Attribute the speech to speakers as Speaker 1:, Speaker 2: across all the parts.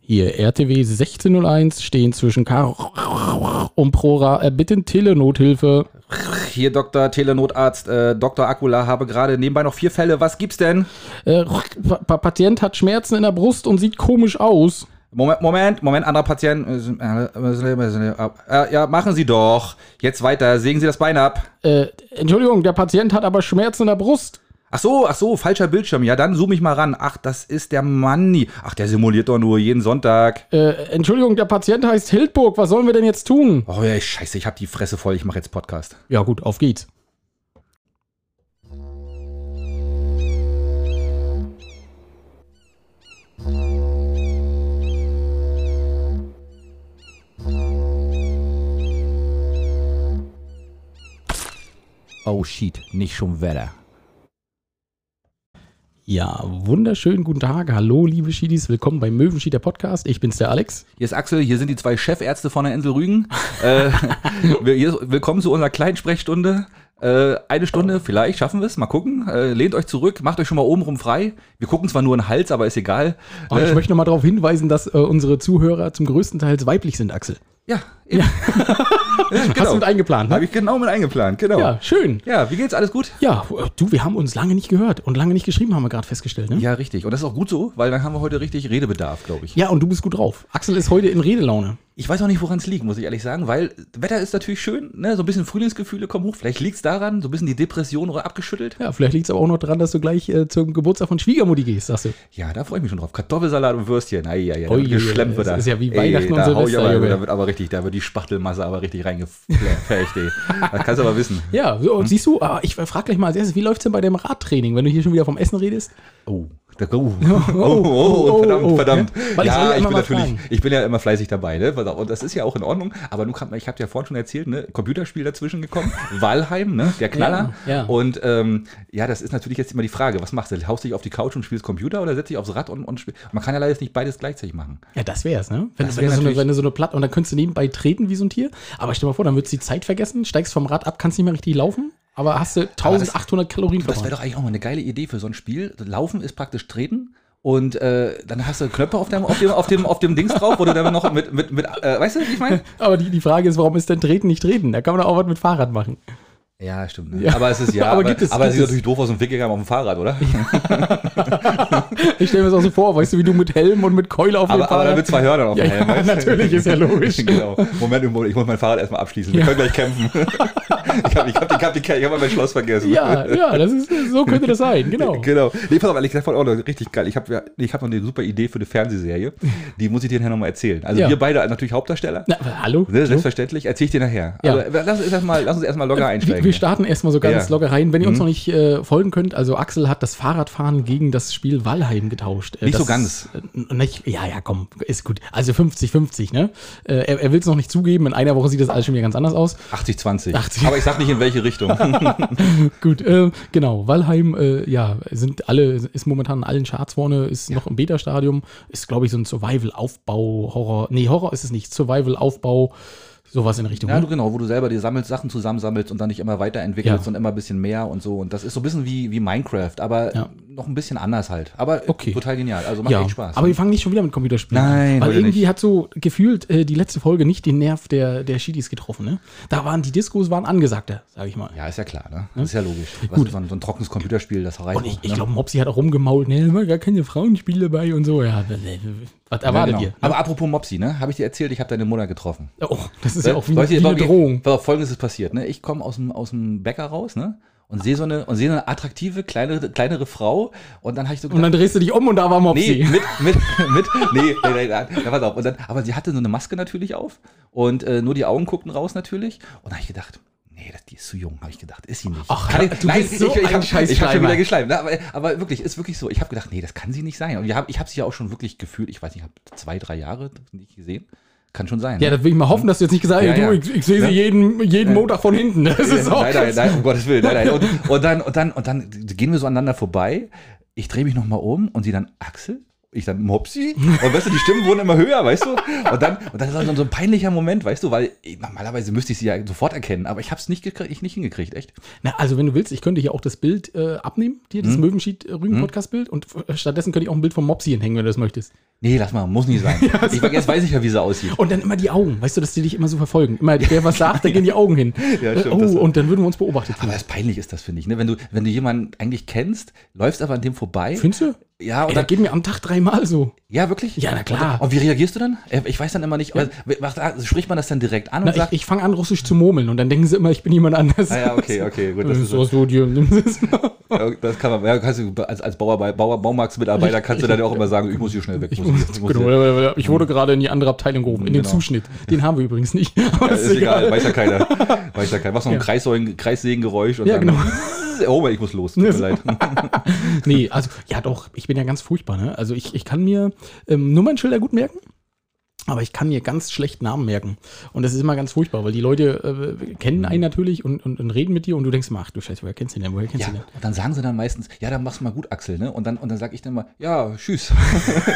Speaker 1: Hier, RTW 1601 stehen zwischen Karo und Prora. Äh, Erbitten Telenothilfe.
Speaker 2: Hier, Dr. Telenotarzt, äh, Dr. Akula, habe gerade nebenbei noch vier Fälle. Was gibt's denn?
Speaker 1: Äh, pa Patient hat Schmerzen in der Brust und sieht komisch aus.
Speaker 2: Moment, Moment, Moment, anderer Patient. Äh, Ja, machen Sie doch. Jetzt weiter, sägen Sie das Bein ab.
Speaker 1: Äh, Entschuldigung, der Patient hat aber Schmerzen in der Brust.
Speaker 2: Ach so, ach so, falscher Bildschirm. Ja, dann zoom ich mal ran. Ach, das ist der Manni. Ach, der simuliert doch nur jeden Sonntag.
Speaker 1: Äh, Entschuldigung, der Patient heißt Hildburg. Was sollen wir denn jetzt tun?
Speaker 2: Oh ja, ich scheiße, ich hab die Fresse voll. Ich mache jetzt Podcast.
Speaker 1: Ja, gut, auf geht's.
Speaker 2: Oh shit, nicht schon Wetter.
Speaker 1: Ja, wunderschönen guten Tag. Hallo, liebe Schiedis. Willkommen bei Möwenschied, der Podcast. Ich bin's, der Alex.
Speaker 2: Hier ist Axel, hier sind die zwei Chefärzte von der Insel Rügen. äh, wir- hier, ist- willkommen zu unserer kleinen Sprechstunde. Äh, eine Stunde, vielleicht schaffen wir es, mal gucken. Äh, lehnt euch zurück, macht euch schon mal obenrum frei. Wir gucken zwar nur in den Hals, aber ist egal.
Speaker 1: Oh, ich möchte nochmal darauf hinweisen, dass äh, unsere Zuhörer zum größten Teil weiblich sind, Axel.
Speaker 2: Ja, eben.
Speaker 1: Hast
Speaker 2: genau.
Speaker 1: du mit eingeplant,
Speaker 2: Habe
Speaker 1: ne?
Speaker 2: ich genau mit eingeplant, genau. Ja.
Speaker 1: Ja, schön.
Speaker 2: ja, wie geht's? Alles gut?
Speaker 1: Ja, äh, du, wir haben uns lange nicht gehört und lange nicht geschrieben, haben wir gerade festgestellt, ne?
Speaker 2: Ja, richtig. Und das ist auch gut so, weil dann haben wir heute richtig Redebedarf, glaube ich.
Speaker 1: Ja, und du bist gut drauf. Axel ist heute in Redelaune.
Speaker 2: Ich weiß auch nicht, woran es liegt, muss ich ehrlich sagen, weil Wetter ist natürlich schön, ne? so ein bisschen Frühlingsgefühle kommen hoch. Vielleicht liegt es daran, so ein bisschen die Depression abgeschüttelt.
Speaker 1: Ja, vielleicht liegt es aber auch noch daran, dass du gleich äh, zum Geburtstag von Schwiegermutti gehst, sagst du.
Speaker 2: Ja, da freue ich mich schon drauf. Kartoffelsalat und Würstchen. Ei, ei, ei, da
Speaker 1: Ui,
Speaker 2: wird geschlemmt
Speaker 1: ui,
Speaker 2: wird
Speaker 1: das
Speaker 2: da.
Speaker 1: ist ja wie Weihnachten
Speaker 2: Ey,
Speaker 1: und
Speaker 2: da hau ich
Speaker 1: Silvester,
Speaker 2: aber,
Speaker 1: Junge.
Speaker 2: Da wird aber richtig, da wird die Spachtelmasse aber richtig reingeflecht, ey. Das kannst du aber wissen.
Speaker 1: Ja, so,
Speaker 2: Hm?
Speaker 1: und siehst du, ah, ich frage gleich mal als erstes, wie läuft's denn bei dem Radtraining, wenn du hier schon wieder vom Essen redest?
Speaker 2: Oh. da- Oh, oh, oh,
Speaker 1: oh,
Speaker 2: verdammt,
Speaker 1: oh,
Speaker 2: verdammt.
Speaker 1: ja. Weil ich soll ja
Speaker 2: ja, ich
Speaker 1: immer
Speaker 2: bin
Speaker 1: mal
Speaker 2: natürlich,
Speaker 1: fragen.
Speaker 2: ich bin ja immer fleißig dabei, ne? Pass auf, Und das ist ja auch in Ordnung. Aber nun kam, ich habe ja vorhin schon erzählt, ne? Computerspiel dazwischen gekommen. Valheim, ne? Der Knaller.
Speaker 1: Ja, ja.
Speaker 2: Und ähm, ja, das ist natürlich jetzt immer die Frage, was machst du? Haust dich auf die Couch und spielst Computer oder setzt dich aufs Rad und, und spielst? Man kann ja leider jetzt nicht beides gleichzeitig machen.
Speaker 1: Ja, das wär's, ne? Wenn,
Speaker 2: Das
Speaker 1: wenn,
Speaker 2: wär
Speaker 1: du so eine,
Speaker 2: natürlich-
Speaker 1: wenn du so eine Platte und dann könntest du nebenbei treten wie so ein Tier. Aber stell dir mal vor, dann würdest du die Zeit vergessen, steigst vom Rad ab, kannst nicht mehr richtig laufen, aber hast du 1800 Kalorien
Speaker 2: Das wäre
Speaker 1: verbrannt.
Speaker 2: doch eigentlich auch mal eine geile Idee für so ein Spiel. Laufen ist praktisch treten und äh, dann hast du Knöpfe auf dem, auf dem, auf dem, auf dem Dings drauf, wo du dann noch mit, mit, mit äh, weißt du, wie ich meine?
Speaker 1: Aber die, die Frage ist, warum ist denn Treten nicht Treten? Da kann man doch auch was mit Fahrrad machen.
Speaker 2: Ja, stimmt. Ne? Aber es ist ja,
Speaker 1: Aber
Speaker 2: aber,
Speaker 1: gibt es-
Speaker 2: aber
Speaker 1: gibt
Speaker 2: es sieht
Speaker 1: es-
Speaker 2: natürlich doof aus dem Weg gegangen auf dem Fahrrad, oder?
Speaker 1: Ich stelle mir das auch so vor, weißt du, wie du mit Helm und mit Keule auf
Speaker 2: aber, aber da wird zwei Hörner auf
Speaker 1: ja,
Speaker 2: dem Helm.
Speaker 1: ja,
Speaker 2: weißt du?
Speaker 1: natürlich, ist ja logisch.
Speaker 2: Genau. Moment, ich muss- ich muss mein Fahrrad erstmal abschließen. Wir
Speaker 1: Ja.
Speaker 2: können gleich kämpfen. ich habe ich hab, die- ich hab, die- ich hab mein Schloss vergessen.
Speaker 1: Ja, ja, das ist, so könnte das sein, genau.
Speaker 2: Genau. Nee, pass auf, ehrlich gesagt, auch noch richtig geil. Ich habe ja, ich hab noch eine super Idee für eine Fernsehserie. Die muss ich dir nachher nochmal erzählen. Also
Speaker 1: Ja.
Speaker 2: wir beide als natürlich Hauptdarsteller.
Speaker 1: Na, hallo?
Speaker 2: Ne, selbstverständlich. Erzähle ich dir nachher.
Speaker 1: Ja.
Speaker 2: Also, lass, uns erst mal, lass uns erstmal locker
Speaker 1: Wir,
Speaker 2: einsteigen.
Speaker 1: wir starten erstmal so ganz
Speaker 2: Ja. Mhm.
Speaker 1: locker rein. Wenn ihr uns noch nicht äh, folgen könnt, also Axel hat das Fahrradfahren gegen das Spiel Walheim getauscht. Äh,
Speaker 2: Nicht
Speaker 1: das,
Speaker 2: so ganz.
Speaker 1: Äh, nicht, ja, ja, komm, ist gut. Also 50-50, ne? Äh, er er will es noch nicht zugeben. In einer Woche sieht das alles schon wieder ganz anders aus.
Speaker 2: 80-20.
Speaker 1: 80.
Speaker 2: Aber ich sag nicht in welche Richtung.
Speaker 1: Gut, äh, genau. Walheim, äh, ja, sind alle, ist momentan in allen Charts vorne, ist noch im Beta-Stadium, ist, glaube ich, so ein Survival-Aufbau-Horror. Nee, Horror ist es nicht. Survival-Aufbau, sowas in Richtung.
Speaker 2: Ja,
Speaker 1: ne?
Speaker 2: du, genau, wo du selber dir sammelst, Sachen zusammensammelst und dann dich immer weiterentwickelst
Speaker 1: Ja.
Speaker 2: und immer ein bisschen mehr und so. Und das ist so ein bisschen wie, wie Minecraft, aber
Speaker 1: Ja.
Speaker 2: noch ein bisschen anders halt. Aber
Speaker 1: Okay.
Speaker 2: total genial. Also macht
Speaker 1: ja,
Speaker 2: echt Spaß.
Speaker 1: aber wir fangen nicht schon wieder mit Computerspielen an.
Speaker 2: Nein,
Speaker 1: Weil
Speaker 2: heute
Speaker 1: irgendwie
Speaker 2: nicht.
Speaker 1: hat so gefühlt äh, die letzte Folge nicht den Nerv der, der Schiedis getroffen. Ne? Da waren die Diskos waren angesagter, sage ich mal.
Speaker 2: ja, ist ja klar, ne? Das ist ja logisch. Was,
Speaker 1: Gut.
Speaker 2: So, ein, so ein trockenes Computerspiel, das reicht
Speaker 1: Und ich,
Speaker 2: auch,
Speaker 1: ich
Speaker 2: ne?
Speaker 1: glaube, Mopsi hat auch rumgemault, ne, war gar keine Frauenspiele dabei und so. Ja, was
Speaker 2: Ja,
Speaker 1: erwartet
Speaker 2: genau.
Speaker 1: ihr?
Speaker 2: Aber apropos Mopsi, ne? Habe ich dir erzählt, ich habe deine Mutter getroffen.
Speaker 1: Oh, das ist ja auch wie,
Speaker 2: Ne? Leute,
Speaker 1: wie eine
Speaker 2: pass auf,
Speaker 1: Drohung.
Speaker 2: Pass auf, Folgendes ist passiert, ne? Ich komme aus dem, aus dem Bäcker raus, ne? Und sehe so eine, und sehe so eine attraktive, kleinere, kleinere Frau. Und dann habe ich so
Speaker 1: Und
Speaker 2: gedacht,
Speaker 1: dann drehst du dich um und da war
Speaker 2: nee,
Speaker 1: Mopsi.
Speaker 2: mit, mit, mit, nee, nein, nein, nein, ja, pass auf. Und dann, aber sie hatte so eine Maske natürlich auf. Und äh, nur die Augen guckten raus natürlich. Und da habe ich gedacht, nee, das, die ist zu jung, habe ich gedacht. Ist sie nicht.
Speaker 1: Ach,
Speaker 2: kann ich,
Speaker 1: du bist so ein
Speaker 2: hab-
Speaker 1: scheiß
Speaker 2: Ich habe schon
Speaker 1: Schleimer.
Speaker 2: wieder geschleimt. Ne? Aber, aber wirklich, ist wirklich so. Ich habe gedacht, nee, das kann sie nicht sein. Und ich habe ich hab sie ja auch schon wirklich gefühlt, ich weiß nicht, ich habe zwei, drei Jahre nicht gesehen. Kann schon sein.
Speaker 1: Ja,
Speaker 2: ne?
Speaker 1: das will ich mal hoffen, dass du jetzt nicht gesagt hast,
Speaker 2: Ja,
Speaker 1: ey, du,
Speaker 2: ja.
Speaker 1: ich, ich sehe sie
Speaker 2: Ja.
Speaker 1: jeden, jeden Montag von hinten. Das ist auch
Speaker 2: nein, nein, nein, um Gottes Willen, nein, nein. Und, und dann, und dann, und dann gehen wir so aneinander vorbei. Ich drehe mich nochmal um und sie dann, Axel? Ich dann Mopsi? Und weißt du, die Stimmen wurden immer höher, weißt du? Und dann, und dann ist das dann so ein peinlicher Moment, weißt du, weil eh, normalerweise müsste ich sie ja sofort erkennen, aber ich habe es nicht, gekrie- ich nicht hingekriegt, echt.
Speaker 1: Na, also wenn du willst, ich könnte hier auch das Bild äh, abnehmen, dir
Speaker 2: Mhm.
Speaker 1: das Möwenschied-Rügen-Podcast-Bild und f- stattdessen könnte ich auch ein Bild von Mopsi hinhängen, wenn du das möchtest.
Speaker 2: Nee, lass mal, muss nicht sein. ich, jetzt weiß ich ja, wie sie aussieht.
Speaker 1: Und dann immer die Augen, weißt du, dass die dich immer so verfolgen. Immer, wer was sagt, da gehen die Augen hin.
Speaker 2: Ja,
Speaker 1: Äh,
Speaker 2: stimmt, das
Speaker 1: oh,
Speaker 2: war-
Speaker 1: und dann würden wir uns beobachtet
Speaker 2: Aber
Speaker 1: fühlen.
Speaker 2: das peinlich ist das, finde ich. Ne? Wenn, du, wenn du jemanden eigentlich kennst, läufst aber an dem vorbei.
Speaker 1: Findest du?
Speaker 2: ja,
Speaker 1: Ey,
Speaker 2: und
Speaker 1: da
Speaker 2: dann,
Speaker 1: geht mir am Tag dreimal so.
Speaker 2: ja, wirklich?
Speaker 1: Ja, na klar.
Speaker 2: Und, und wie reagierst du dann? Äh, Ich weiß dann immer nicht. aber was- ah, spricht man das dann direkt an und
Speaker 1: Na, ich
Speaker 2: sagt.
Speaker 1: ich fange an, russisch zu murmeln und dann denken sie immer, ich bin jemand anders.
Speaker 2: Ah ja, okay, okay, gut.
Speaker 1: Das
Speaker 2: Das,
Speaker 1: ist
Speaker 2: ist,
Speaker 1: so, so, die, nimm das mal.
Speaker 2: ja, das kann man, ja, kannst du als, als Bauer, Bauer, Baumarktsmitarbeiter kannst du dann ja auch immer sagen, ich muss hier schnell weg.
Speaker 1: Ich,
Speaker 2: muss hier, muss
Speaker 1: genau,
Speaker 2: hier.
Speaker 1: äh, ich wurde gerade in die andere Abteilung gerufen, in den
Speaker 2: Genau.
Speaker 1: Zuschnitt. Den haben wir übrigens nicht. Aber
Speaker 2: Ja, ist egal, weiß ja keiner. Weiß ja keiner. Machst noch ein Kreissägen, Kreissägengeräusch und
Speaker 1: Ja,
Speaker 2: dann.
Speaker 1: genau.
Speaker 2: Oh, ich muss los. Tut mir leid.
Speaker 1: Nee, also, ja doch, ich bin ja ganz furchtbar, ne? Also ich, ich kann mir ähm, Nummernschilder gut merken, aber ich kann mir ganz schlecht Namen merken. Und das ist immer ganz furchtbar, weil die Leute äh, kennen
Speaker 2: Mhm.
Speaker 1: einen natürlich und, und, und reden mit dir und du denkst, immer, ach du Scheiße, woher kennst du den denn? Woher kennst
Speaker 2: Ja,
Speaker 1: du den?
Speaker 2: und dann sagen sie dann meistens, ja, dann mach's mal gut, Axel, ne? Und dann, und dann sag ich dann mal, ja, tschüss.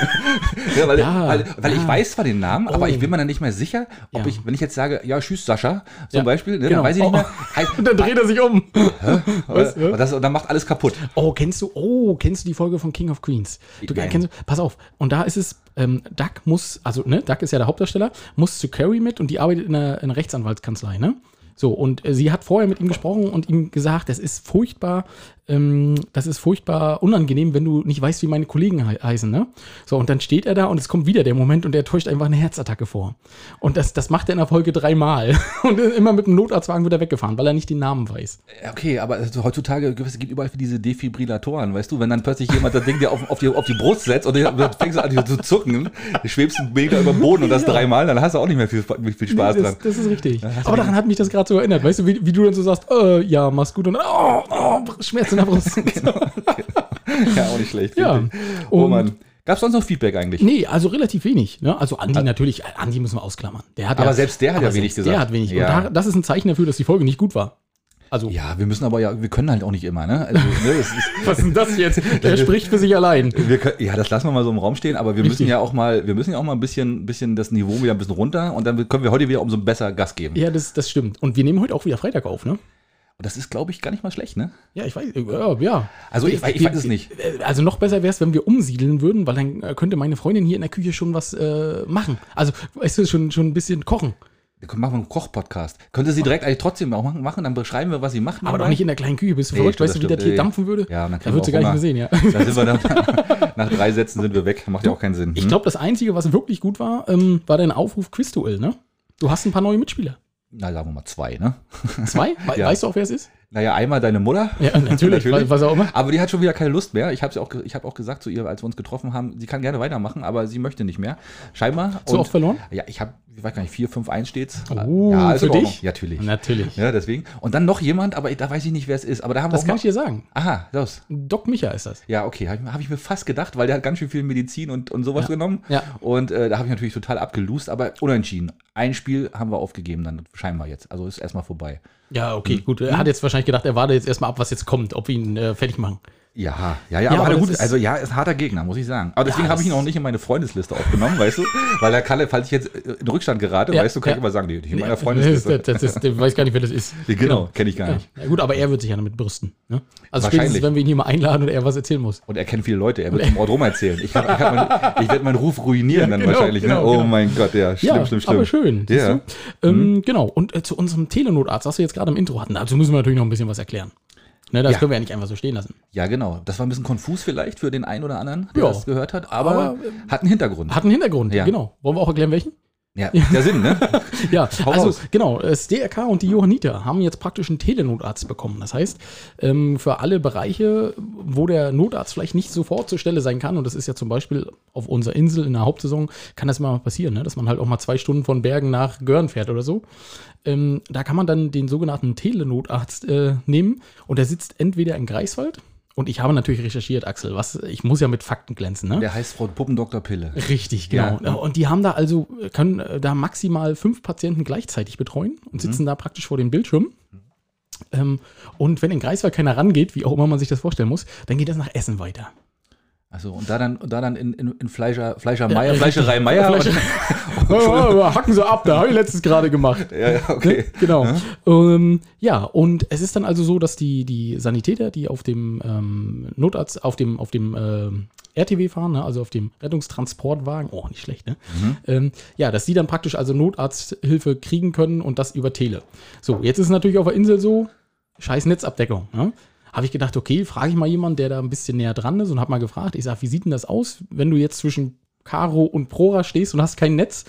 Speaker 2: ja, weil
Speaker 1: Ja,
Speaker 2: weil, weil
Speaker 1: ja.
Speaker 2: ich weiß zwar den Namen, aber
Speaker 1: Oh.
Speaker 2: ich bin mir dann nicht mehr sicher, ob
Speaker 1: Ja.
Speaker 2: ich, wenn ich jetzt sage, ja, tschüss, Sascha, zum
Speaker 1: Ja,
Speaker 2: Beispiel, ne,
Speaker 1: genau.
Speaker 2: dann weiß ich nicht
Speaker 1: Oh.
Speaker 2: mehr. Heißt,
Speaker 1: Und dann dreht er sich um. Was?
Speaker 2: äh, und, das, und dann macht alles kaputt.
Speaker 1: Oh, kennst du, oh, kennst du die Folge von King of Queens? Du äh,
Speaker 2: Nein.
Speaker 1: kennst, pass auf. Und da ist es, ähm, Duck muss, also, ne, Duck ist ja der Hauptdarsteller, muss zu Carrie mit und die arbeitet in einer, in einer Rechtsanwaltskanzlei, ne? So, und äh, sie hat vorher mit ihm gesprochen und ihm gesagt, das ist furchtbar, ähm, das ist furchtbar unangenehm, wenn du nicht weißt, wie meine Kollegen he heißen, ne? So, und dann steht er da und es kommt wieder der Moment und er täuscht einfach eine Herzattacke vor. Und das, das macht er in der Folge dreimal. Und immer mit dem Notarztwagen wird er weggefahren, weil er nicht den Namen weiß.
Speaker 2: Ja, Okay, aber also heutzutage es gibt überall diese Defibrillatoren, weißt du? Wenn dann plötzlich jemand das Ding dir auf, auf, die, auf die Brust setzt und dann fängst du an hier zu zucken, schwebst einen Meter über den Boden und das dreimal, dann hast du auch nicht mehr viel, viel Spaß
Speaker 1: Nee,
Speaker 2: dran.
Speaker 1: das, das ist richtig. Aber daran hat mich das gerade so erinnert. Weißt du, wie, wie du dann so sagst, äh, ja, mach's gut und oh, oh, Schmerz in der Brust.
Speaker 2: Ja, auch nicht schlecht.
Speaker 1: Ja.
Speaker 2: richtig. Oh
Speaker 1: Und-
Speaker 2: Mann. Gab es sonst noch Feedback eigentlich?
Speaker 1: nee, also relativ wenig. Ne? Also Andi natürlich, äh, Andi müssen wir ausklammern. Der hat
Speaker 2: Aber
Speaker 1: ja,
Speaker 2: selbst der hat
Speaker 1: aber
Speaker 2: ja wenig
Speaker 1: selbst
Speaker 2: gesagt.
Speaker 1: Der hat wenig.
Speaker 2: Ja.
Speaker 1: Und da, das ist ein Zeichen dafür, dass die Folge nicht gut war. Also,
Speaker 2: Ja, wir müssen aber ja, wir können halt auch nicht immer, ne? Also, ne es ist,
Speaker 1: was ist denn das jetzt? Der spricht für sich allein.
Speaker 2: wir können, ja, das lassen wir mal so im Raum stehen, aber wir müssen
Speaker 1: Richtig.
Speaker 2: ja auch mal, wir müssen ja auch mal ein bisschen, bisschen das Niveau wieder ein bisschen runter und dann können wir heute wieder umso besser Gas geben.
Speaker 1: Ja, das, das stimmt. Und wir nehmen heute auch wieder Freitag auf, ne?
Speaker 2: Und das ist, glaube ich, gar nicht mal schlecht, ne?
Speaker 1: Ja, ich weiß, ja, ja.
Speaker 2: Also ich, ich, ich weiß es nicht.
Speaker 1: Äh, Also noch besser wäre es, wenn wir umsiedeln würden, weil dann äh, könnte meine Freundin hier in der Küche schon was äh, machen. Also, weißt du, schon, schon ein bisschen kochen.
Speaker 2: Wir können- machen wir einen Koch-Podcast. Könnte sie direkt eigentlich trotzdem auch machen- machen, ne? dann beschreiben wir, was sie macht.
Speaker 1: Aber doch nicht in der kleinen Küche, bist du
Speaker 2: Nee,
Speaker 1: verrückt,
Speaker 2: stimmt,
Speaker 1: weißt du, wie
Speaker 2: das
Speaker 1: das
Speaker 2: stimmt,
Speaker 1: hier
Speaker 2: nee.
Speaker 1: dampfen würde?
Speaker 2: Ja, dann
Speaker 1: da
Speaker 2: kriegen
Speaker 1: würdest du
Speaker 2: wir
Speaker 1: gar nicht mehr
Speaker 2: auch
Speaker 1: sehen, ja.
Speaker 2: Da sind wir dann, nach drei Sätzen sind wir weg. Macht ja auch keinen Sinn. hm?
Speaker 1: Ich glaube, das Einzige, was wirklich gut war, ähm, war dein Aufruf Quizduell, ne? Du hast ein paar neue Mitspieler.
Speaker 2: Na, sagen wir mal zwei, ne?
Speaker 1: Zwei? We
Speaker 2: Ja.
Speaker 1: Weißt du auch, wer es ist?
Speaker 2: Naja, einmal deine Mutter.
Speaker 1: Ja, natürlich, wa- was auch immer.
Speaker 2: Aber die hat schon wieder keine Lust mehr. Ich habe sie auch, ge- ich habe auch gesagt zu ihr, als wir uns getroffen haben, sie kann gerne weitermachen, aber sie möchte nicht mehr. Scheinbar.
Speaker 1: So oft verloren?
Speaker 2: Ja, ich habe, ich weiß gar nicht, 4, 5, 1 steht's.
Speaker 1: Oh,
Speaker 2: ja, ist
Speaker 1: für
Speaker 2: in Ordnung.
Speaker 1: dich?
Speaker 2: Ja, natürlich.
Speaker 1: Natürlich.
Speaker 2: Ja, Oh, deswegen. Und dann noch jemand, aber ich- da weiß ich nicht, wer es ist. Aber da haben
Speaker 1: Das
Speaker 2: wir
Speaker 1: kann
Speaker 2: auch
Speaker 1: ich dir sagen.
Speaker 2: mal, Aha, das.
Speaker 1: Doc Micha ist das.
Speaker 2: Ja, okay, habe ich, mir- hab ich mir fast gedacht, weil der hat ganz schön viel Medizin und, und sowas genommen.
Speaker 1: Ja.
Speaker 2: Und äh, da habe ich natürlich total abgelust, aber unentschieden. Ein Spiel haben wir aufgegeben, dann scheinbar jetzt. Also ist erstmal vorbei.
Speaker 1: Ja, okay, gut. Mhm.
Speaker 2: Mhm.
Speaker 1: Er hat jetzt wahrscheinlich gedacht, er wartet jetzt erstmal ab, was jetzt kommt, ob wir ihn äh, fertig machen.
Speaker 2: Ja, ja, ja,
Speaker 1: Ja,
Speaker 2: aber,
Speaker 1: aber
Speaker 2: hat er
Speaker 1: das
Speaker 2: gut,
Speaker 1: ist-
Speaker 2: also ja, ist ein harter Gegner, muss ich sagen. Aber deswegen
Speaker 1: Ja,
Speaker 2: habe ich ihn
Speaker 1: das-
Speaker 2: auch nicht in meine Freundesliste aufgenommen, weißt du? Weil da kann, er- falls ich jetzt äh, in Rückstand gerate,
Speaker 1: Ja,
Speaker 2: weißt du, kann
Speaker 1: ja.
Speaker 2: ich immer sagen, nee, nicht in meiner
Speaker 1: Das,
Speaker 2: Freundesliste.
Speaker 1: ist- das, ist- ich weiß gar nicht, wer das ist.
Speaker 2: Ja, genau, kenne ich gar nicht.
Speaker 1: Ja, gut, aber er wird sich ja damit brüsten. Ne? Also
Speaker 2: Wahrscheinlich.
Speaker 1: spätestens, wenn wir ihn hier mal einladen und er was erzählen muss.
Speaker 2: Und er kennt viele Leute, er wird im Ort rum erzählen. Ich, hab- ich, hab mein- ich werde meinen Ruf ruinieren dann
Speaker 1: genau,
Speaker 2: wahrscheinlich. Ne?
Speaker 1: genau,
Speaker 2: Oh
Speaker 1: genau.
Speaker 2: mein Gott, ja, schlimm, schlimm, schlimm.
Speaker 1: aber schön. siehst
Speaker 2: Ja. Mhm.
Speaker 1: du? Ähm, Genau. Und äh, zu unserem Telenotarzt, was wir jetzt gerade im Intro hatten, dazu müssen wir natürlich noch ein bisschen was erklären. Ne, das
Speaker 2: Ja.
Speaker 1: können wir ja nicht einfach so stehen lassen.
Speaker 2: Ja, genau. Das war ein bisschen konfus vielleicht für den einen oder anderen, der
Speaker 1: Ja.
Speaker 2: das gehört hat, aber, ähm,
Speaker 1: Aber,
Speaker 2: hat einen Hintergrund.
Speaker 1: Hat einen Hintergrund,
Speaker 2: Ja.
Speaker 1: genau. Wollen wir auch erklären, welchen?
Speaker 2: ja, der Sinn, ne?
Speaker 1: Ja,
Speaker 2: Hau
Speaker 1: also
Speaker 2: raus.
Speaker 1: genau, das DRK und die Johanniter haben jetzt praktisch einen Telenotarzt bekommen. Das heißt, ähm, für alle Bereiche, wo der Notarzt vielleicht nicht sofort zur Stelle sein kann, und das ist ja zum Beispiel auf unserer Insel in der Hauptsaison, kann das immer mal passieren, ne? dass man halt auch mal zwei Stunden von Bergen nach Görn fährt oder so. Ähm, da kann man dann den sogenannten Telenotarzt äh, nehmen und der sitzt entweder in Greifswald. Und ich habe natürlich recherchiert, Axel, was ich muss ja mit Fakten glänzen, ne?
Speaker 2: Der heißt Frau Puppendoktor Pille.
Speaker 1: Richtig, genau.
Speaker 2: Ja.
Speaker 1: Und die haben da also, können äh, da maximal fünf Patienten gleichzeitig betreuen und
Speaker 2: Mhm.
Speaker 1: sitzen da praktisch vor dem Bildschirm. Ähm, und wenn in Greifswald keiner rangeht, wie auch immer man sich das vorstellen muss, dann geht das nach Essen weiter.
Speaker 2: Also und da dann, und da dann in, in, in Fleischer, Fleischer Meier, Fleischerei Meier.
Speaker 1: Fleischer-
Speaker 2: und,
Speaker 1: Oh, oh, hacken sie ab, da habe ich letztens gerade gemacht.
Speaker 2: ja, ja, okay.
Speaker 1: Genau. Ja. Ähm, ja, und es ist dann also so, dass die, die Sanitäter, die auf dem ähm, Notarzt, auf dem, auf dem ähm, RTW fahren, ne, also auf dem Rettungstransportwagen, oh, nicht schlecht, ne? Ähm, ja, dass die dann praktisch also Notarzthilfe kriegen können und das über Tele. So, jetzt ist es natürlich auf der Insel so, scheiß Netzabdeckung, ne? Habe ich gedacht, okay, frage ich mal jemanden, der da ein bisschen näher dran ist und habe mal gefragt, ich sage, wie sieht denn das aus, wenn du jetzt zwischen Caro und Prora stehst und hast kein Netz?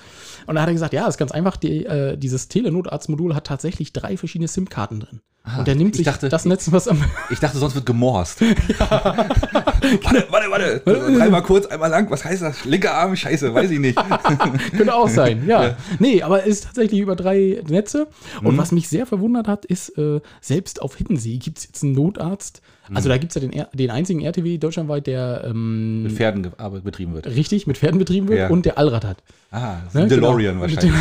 Speaker 1: Und da hat er gesagt, ja, ist ganz einfach, die, äh, dieses Telenotarztmodul hat tatsächlich drei verschiedene SIM-Karten drin. und der nimmt
Speaker 2: Ah, ich
Speaker 1: sich
Speaker 2: dachte-
Speaker 1: das Netz, was am.
Speaker 2: Ich dachte, sonst wird gemorst. warte, warte, Genau. warte. Dreimal kurz, einmal lang. Was heißt das? Linker Arm, scheiße, weiß ich nicht.
Speaker 1: Könnte auch sein, ja. Nee, aber es ist tatsächlich über drei Netze. Und
Speaker 2: Mhm.
Speaker 1: was mich sehr verwundert hat, ist, äh, selbst auf Hiddensee gibt es jetzt einen Notarzt.
Speaker 2: Mhm.
Speaker 1: Also da gibt es ja den, R- den einzigen RTW deutschlandweit, der ähm,
Speaker 2: Mit Pferden ge- Arbeit betrieben wird.
Speaker 1: richtig mit Pferden betrieben wird
Speaker 2: Ja.
Speaker 1: und der Allrad hat.
Speaker 2: Ah, das ist
Speaker 1: Ne,
Speaker 2: ein DeLorean
Speaker 1: genau.
Speaker 2: wahrscheinlich.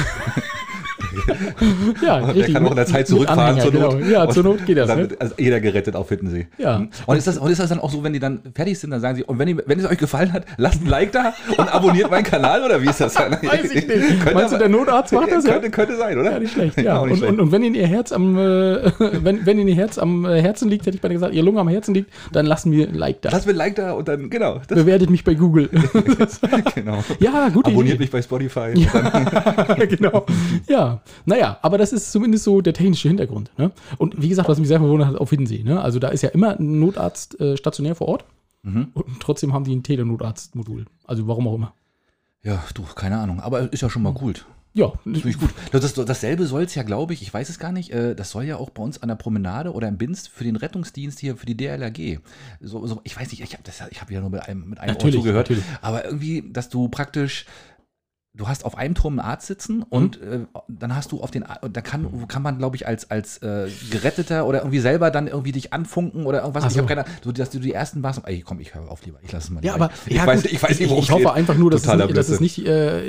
Speaker 1: ja,
Speaker 2: Der kann auch in der Zeit
Speaker 1: mit
Speaker 2: zurückfahren
Speaker 1: Anhänger,
Speaker 2: zur Not.
Speaker 1: Genau. Ja,
Speaker 2: Und
Speaker 1: zur Not geht das.
Speaker 2: Dann
Speaker 1: Ne?
Speaker 2: wird also jeder gerettet auf Hittensee.
Speaker 1: Ja.
Speaker 2: Mhm. Und ist, das, und ist das dann auch so, wenn die dann fertig sind, dann sagen sie, und wenn, ihr, wenn es euch gefallen hat, lasst ein Like da und abonniert meinen Kanal oder wie ist das dann?
Speaker 1: Weiß ich nicht.
Speaker 2: Könnte
Speaker 1: Meinst du, der
Speaker 2: aber-
Speaker 1: Notarzt macht das?
Speaker 2: Könnte, könnte sein, oder?
Speaker 1: Ja, nicht schlecht. Ja.
Speaker 2: Auch
Speaker 1: Und,
Speaker 2: nicht schlecht.
Speaker 1: Und, und wenn Ihnen Ihr Herz am, äh, wenn, wenn Ihnen Ihr Herz am äh, Herzen liegt, hätte ich beinahe gesagt, Ihr Lunge am Herzen liegt, dann lassen wir ein Like da.
Speaker 2: Lasst mir ein Like da und dann, genau. Das,
Speaker 1: Bewertet mich bei Google.
Speaker 2: genau.
Speaker 1: ja, gut.
Speaker 2: Abonniert mich bei Spotify.
Speaker 1: genau. Ja, naja, aber das ist zumindest so der technische Hintergrund. Ne? Und wie gesagt, was mich sehr verwundert hat, auf Hiddensee. Ne? Also da ist ja immer ein Notarzt äh, stationär vor Ort.
Speaker 2: Mhm.
Speaker 1: Und trotzdem haben die ein Telenotarztmodul. Also warum auch immer.
Speaker 2: Ja, du, keine Ahnung. Aber ist ja schon mal gut.
Speaker 1: Ja,
Speaker 2: Finde ich gut. Das, das, dasselbe soll es ja, glaube ich, ich weiß es gar nicht, äh, das soll ja auch bei uns an der Promenade oder im Binz für den Rettungsdienst hier, für die DLRG. So, so, ich weiß nicht, ich habe hab ja nur mit einem, mit einem
Speaker 1: Natürlich,
Speaker 2: zugehört.
Speaker 1: natürlich.
Speaker 2: Aber irgendwie, dass du praktisch, du hast auf einem Turm einen Arzt sitzen und
Speaker 1: Mhm.
Speaker 2: äh, dann hast du auf den, Ar- und da kann, kann man, glaube ich, als, als äh, Geretteter oder irgendwie selber dann irgendwie dich anfunken oder irgendwas.
Speaker 1: Ach
Speaker 2: Ich
Speaker 1: so.
Speaker 2: habe keine Ahnung, so, dass du die ersten warst. Ey, komm, ich höre auf lieber, ich lasse es mal.
Speaker 1: Ja,
Speaker 2: lieber.
Speaker 1: aber
Speaker 2: ich,
Speaker 1: ja,
Speaker 2: weiß,
Speaker 1: gut,
Speaker 2: ich weiß nicht,
Speaker 1: ich,
Speaker 2: worum
Speaker 1: ich hoffe einfach nur, dass es,
Speaker 2: Totaler
Speaker 1: nicht- dass es
Speaker 2: Blödsinn.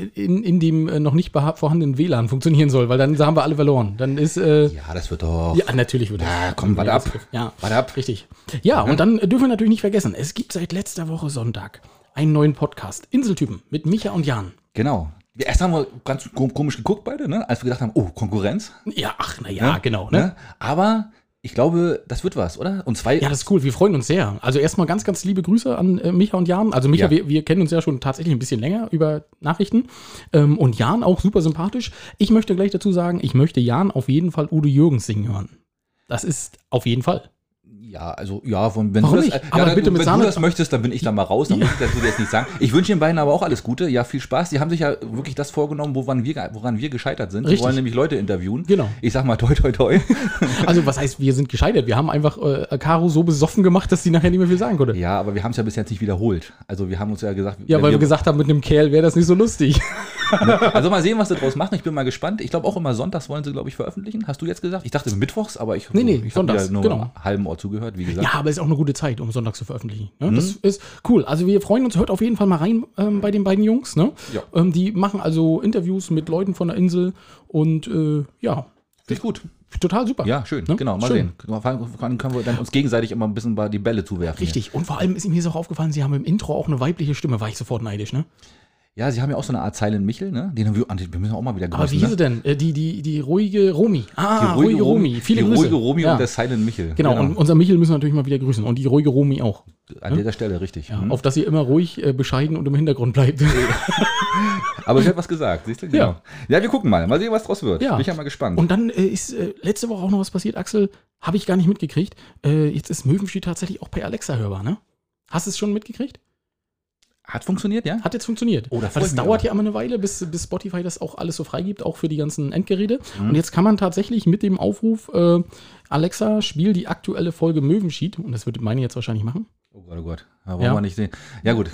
Speaker 1: nicht äh, in, in dem äh, noch nicht beha- vorhandenen WLAN funktionieren soll, weil dann haben wir alle verloren. Dann ist äh,
Speaker 2: Ja, das wird doch.
Speaker 1: ja natürlich wird das.
Speaker 2: Ja, komm, warte ab.
Speaker 1: Ja,
Speaker 2: Warte ab. Mhm.
Speaker 1: richtig. Ja, und dann äh, dürfen wir natürlich nicht vergessen, es gibt seit letzter Woche Sonntag einen neuen Podcast Inseltypen mit Micha und Jan.
Speaker 2: Genau. Ja, Erst haben wir ganz kom- komisch geguckt beide, ne? als wir gedacht haben, oh, Konkurrenz.
Speaker 1: Ja, ach na ja,
Speaker 2: ne?
Speaker 1: genau, ne?
Speaker 2: Ne? Aber ich glaube, das wird was, oder? Und zwei,
Speaker 1: Ja, das ist cool. Wir freuen uns sehr. Also erstmal ganz, ganz liebe Grüße an äh, Micha und Jan. Also Micha,
Speaker 2: Ja.
Speaker 1: wir, wir kennen uns ja schon tatsächlich ein bisschen länger über Nachrichten. Ähm, und Jan auch super sympathisch. Ich möchte gleich dazu sagen, ich möchte Jan auf jeden Fall Udo Jürgens singen hören. Das ist auf jeden Fall.
Speaker 2: ja, also, ja, von, wenn
Speaker 1: Warum
Speaker 2: du das,
Speaker 1: nicht?
Speaker 2: äh,
Speaker 1: Aber
Speaker 2: ja, dann,
Speaker 1: bitte mit
Speaker 2: wenn
Speaker 1: Sahne-
Speaker 2: du das möchtest, dann bin ich da mal raus, dann muss ich dazu jetzt nicht sagen. Ich wünsche den beiden aber auch alles Gute, ja, viel Spaß. Die haben sich ja wirklich das vorgenommen, woran wir, ge- woran wir gescheitert sind. Die
Speaker 1: Richtig.
Speaker 2: wollen nämlich Leute interviewen.
Speaker 1: Genau.
Speaker 2: Ich sag mal, toi, toi, toi.
Speaker 1: Also was heißt, wir sind gescheitert. Wir haben einfach äh, Caro so besoffen gemacht, dass sie nachher nicht mehr viel sagen konnte. Ja.
Speaker 2: ja, aber wir haben es ja bis jetzt nicht wiederholt. Also, wir haben uns ja gesagt, wenn
Speaker 1: weil wir gesagt haben, mit einem Kerl wäre das nicht so lustig.
Speaker 2: Also mal sehen, was sie daraus machen. Ich bin mal gespannt. Ich glaube auch immer sonntags wollen sie, glaube ich, veröffentlichen. Hast du jetzt gesagt? Ich dachte mittwochs, aber ich,
Speaker 1: Nee, nee,
Speaker 2: ich habe
Speaker 1: sonntags,
Speaker 2: wieder nur
Speaker 1: genau.
Speaker 2: am halben Ohr zugehört, wie gesagt.
Speaker 1: Ja, aber ist auch eine gute Zeit, um Sonntag zu veröffentlichen. Ne?
Speaker 2: Mhm.
Speaker 1: Das ist cool. Also wir freuen uns, hört auf jeden Fall mal rein ähm, bei den beiden Jungs. Ne?
Speaker 2: Ja.
Speaker 1: Ähm, die machen also Interviews mit Leuten von der Insel und äh, ja,
Speaker 2: Finde ich gut.
Speaker 1: total super.
Speaker 2: Ja, schön.
Speaker 1: Ne?
Speaker 2: Genau, mal
Speaker 1: Schön.
Speaker 2: sehen. Vor allem- vor allem können wir dann uns gegenseitig immer ein bisschen mal die Bälle zuwerfen.
Speaker 1: Richtig. Und vor allem ist mir ist auch aufgefallen, sie haben im Intro auch eine weibliche Stimme, war ich sofort neidisch, ne?
Speaker 2: Hier. Ja, sie haben ja auch so eine Art Silent Michel, ne? Den haben wir, an den wir müssen auch mal wieder
Speaker 1: Aber wie hieß sie
Speaker 2: ne?
Speaker 1: denn? Äh, die, die, die ruhige Romi. Ah,
Speaker 2: Die ruhige Romi.
Speaker 1: Viele
Speaker 2: die
Speaker 1: Grüße.
Speaker 2: ruhige Romi
Speaker 1: ja.
Speaker 2: und der Silent Michel.
Speaker 1: Genau, und unser Michel müssen wir natürlich mal wieder grüßen. Und die ruhige Romi auch.
Speaker 2: an dieser Stelle, richtig.
Speaker 1: Ja,
Speaker 2: Mhm.
Speaker 1: Auf dass ihr immer ruhig, äh, bescheiden und im Hintergrund bleibt.
Speaker 2: Aber sie hat was gesagt, siehst du? Genau. Ja. wir gucken mal. Mal sehen, was draus wird.
Speaker 1: Ja.
Speaker 2: Bin ich ja mal gespannt.
Speaker 1: Und dann äh, ist äh, letzte Woche auch noch was passiert, Axel. Habe ich gar nicht mitgekriegt. Äh, jetzt ist Möwenspiel tatsächlich auch per Alexa hörbar, ne? Hast du es schon mitgekriegt?
Speaker 2: Hat funktioniert, ja?
Speaker 1: Hat jetzt funktioniert.
Speaker 2: Oh, da
Speaker 1: Weil
Speaker 2: freue ich
Speaker 1: das
Speaker 2: mich
Speaker 1: dauert
Speaker 2: aber.
Speaker 1: ja immer eine Weile, bis, bis Spotify das auch alles so freigibt, auch für die ganzen Endgeräte. Und jetzt kann man tatsächlich mit dem Aufruf äh, Alexa, spiel die aktuelle Folge Möwenschied. Und das wird meine jetzt wahrscheinlich machen.
Speaker 2: Oh Gott, oh Gott. Ja, wollen
Speaker 1: Ja.
Speaker 2: wir nicht sehen. Ja, gut.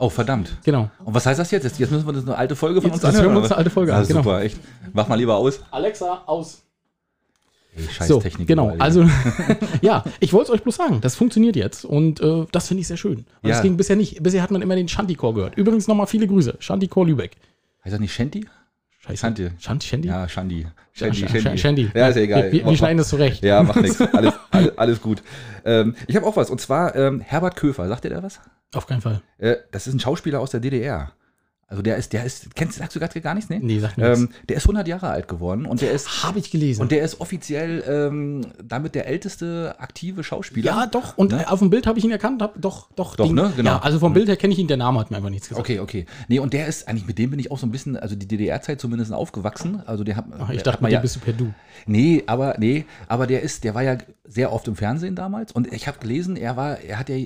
Speaker 2: Oh, verdammt.
Speaker 1: Genau.
Speaker 2: Und was heißt das jetzt? Jetzt jetzt müssen wir das eine alte Folge von
Speaker 1: Jetzt-
Speaker 2: uns
Speaker 1: jetzt hören
Speaker 2: anhören.
Speaker 1: wir uns
Speaker 2: oder was?
Speaker 1: eine alte Folge
Speaker 2: ja,
Speaker 1: an, genau.
Speaker 2: Super, echt. Mach mal lieber aus.
Speaker 1: Alexa, aus.
Speaker 2: Ey, scheiß
Speaker 1: So,
Speaker 2: Technik
Speaker 1: genau.
Speaker 2: überall, ey.
Speaker 1: Also, ja, ich wollte es euch bloß sagen, das funktioniert jetzt und äh, das finde ich sehr schön. Weil
Speaker 2: Ja.
Speaker 1: Das ging bisher nicht. Bisher hat man immer den Shantikor gehört. Übrigens nochmal viele Grüße. Shantikor Lübeck.
Speaker 2: heißt das nicht Shanty?
Speaker 1: Scheiße.
Speaker 2: Shanti.
Speaker 1: Shant, Shandy?
Speaker 2: Ja, Shandy.
Speaker 1: Sch-
Speaker 2: Shandy,
Speaker 1: Sch-
Speaker 2: Shandy.
Speaker 1: Shandy.
Speaker 2: Ja, ist ja egal.
Speaker 1: Wir, wir, wir schneiden das zurecht.
Speaker 2: ja, macht nichts. Alles, alles, alles gut. Ähm, ich habe auch was. Und zwar ähm, Herbert Köfer. Sagt dir der was?
Speaker 1: Auf keinen Fall.
Speaker 2: Äh, das ist ein Schauspieler aus der DDR. Also der ist, der ist, kennst sagst du gerade gar nichts, ne?
Speaker 1: Nee, sag mir
Speaker 2: Ähm, der ist 100 Jahre alt geworden und der ist
Speaker 1: Habe ich gelesen.
Speaker 2: und der ist offiziell ähm, damit der älteste aktive Schauspieler.
Speaker 1: ja, doch. Und äh, auf dem Bild habe ich ihn erkannt. Hab, doch, doch.
Speaker 2: Ne? Doch, ne? Genau.
Speaker 1: Ja, also vom Bild her kenne ich ihn. Der Name hat mir einfach nichts gesagt.
Speaker 2: Okay, okay. Nee, und der ist eigentlich mit dem bin ich auch so ein bisschen, also die DDR-Zeit zumindest aufgewachsen. Also der hat,
Speaker 1: Ich
Speaker 2: der
Speaker 1: dachte
Speaker 2: hat
Speaker 1: mal,
Speaker 2: man
Speaker 1: ja.
Speaker 2: ja,
Speaker 1: bist du per Du.
Speaker 2: nee, aber nee, aber der ist, der war ja sehr oft im Fernsehen damals und ich habe gelesen, er war, er hat ja,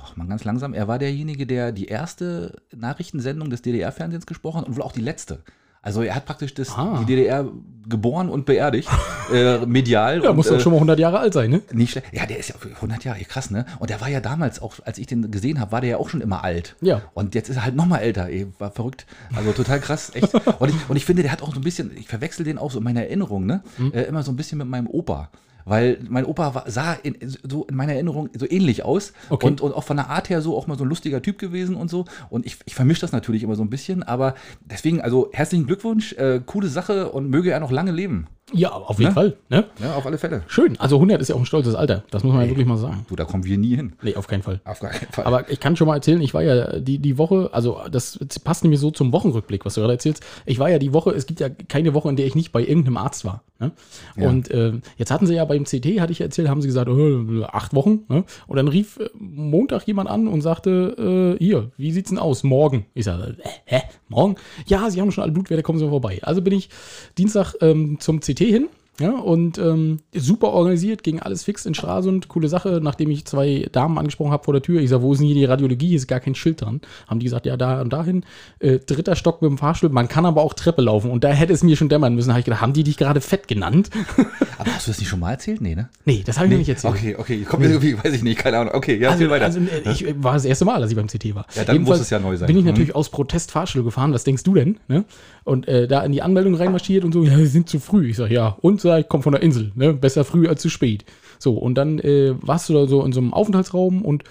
Speaker 2: ach man, ganz langsam, er war derjenige, der die erste Nachrichtensendung des DDR-Fernsehens gesprochen hat und wohl auch die letzte. Also er hat praktisch das,
Speaker 1: Ah.
Speaker 2: die DDR geboren und beerdigt, äh, medial.
Speaker 1: Ja,
Speaker 2: und,
Speaker 1: muss doch
Speaker 2: äh,
Speaker 1: schon mal 100 Jahre alt sein, ne?
Speaker 2: Nicht schlecht. Ja, der ist ja 100 Jahre, krass, ne? Und der war ja damals auch, als ich den gesehen habe, war der ja auch schon immer alt.
Speaker 1: Ja.
Speaker 2: Und jetzt ist er halt nochmal älter, ey, war verrückt. Also total krass, echt. Und ich, und ich finde, der hat auch so ein bisschen, ich verwechsel den auch so in meiner Erinnerung, ne?
Speaker 1: Mhm.
Speaker 2: Äh, immer so ein bisschen mit meinem Opa. Weil mein Opa war, sah in, so in meiner Erinnerung so ähnlich aus
Speaker 1: Okay.
Speaker 2: und, und auch von der Art her so auch mal so ein lustiger Typ gewesen und so. Und ich, ich vermische das natürlich immer so ein bisschen, aber deswegen, also herzlichen Glückwunsch, äh, coole Sache und möge er noch lange leben.
Speaker 1: Ja, auf jeden
Speaker 2: Ne?
Speaker 1: Fall. Ne?
Speaker 2: Ja, auf alle Fälle.
Speaker 1: Schön. Also 100 ist ja auch ein stolzes Alter. Das muss man ja wirklich mal sagen.
Speaker 2: Du, da kommen wir nie hin.
Speaker 1: Nee, auf keinen Fall.
Speaker 2: Auf gar keinen Fall.
Speaker 1: Aber ich kann schon mal erzählen, ich war ja die, die Woche, also das passt nämlich so zum Wochenrückblick, was du gerade erzählst. Ich war ja die Woche, es gibt ja keine Woche, in der ich nicht bei irgendeinem Arzt war. Ne?
Speaker 2: Ja.
Speaker 1: Und äh, jetzt hatten sie ja beim CT, hatte ich ja erzählt, haben sie gesagt, äh, acht Wochen. Ne? Und dann rief äh, Montag jemand an und sagte, äh, hier, wie sieht's denn aus? Morgen. Ich sage, äh, hä? Morgen? Ja, sie haben schon alle Blutwerte, kommen sie vorbei. Also bin ich Dienstag ähm, zum CT hin. Ja, und ähm, super organisiert, ging alles fix in Stralsund. Coole Sache, nachdem ich zwei Damen angesprochen habe vor der Tür. Ich sage, wo ist denn hier die Radiologie? Hier ist gar kein Schild dran. Haben die gesagt, ja, da und dahin. Äh, dritter Stock mit dem Fahrstuhl. Man kann aber auch Treppe laufen. Und da hätte es mir schon dämmern müssen. Da habe ich gedacht, haben die dich gerade fett genannt?
Speaker 2: Aber hast du das nicht schon mal erzählt? Nee, ne?
Speaker 1: nee, das habe ich noch nicht erzählt.
Speaker 2: Okay, okay, kommt mir irgendwie, weiß ich nicht, keine Ahnung. Okay, ja,
Speaker 1: Also,
Speaker 2: erzähl weiter.
Speaker 1: also, äh, ich äh, war das erste Mal, dass ich beim CT war.
Speaker 2: Ja, dann muss es ja neu sein.
Speaker 1: Bin ich
Speaker 2: Mhm.
Speaker 1: natürlich aus Protest Fahrstuhl gefahren. Was denkst du denn? Ne? Und äh, da in die Anmeldung reinmarschiert und so, ja, wir sind zu früh. Ich sag, ja, und sag, ich komm von der Insel. Ne? Besser früh als zu spät. So, und dann äh, warst du da so in so einem Aufenthaltsraum und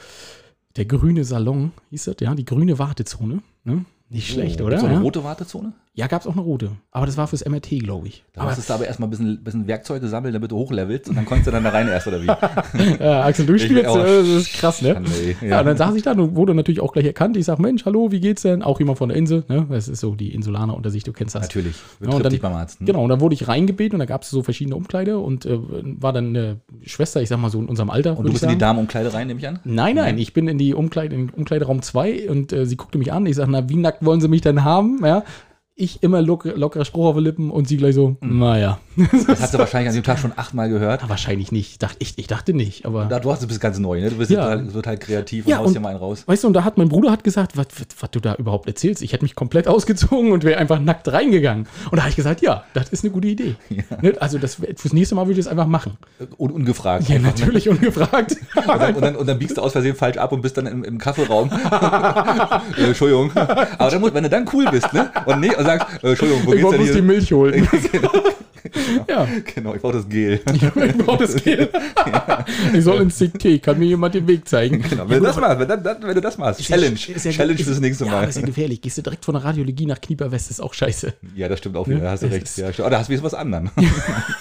Speaker 1: der grüne Salon, hieß das, ja, die grüne Wartezone. Ne? Nicht schlecht, oder?
Speaker 2: So Oh, eine
Speaker 1: ja,
Speaker 2: rote Wartezone?
Speaker 1: ja gab es auch eine rote. Aber das war fürs MRT, glaube ich.
Speaker 2: Da musstest du aber erstmal ein bisschen, bisschen Werkzeuge sammeln, damit du hochlevelst und dann konntest du dann da rein erst, oder wie?
Speaker 1: Ja, Axel, du spielst,
Speaker 2: Ich- oh,
Speaker 1: äh, das ist krass, ne?
Speaker 2: Schande, ey.
Speaker 1: ja.
Speaker 2: Ja.
Speaker 1: und dann saß ich da und wurde natürlich auch gleich erkannt. Ich sag, Mensch, hallo, wie geht's denn? Auch jemand von der Insel, ne? Das ist so die Insulaner unter sich, du kennst das.
Speaker 2: Natürlich.
Speaker 1: Ja, und
Speaker 2: Betrifft
Speaker 1: dann-
Speaker 2: dich beim Arzt. ne?
Speaker 1: Genau, und dann wurde ich reingebeten und da gab es so verschiedene Umkleide und äh, war dann eine Schwester, ich sag mal so in unserem Alter.
Speaker 2: Und
Speaker 1: würd
Speaker 2: du
Speaker 1: ich
Speaker 2: bist in die
Speaker 1: sagen.
Speaker 2: Damenumkleide rein, nehme ich an?
Speaker 1: Nein, nein, ich bin in die Umkleide, in den Umkleideraum 2 und äh, sie guckte mich an. Ich sage, na, wie nackt wollen sie mich denn haben? Ja, ich immer lock, lockerer Spruch auf den Lippen und sie gleich so,
Speaker 2: Mhm.
Speaker 1: naja.
Speaker 2: Das hast du wahrscheinlich an dem Tag schon achtmal gehört.
Speaker 1: Wahrscheinlich nicht. Ich dachte, ich, ich dachte nicht, aber.
Speaker 2: Da, du, hast, du bist ganz neu, ne? Du bist
Speaker 1: Ja.
Speaker 2: total, total kreativ
Speaker 1: Ja,
Speaker 2: und haust
Speaker 1: und-
Speaker 2: dir mal einen raus.
Speaker 1: Weißt du, und da hat mein Bruder hat gesagt, was was- was du da überhaupt erzählst. Ich hätte mich komplett ausgezogen und wäre einfach nackt reingegangen. Und da habe ich gesagt, ja, das ist eine gute Idee. Ne? Also das, wär- fürs nächste Mal würde ich das einfach machen.
Speaker 2: Und ungefragt.
Speaker 1: Ja,
Speaker 2: einfach, ne?
Speaker 1: natürlich ungefragt.
Speaker 2: Und dann, und, dann, und dann biegst du aus Versehen falsch ab und bist dann im, im Kaffeeraum. äh, Entschuldigung. Aber dann, muss- wenn du dann cool bist, ne? Und, nee, und sagst, äh, Entschuldigung, wo
Speaker 1: ich
Speaker 2: geht's
Speaker 1: wollte
Speaker 2: denn
Speaker 1: bloß die
Speaker 2: hier?
Speaker 1: Milch holen. ja,
Speaker 2: Genau, ich brauche das Gel.
Speaker 1: ich brauche das Geld. Ich soll ins CT, kann mir jemand den Weg zeigen.
Speaker 2: Genau, wenn, du das machst, wenn, dann, dann, wenn du das machst, Challenge. Challenge fürs nächste
Speaker 1: Ja, aber
Speaker 2: Mal.
Speaker 1: ist ja gefährlich. Gehst du direkt von der Radiologie nach Knieperwest, ist auch scheiße.
Speaker 2: Ja, das stimmt auch wieder, da hast du
Speaker 1: ne, es
Speaker 2: recht.
Speaker 1: ist-
Speaker 2: Ja, stimmt. oh, da hast du jetzt was anderen.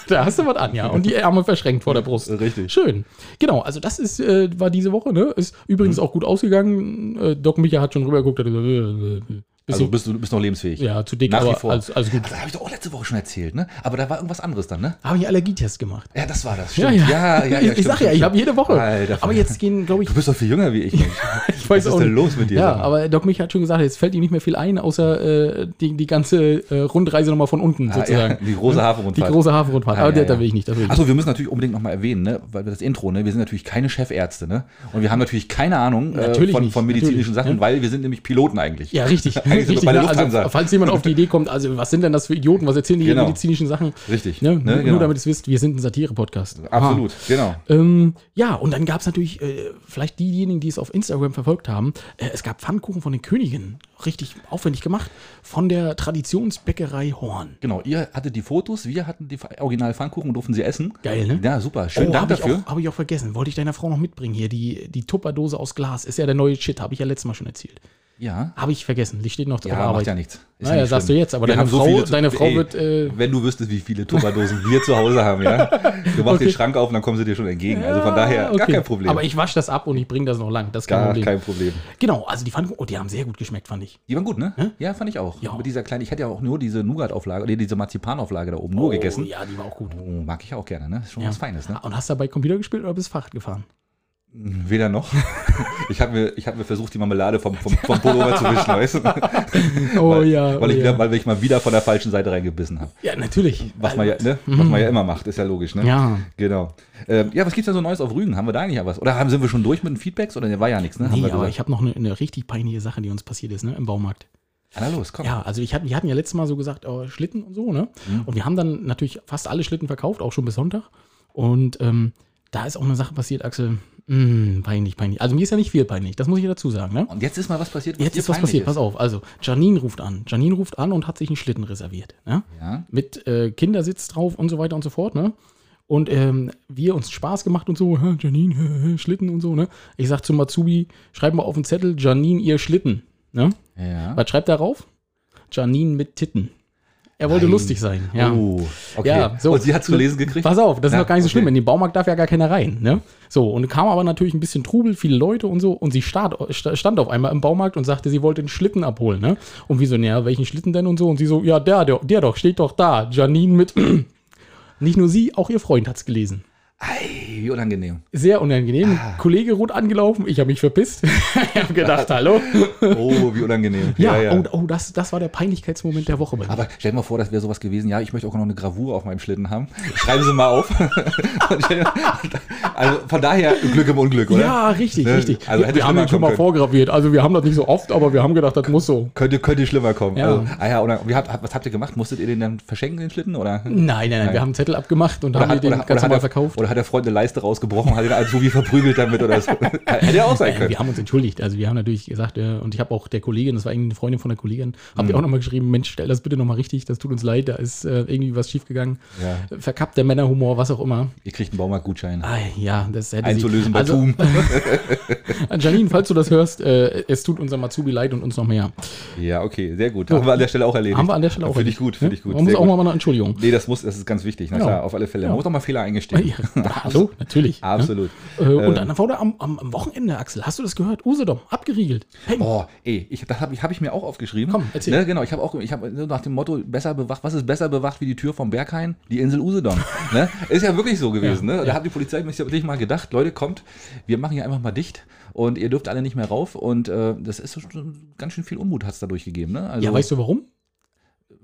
Speaker 1: Da hast du was an, ja. Und die Arme verschränkt vor der Brust.
Speaker 2: Richtig.
Speaker 1: Schön. Genau, also das ist, äh, war diese Woche, ne? Ist
Speaker 2: Mhm.
Speaker 1: übrigens auch gut ausgegangen. Äh, Doc Micha hat schon rübergeguckt, hat gesagt, äh, äh, äh, bisschen,
Speaker 2: Also bist du bist noch lebensfähig.
Speaker 1: ja, zu dick,
Speaker 2: nach wie
Speaker 1: aber
Speaker 2: vor.
Speaker 1: alles, alles gut.
Speaker 2: Aber Das habe ich doch auch letzte Woche schon erzählt, ne? Aber da war irgendwas anderes dann, ne?
Speaker 1: Habe ich einen Allergietest gemacht.
Speaker 2: Ja, das war das.
Speaker 1: Ja,
Speaker 2: stimmt.
Speaker 1: ja. ich, ich
Speaker 2: stimmt,
Speaker 1: sag ja,
Speaker 2: stimmt,
Speaker 1: ich habe
Speaker 2: stimmt.
Speaker 1: jede Woche.
Speaker 2: Alter,
Speaker 1: aber jetzt gehen, glaube ich,
Speaker 2: Du bist doch viel jünger wie ich. Mensch.
Speaker 1: ich weiß
Speaker 2: was ist
Speaker 1: auch
Speaker 2: denn
Speaker 1: nicht.
Speaker 2: los mit dir?
Speaker 1: Ja,
Speaker 2: Sag mal.
Speaker 1: aber Doc Micha hat schon gesagt, jetzt fällt ihm nicht mehr viel ein, außer äh, die, die ganze äh, Rundreise nochmal von unten
Speaker 2: Ah,
Speaker 1: sozusagen.
Speaker 2: Ja, die große
Speaker 1: Die
Speaker 2: Hafenrundfahrt.
Speaker 1: große Hafenrundfahrt.
Speaker 2: Ah,
Speaker 1: aber
Speaker 2: ja,
Speaker 1: da- da
Speaker 2: ja.
Speaker 1: will ich nicht. Das will ich nicht.
Speaker 2: Achso, wir müssen natürlich unbedingt nochmal erwähnen, ne? weil wir das Intro, ne? wir sind natürlich keine Chefärzte ne? und wir haben natürlich keine Ahnung äh,
Speaker 1: Natürlich
Speaker 2: von,
Speaker 1: nicht,
Speaker 2: von medizinischen
Speaker 1: natürlich,
Speaker 2: Sachen,
Speaker 1: ja.
Speaker 2: weil wir sind nämlich Piloten eigentlich.
Speaker 1: Ja, richtig.
Speaker 2: Eigentlich sind
Speaker 1: richtig
Speaker 2: wir bei der
Speaker 1: ne? also,
Speaker 2: Lufthansa.
Speaker 1: falls jemand auf die Idee kommt, also was sind denn das für Idioten, was erzählen die hier
Speaker 2: Genau.
Speaker 1: medizinischen Sachen?
Speaker 2: Richtig.
Speaker 1: Ne?
Speaker 2: Ne,
Speaker 1: Nur
Speaker 2: genau.
Speaker 1: damit es wisst, wir sind ein Satire-Podcast.
Speaker 2: Absolut, genau.
Speaker 1: Aha. Ähm, ja, und dann gab es natürlich, äh, vielleicht diejenigen, die es auf Instagram verfolgt haben, äh, es gab Pfannkuchen von den Königinnen, richtig aufwendig gemacht, von der Traditionsbäckerei Horn.
Speaker 2: Genau, ihr hattet die Fotos, wir hatten die original Pfannkuchen und durften sie essen.
Speaker 1: Geil, ne?
Speaker 2: Ja, super. Schönen Dank
Speaker 1: habe ich,
Speaker 2: dafür.
Speaker 1: auch- hab ich auch vergessen. Wollte ich deiner Frau noch mitbringen hier, die, die Tupperdose aus Glas. Ist ja der neue Shit, habe ich ja letztes Mal schon erzählt.
Speaker 2: Ja.
Speaker 1: Habe ich vergessen. Die steht noch drauf.
Speaker 2: Ja, macht ja nichts. Ist
Speaker 1: naja,
Speaker 2: nicht
Speaker 1: sagst du
Speaker 2: schlimm.
Speaker 1: jetzt, aber
Speaker 2: Wir
Speaker 1: deine
Speaker 2: haben so
Speaker 1: Frau,
Speaker 2: viele zu-
Speaker 1: deine Frau
Speaker 2: Ey,
Speaker 1: wird. Äh,
Speaker 2: Wenn du wüsstest, wie viele Tupperdosen wir zu Hause haben, ja. Du machst den Schrank auf und dann kommen sie dir schon entgegen. also von daher
Speaker 1: Ah, okay.
Speaker 2: gar kein Problem.
Speaker 1: Aber ich wasche das ab und ich bringe das noch lang. Das ist kein
Speaker 2: gar
Speaker 1: Problem.
Speaker 2: kein Problem.
Speaker 1: Genau, also die Pfannkuchen, oh, die haben sehr gut geschmeckt, fand ich.
Speaker 2: Die waren gut, ne? Ja, fand ich auch.
Speaker 1: Ja.
Speaker 2: Mit dieser kleinen, ich hatte ja auch nur diese Nougat-Auflage, nee, diese Marzipanauflage da oben nur gegessen.
Speaker 1: Oh, ja, die war auch gut.
Speaker 2: Oh, mag ich auch gerne, ne? Ist schon was Feines, ne?
Speaker 1: Ah, Und hast dabei Computer gespielt oder bist Fahrrad gefahren?
Speaker 2: Weder noch. ich habe mir, ich hab mir versucht, die Marmelade vom, vom, vom Pullover zu wischen, weißt du?
Speaker 1: Oh
Speaker 2: weil,
Speaker 1: ja.
Speaker 2: Weil
Speaker 1: oh, ja.
Speaker 2: ich, wieder, weil ich mal wieder von der falschen Seite reingebissen habe.
Speaker 1: ja, natürlich.
Speaker 2: Was man ja, ne? Was man ja immer macht, ist ja logisch, ne?
Speaker 1: Mhm. Ja.
Speaker 2: Genau. Ähm, ja, was gibt's denn so Neues auf Rügen? Haben wir da eigentlich ja was? Oder haben, sind wir schon durch mit den Feedbacks? Oder war ja nichts, ne? Haben
Speaker 1: Nee,
Speaker 2: wir
Speaker 1: aber
Speaker 2: gesagt.
Speaker 1: ich habe noch eine, eine richtig peinliche Sache, die uns passiert ist, ne, im Baumarkt.
Speaker 2: Na los, komm.
Speaker 1: Ja, also ich hatte, wir hatten ja letztes Mal so gesagt, oh, Schlitten und so, ne?
Speaker 2: Mhm.
Speaker 1: Und wir haben dann natürlich fast alle Schlitten verkauft, auch schon bis Sonntag. Und ähm, da ist auch eine Sache passiert, Axel. Mm, peinlich, peinlich. Also mir ist ja nicht viel peinlich, das muss ich ja dazu sagen, ne?
Speaker 2: Und jetzt ist mal was passiert,
Speaker 1: Jetzt
Speaker 2: dir
Speaker 1: ist was
Speaker 2: peinlich
Speaker 1: passiert, pass auf. Also, Janine ruft an. Janine ruft an und hat sich einen Schlitten reserviert. Ne?
Speaker 2: Ja.
Speaker 1: Mit äh, Kindersitz drauf und so weiter und so fort. Ne? Und ähm, wir uns Spaß gemacht und so, "Hä, Janine, hä, hä, Schlitten und so. Ne? Ich sag zu Matsubi, schreib mal auf den Zettel, Janine, ihr Schlitten. Ne?
Speaker 2: Ja.
Speaker 1: Was schreibt er rauf? Janine mit Titten. Er wollte
Speaker 2: Nein.
Speaker 1: lustig sein. Ja.
Speaker 2: Oh, okay.
Speaker 1: Ja, so.
Speaker 2: Und sie hat zu lesen gekriegt?
Speaker 1: Pass auf, das ist
Speaker 2: Ja,
Speaker 1: noch gar nicht so
Speaker 2: okay.
Speaker 1: schlimm. In den Baumarkt darf ja gar keiner rein. Ne? So, und kam aber natürlich ein bisschen Trubel, viele Leute und so. Und sie start, sta- stand auf einmal im Baumarkt und sagte, sie wollte den Schlitten abholen. Ne? Und wir so, naja, welchen Schlitten denn und so? Und sie so, ja, der, der, der doch, steht doch da. Janine mit. Nicht nur sie, auch ihr Freund hat's gelesen.
Speaker 2: Ei, wie unangenehm.
Speaker 1: Sehr unangenehm.
Speaker 2: Ah.
Speaker 1: Kollege rot angelaufen, ich habe mich verpisst. ich habe gedacht, hallo.
Speaker 2: Oh, wie unangenehm.
Speaker 1: Ja, oh, oh das, das war der Peinlichkeitsmoment der Woche bei mir.
Speaker 2: Aber stell dir mal vor, das wäre sowas gewesen. Ja, ich möchte auch noch eine Gravur auf meinem Schlitten haben. Schreiben Sie mal auf. Und stell dir- also von daher Glück im Unglück, oder?
Speaker 1: Ja, richtig,
Speaker 2: Ne?
Speaker 1: richtig.
Speaker 2: Also
Speaker 1: wir
Speaker 2: hätte
Speaker 1: wir haben
Speaker 2: schlimmer
Speaker 1: den schon mal
Speaker 2: kommen können.
Speaker 1: vorgraviert. Also wir haben das nicht so oft, aber wir haben gedacht, das muss so.
Speaker 2: Könnte, könnte schlimmer kommen.
Speaker 1: Ja.
Speaker 2: Also, ah ja, oder, wie habt, habt- was habt ihr gemacht? Musstet ihr den dann verschenken, den Schlitten? Oder,
Speaker 1: Nein, nein, nein, wir haben einen Zettel abgemacht und
Speaker 2: oder,
Speaker 1: haben
Speaker 2: hat,
Speaker 1: den
Speaker 2: oder,
Speaker 1: ganz
Speaker 2: oder, hat
Speaker 1: normal
Speaker 2: der,
Speaker 1: verkauft.
Speaker 2: oder hat der Freund eine Leiste rausgebrochen, hat ihn also so wie verprügelt damit oder so? Hätte ja auch sein
Speaker 1: Äh,
Speaker 2: können.
Speaker 1: wir haben uns entschuldigt. Also wir haben natürlich gesagt, äh, und ich habe auch der Kollegin, das war irgendwie eine Freundin von der Kollegin, habe
Speaker 2: Hm.
Speaker 1: ich auch nochmal geschrieben, Mensch, stell das bitte nochmal richtig, das tut uns leid, da ist äh, irgendwie was schiefgegangen.
Speaker 2: Ja.
Speaker 1: Äh, Verkappter Männerhumor, was auch immer.
Speaker 2: Ihr kriegt einen Baumarktgutschein.
Speaker 1: Ah, ja, das hätte
Speaker 2: Einzulösen
Speaker 1: sie.
Speaker 2: bei
Speaker 1: Also, äh,
Speaker 2: Tum.
Speaker 1: Janine, falls du das hörst, äh, es tut unserem Azubi leid und uns noch mehr.
Speaker 2: Ja, okay, sehr gut. Haben wir an der Stelle auch erledigt.
Speaker 1: Haben wir an der Stelle auch.
Speaker 2: Finde ich
Speaker 1: erledigt,
Speaker 2: gut, finde
Speaker 1: ne?
Speaker 2: ich gut.
Speaker 1: Man muss
Speaker 2: sehr
Speaker 1: auch
Speaker 2: gut.
Speaker 1: mal eine Entschuldigung.
Speaker 2: Nee, das muss, das ist ganz wichtig. Na
Speaker 1: Ja.
Speaker 2: klar, auf alle Fälle. Man muss auch mal Fehler eingestehen.
Speaker 1: Ja, hallo, natürlich. ne?
Speaker 2: Absolut.
Speaker 1: Äh, und dann wurde am, am, am Wochenende, Axel, hast du das gehört? Usedom, abgeriegelt. Hey,
Speaker 2: Boah, ey, ich, das habe ich, hab ich mir auch aufgeschrieben.
Speaker 1: Komm, erzähl.
Speaker 2: Ne, genau, ich habe auch ich hab so nach dem Motto, besser bewacht, was ist besser bewacht wie die Tür vom Berghain? Die Insel Usedom. ne? Ist ja wirklich so gewesen. ne? Da hat die Polizei sich wirklich mal gedacht, Leute, kommt, wir machen hier einfach mal dicht und ihr dürft alle nicht mehr rauf. Und äh, das ist so, schon- ganz schön viel Unmut hat es dadurch gegeben. Ne? Also,
Speaker 1: ja, weißt du warum?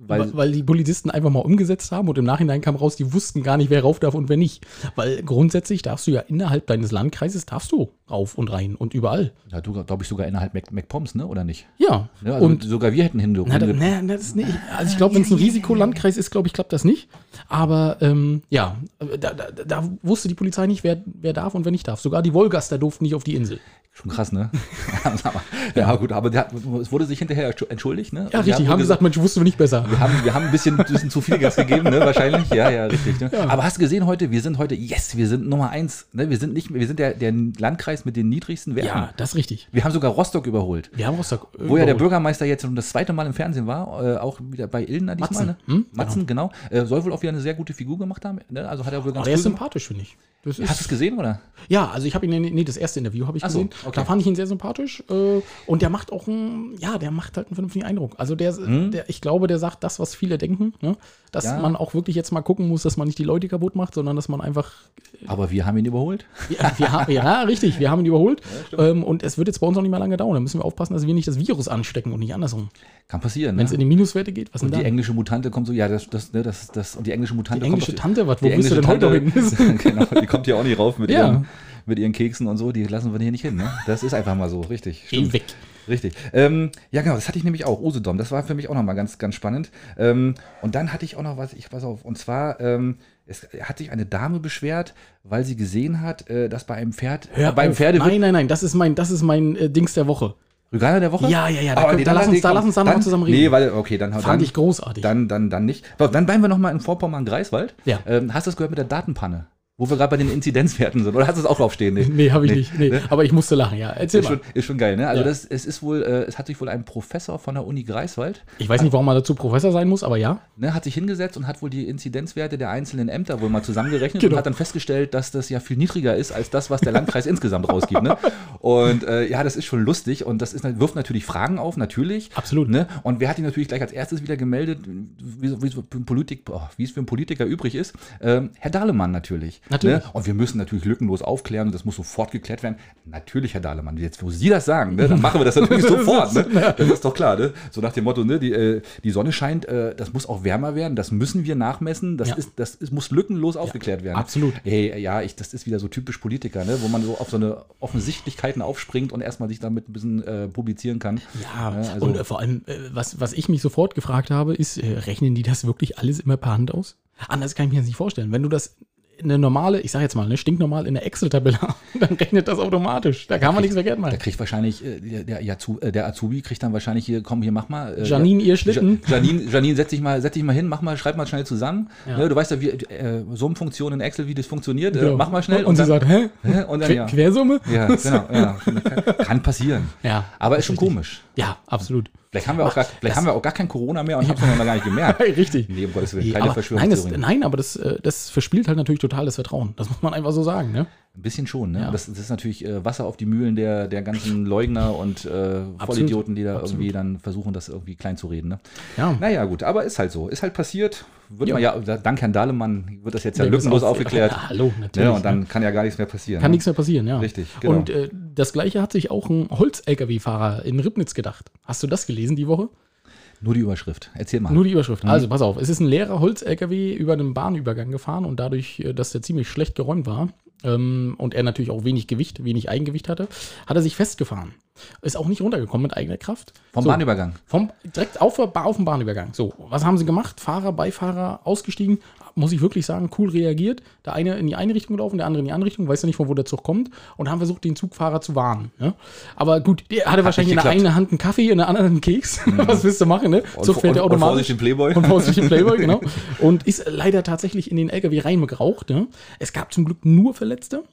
Speaker 2: weil,
Speaker 1: Weil, weil die Polizisten einfach mal umgesetzt haben und im Nachhinein kam raus, die wussten gar nicht, wer rauf darf und wer nicht. Weil grundsätzlich darfst du ja innerhalb deines Landkreises darfst du rauf und rein und überall.
Speaker 2: ja, du glaube ich sogar innerhalb Mac, MacPoms, ne? oder nicht?
Speaker 1: Ja.
Speaker 2: Ne? Also
Speaker 1: und
Speaker 2: sogar wir hätten hinge
Speaker 1: na, da,
Speaker 2: hinge-
Speaker 1: na, na, das ist nicht, also ich glaube, wenn es ein Risikolandkreis ist, glaube ich, klappt das nicht. Aber ähm, ja, da, da, da wusste die Polizei nicht, wer, wer darf und wer nicht darf. Sogar die Wolgaster durften nicht auf die Insel.
Speaker 2: Schon krass, ne? aber, ja, gut, aber der hat, es wurde sich hinterher entschuldigt, ne?
Speaker 1: Ja,
Speaker 2: Und die
Speaker 1: richtig,
Speaker 2: nur
Speaker 1: haben gesagt, Mensch, wussten wir nicht besser.
Speaker 2: Wir haben, wir haben ein bisschen, bisschen zu viel Gas gegeben, ne? Wahrscheinlich. Ja, ja, richtig. Ne? Aber hast du gesehen heute, wir sind heute, yes, wir sind Nummer eins. Ne? Wir sind nicht, mehr- wir sind der, der Landkreis mit den niedrigsten Werten.
Speaker 1: Ja, das ist richtig.
Speaker 2: Wir haben sogar Rostock überholt.
Speaker 1: Wir haben Rostock.
Speaker 2: Wo ja der
Speaker 1: überholt.
Speaker 2: Bürgermeister jetzt schon das zweite Mal im Fernsehen war, äh, auch wieder bei Illner diesmal,
Speaker 1: Matzen,
Speaker 2: ne?
Speaker 1: hm?
Speaker 2: Matzen, genau. Äh, soll wohl auch wieder eine sehr gute Figur gemacht haben. Ne? Also hat er wohl
Speaker 1: Aber
Speaker 2: ganz
Speaker 1: der ist
Speaker 2: cool gemacht.
Speaker 1: sympathisch, finde ich. Das
Speaker 2: Hast du es
Speaker 1: ist,
Speaker 2: gesehen, oder?
Speaker 1: ja, also ich habe ihn, nee, das erste Interview habe ich
Speaker 2: Ach so,
Speaker 1: gesehen.
Speaker 2: okay.
Speaker 1: Da fand ich ihn sehr sympathisch. Äh, und der macht auch einen, ja, der macht halt einen vernünftigen Eindruck. Also der, der ich glaube, der sagt das, was viele denken, ne? dass
Speaker 2: Hm? Ja.
Speaker 1: man auch wirklich jetzt mal gucken muss, dass man nicht die Leute kaputt macht, sondern dass man einfach,
Speaker 2: Aber wir haben ihn überholt.
Speaker 1: ja, wir haben, ja richtig, wir haben ihn überholt. ähm, und es wird jetzt bei uns auch nicht mehr lange dauern. Da müssen wir aufpassen, dass wir nicht das Virus anstecken und nicht andersrum.
Speaker 2: Kann passieren,
Speaker 1: Wenn es
Speaker 2: ne?
Speaker 1: in die Minuswerte geht, was denn
Speaker 2: Und die
Speaker 1: dann?
Speaker 2: englische Mutante kommt so, ja, das, das, ne, das, das, und die englische Mutante
Speaker 1: Die englische
Speaker 2: kommt.
Speaker 1: Tante, was,
Speaker 2: Die
Speaker 1: wo bist du denn
Speaker 2: englische
Speaker 1: heute
Speaker 2: Tante-
Speaker 1: hin?
Speaker 2: genau, die kommt hier auch nicht rauf mit,
Speaker 1: Ja.
Speaker 2: ihren, mit ihren Keksen und so, die lassen wir hier nicht hin. Ne? Das ist einfach mal so, richtig.
Speaker 1: Geh
Speaker 2: Stimmt,
Speaker 1: weg.
Speaker 2: richtig. Ähm, ja, genau, das hatte ich nämlich auch, Usedom, das war für mich auch nochmal ganz, ganz spannend. Ähm, und dann hatte ich auch noch was, ich pass auf, und zwar, ähm, es hat sich eine Dame beschwert, weil sie gesehen hat, äh, dass bei einem Pferd,
Speaker 1: Hör
Speaker 2: beim
Speaker 1: auf.
Speaker 2: Pferde
Speaker 1: Nein, nein, nein, das ist mein, das ist mein äh, Dings der Woche.
Speaker 2: Rüganer der Woche?
Speaker 1: Ja, ja, ja, da
Speaker 2: Aber
Speaker 1: können- da
Speaker 2: dann-
Speaker 1: lass uns- da
Speaker 2: komm,
Speaker 1: lass uns dann noch zusammen reden.
Speaker 2: Nee, weil, okay, dann,
Speaker 1: Fand
Speaker 2: dann,
Speaker 1: ich großartig.
Speaker 2: Dann, dann, dann nicht. Aber Dann bleiben wir nochmal in Vorpommern-Greifswald.
Speaker 1: Ja.
Speaker 2: Ähm, hast du das gehört mit der Datenpanne? wo wir gerade bei den Inzidenzwerten sind. Oder hast du es auch draufstehen? Nee.
Speaker 1: Nee, habe ich nicht. Nee. Aber ich musste lachen, ja. Erzähl
Speaker 2: Ist
Speaker 1: mal.
Speaker 2: schon, ist schon geil, ne? Also
Speaker 1: Ja.
Speaker 2: das, es ist wohl, äh, es hat sich wohl ein Professor von der Uni Greifswald,
Speaker 1: Ich weiß nicht, warum man dazu Professor sein muss, aber ja.
Speaker 2: ne, hat sich hingesetzt und hat wohl die Inzidenzwerte der einzelnen Ämter wohl mal zusammengerechnet
Speaker 1: Genau.
Speaker 2: und hat dann festgestellt, dass das ja viel niedriger ist als das, was der Landkreis insgesamt rausgibt. Ne? Und äh, ja, das ist schon lustig und das ist, wirft natürlich Fragen auf, natürlich.
Speaker 1: Absolut.
Speaker 2: Ne? Und wer hat ihn natürlich gleich als erstes wieder gemeldet, wie, so- wie, so für ein Politik, oh, wie es für einen Politiker übrig ist? Ähm, Herr Dahlemann natürlich.
Speaker 1: Natürlich.
Speaker 2: Ne? Und wir müssen natürlich lückenlos aufklären und das muss sofort geklärt werden. Natürlich, Herr Dahlemann, jetzt, wo Sie das sagen, ne, dann machen wir das natürlich sofort. Ne? Das ist doch klar. Ne? So nach dem Motto, ne, die, äh, die Sonne scheint, äh, das muss auch wärmer werden, das müssen wir nachmessen, das,
Speaker 1: Ja.
Speaker 2: ist, das ist, muss lückenlos aufgeklärt werden.
Speaker 1: absolut.
Speaker 2: Hey, ja, ich, das ist wieder so typisch Politiker, ne? wo man so auf so eine Offensichtlichkeiten aufspringt und erstmal sich damit ein bisschen äh, publizieren kann.
Speaker 1: Ja,
Speaker 2: Ne, also-
Speaker 1: und äh, vor allem, äh, was, was ich mich sofort gefragt habe, ist, äh, rechnen die das wirklich alles immer per Hand aus? Anders kann ich mir das nicht vorstellen. Wenn du das eine normale, ich sag jetzt mal, ne, stinknormal in der Excel-Tabelle, dann rechnet das automatisch. Da kann man nichts verkehrt
Speaker 2: Da
Speaker 1: machen.
Speaker 2: kriegt wahrscheinlich, äh, der, der, Yazu- äh, der Azubi kriegt dann wahrscheinlich hier, komm, hier mach mal. äh,
Speaker 1: Janine, ihr
Speaker 2: Ja-
Speaker 1: Schlitten.
Speaker 2: Janine, Janine, setz dich mal, setz dich mal hin, mach mal, schreib mal schnell zusammen.
Speaker 1: Ja.
Speaker 2: Ne, du weißt ja, wie äh, Summenfunktion in Excel, wie das funktioniert. Äh,
Speaker 1: Genau.
Speaker 2: mach mal schnell.
Speaker 1: Und, sie
Speaker 2: dann,
Speaker 1: sagt, hä?
Speaker 2: Hä? Und dann,
Speaker 1: Qu-
Speaker 2: ja.
Speaker 1: Quersumme?
Speaker 2: ja, genau. Ja, kann passieren.
Speaker 1: Ja,
Speaker 2: Aber ist schon komisch.
Speaker 1: Ja, absolut.
Speaker 2: Vielleicht haben wir auch gar, vielleicht haben wir auch gar kein Corona mehr und haben es noch gar nicht gemerkt.
Speaker 1: Richtig.
Speaker 2: Nee, um Gottes Willen,
Speaker 1: Nee,
Speaker 2: keine
Speaker 1: aber, nein, das,
Speaker 2: Verschwörungstheorie.
Speaker 1: nein, aber das, äh, das verspielt halt natürlich total das Vertrauen. Das muss man einfach so sagen. Ne?
Speaker 2: Ein bisschen schon, ne?
Speaker 1: Ja.
Speaker 2: Das, das ist natürlich äh, Wasser auf die Mühlen der, der ganzen Leugner und äh, Vollidioten, die da irgendwie dann versuchen, das irgendwie klein zu reden. Ne?
Speaker 1: Ja.
Speaker 2: Naja, gut, aber ist halt so. Ist halt passiert. Wird man ja, dank Herrn Dahlemann wird das jetzt ja
Speaker 1: Wir müssen
Speaker 2: lückenlos
Speaker 1: auf-
Speaker 2: aufgeklärt.
Speaker 1: genau. Ja, hallo,
Speaker 2: Ne,
Speaker 1: natürlich.
Speaker 2: und dann kann ja gar nichts mehr passieren.
Speaker 1: Kann
Speaker 2: ne?
Speaker 1: nichts mehr passieren, ja.
Speaker 2: Richtig, genau.
Speaker 1: Und äh, das gleiche hat sich auch ein Holz-LKW-Fahrer in Ribnitz gedacht. Hast du das gelesen die Woche?
Speaker 2: Nur die Überschrift. Erzähl mal.
Speaker 1: Nur die Überschrift. Also pass auf, es ist ein leerer Holz-LKW über einen Bahnübergang gefahren und dadurch, äh, dass der ziemlich schlecht geräumt war ähm, und er natürlich auch wenig Gewicht, wenig Eigengewicht hatte, hat er sich festgefahren. Ist auch nicht runtergekommen mit eigener Kraft.
Speaker 2: Vom
Speaker 1: so,
Speaker 2: Bahnübergang.
Speaker 1: Vom, direkt auf, der Ba- auf dem Bahnübergang. So, was haben sie gemacht? Fahrer, Beifahrer, ausgestiegen. Muss ich wirklich sagen, cool reagiert. Der eine in die eine Richtung gelaufen, der andere in die andere Richtung. Weiß ja nicht, von wo der Zug kommt. Und haben versucht, den Zugfahrer zu warnen. Ne? Aber gut, der hatte wahrscheinlich in
Speaker 2: nicht
Speaker 1: der
Speaker 2: geklappt. Mhm.
Speaker 1: einen Hand einen Kaffee, in der anderen einen Keks. Was willst du machen, ne?
Speaker 2: Und-
Speaker 1: Zug fährt
Speaker 2: und-
Speaker 1: der
Speaker 2: und
Speaker 1: automatisch.
Speaker 2: Vorsicht, den Playboy.
Speaker 1: Und vorsicht den Playboy, genau. Und ist leider tatsächlich in den LKW reingeraucht. Ne? Es gab zum Glück nur Verletzte.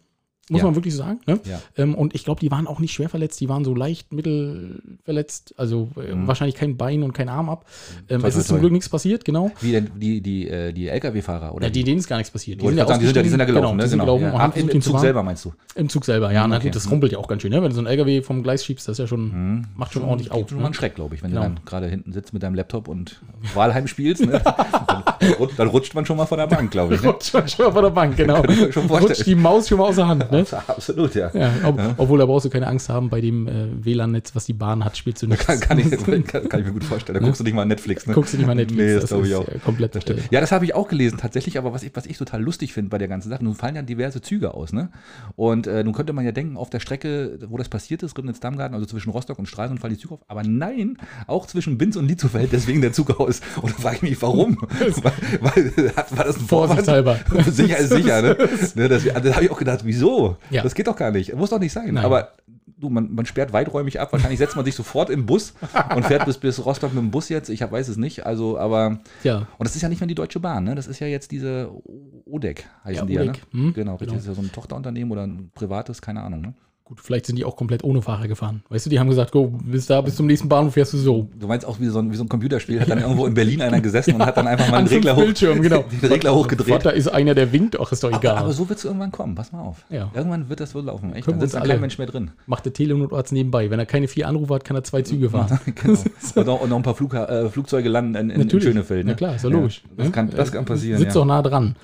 Speaker 1: Muss
Speaker 2: Ja.
Speaker 1: man wirklich so sagen. Ne?
Speaker 2: Ja.
Speaker 1: Ähm, und ich glaube, die waren auch nicht schwer verletzt. Die waren so leicht mittelverletzt. Also äh,
Speaker 2: Mhm.
Speaker 1: wahrscheinlich kein Bein und kein Arm ab. Ähm,
Speaker 2: Toi,
Speaker 1: es
Speaker 2: toi,
Speaker 1: ist zum
Speaker 2: toi.
Speaker 1: Glück nichts passiert, genau.
Speaker 2: Wie denn die, die, äh, die LKW-Fahrer? Oder
Speaker 1: Ja, die, denen ist gar nichts passiert.
Speaker 2: Wollte ich gerade sagen, die, sind ja, die sind ja
Speaker 1: ausgestiegen. genau,
Speaker 2: gelaufen,
Speaker 1: die
Speaker 2: ne?
Speaker 1: sind gelaufen
Speaker 2: ja.
Speaker 1: und haben
Speaker 2: Am-
Speaker 1: versucht,
Speaker 2: im, Im
Speaker 1: ihn zu
Speaker 2: Zug
Speaker 1: warnen.
Speaker 2: selber meinst du?
Speaker 1: Im Zug selber, ja. Na
Speaker 2: okay.
Speaker 1: gut, das rumpelt ja auch ganz schön. Ne? Wenn du so ein LKW vom Gleis schiebst, das ist ja schon, macht schon ordentlich auf.
Speaker 2: Gibt schon mal
Speaker 1: Ne?
Speaker 2: einen Schreck, glaube ich, wenn
Speaker 1: Genau.
Speaker 2: du dann gerade hinten sitzt mit deinem Laptop und Wahlheim spielst. Ne? dann, rut- dann rutscht man schon mal von der Bank, glaube ich. Ne?
Speaker 1: Rutscht man schon mal von der Bank, genau.
Speaker 2: Kann ich mir schon
Speaker 1: Rutscht die
Speaker 2: vorstellen.
Speaker 1: Maus schon mal aus der Hand. Ne?
Speaker 2: Absolut, ja.
Speaker 1: Ja, ob, Obwohl, da brauchst du keine Angst haben, bei dem äh, WLAN-Netz, was die Bahn hat, spielst du nichts.
Speaker 2: Kann, kann, ich, kann, kann ich mir gut vorstellen. Da guckst du nicht mal Netflix. Ne?
Speaker 1: Guckst du nicht mal Netflix,
Speaker 2: Nee, das,
Speaker 1: das
Speaker 2: glaube ich
Speaker 1: ist,
Speaker 2: auch.
Speaker 1: äh, komplett,
Speaker 2: das stimmt.
Speaker 1: äh,
Speaker 2: Ja, das habe ich auch gelesen tatsächlich. Aber was ich, was ich total lustig finde bei der ganzen Sache, nun fallen ja diverse Züge aus. Ne? Und äh, nun könnte man ja denken, auf der Strecke, wo das passiert ist, Ribnitz-Dammgarten, also zwischen Rostock und Stralsund, fallen die Züge auf. Aber nein, auch zwischen Binz und Lietzow fällt deswegen der Zug aus. Und da frage ich mich, warum? weil, weil, hat- war das ein Vorwand?
Speaker 1: Vorsichtshalber.
Speaker 2: sicher ist sicher. Ne? ne, das da habe ich auch gedacht, wieso?
Speaker 1: Ja.
Speaker 2: Das geht doch gar nicht. Muss doch nicht sein.
Speaker 1: Nein.
Speaker 2: Aber Du, man, man sperrt weiträumig ab. Wahrscheinlich setzt man sich sofort in den Bus und fährt bis, bis Rostock mit dem Bus jetzt. Ich hab, weiß es nicht. Also, aber.
Speaker 1: äh, Ja.
Speaker 2: Und das ist ja nicht mehr die Deutsche Bahn, ne? Das ist ja jetzt diese O- ODEC, heißen
Speaker 1: Ja,
Speaker 2: die
Speaker 1: ODEC.
Speaker 2: ja. Ne?
Speaker 1: Hm,
Speaker 2: Genau, richtig.
Speaker 1: genau.
Speaker 2: Das ist ja so ein Tochterunternehmen oder ein privates, keine Ahnung, ne?
Speaker 1: Gut, vielleicht sind die auch komplett ohne Fahrer gefahren. Weißt du, die haben gesagt, go, bis da, bis zum nächsten Bahnhof fährst du so.
Speaker 2: Du meinst auch wie so ein, wie so ein Computerspiel, hat dann irgendwo in Berlin einer gesessen und hat dann einfach mal
Speaker 1: An
Speaker 2: den
Speaker 1: fünf
Speaker 2: Regler, hoch,
Speaker 1: Bildschirmen, genau.
Speaker 2: den Regler hochgedreht.
Speaker 1: Vater ist einer, der winkt, ach, ist doch egal.
Speaker 2: Aber, aber so wird es irgendwann kommen, pass mal auf.
Speaker 1: Ja.
Speaker 2: Irgendwann wird das wohl laufen. Echt,
Speaker 1: Können
Speaker 2: dann
Speaker 1: wir
Speaker 2: sitzt
Speaker 1: uns
Speaker 2: da kein
Speaker 1: alle-
Speaker 2: Mensch mehr drin.
Speaker 1: Macht der Telenotarzt nebenbei. Wenn er keine vier Anrufe hat, kann er zwei Züge fahren.
Speaker 2: genau. und, noch, und noch ein paar Flugha äh, Flugzeuge landen in, in, in
Speaker 1: Natürlich.
Speaker 2: Schönefeld. Ne?
Speaker 1: Na klar, ist ja logisch.
Speaker 2: Das,
Speaker 1: Ne?
Speaker 2: kann, das kann passieren.
Speaker 1: Sitzt
Speaker 2: ja. Mhm.
Speaker 1: doch nah dran.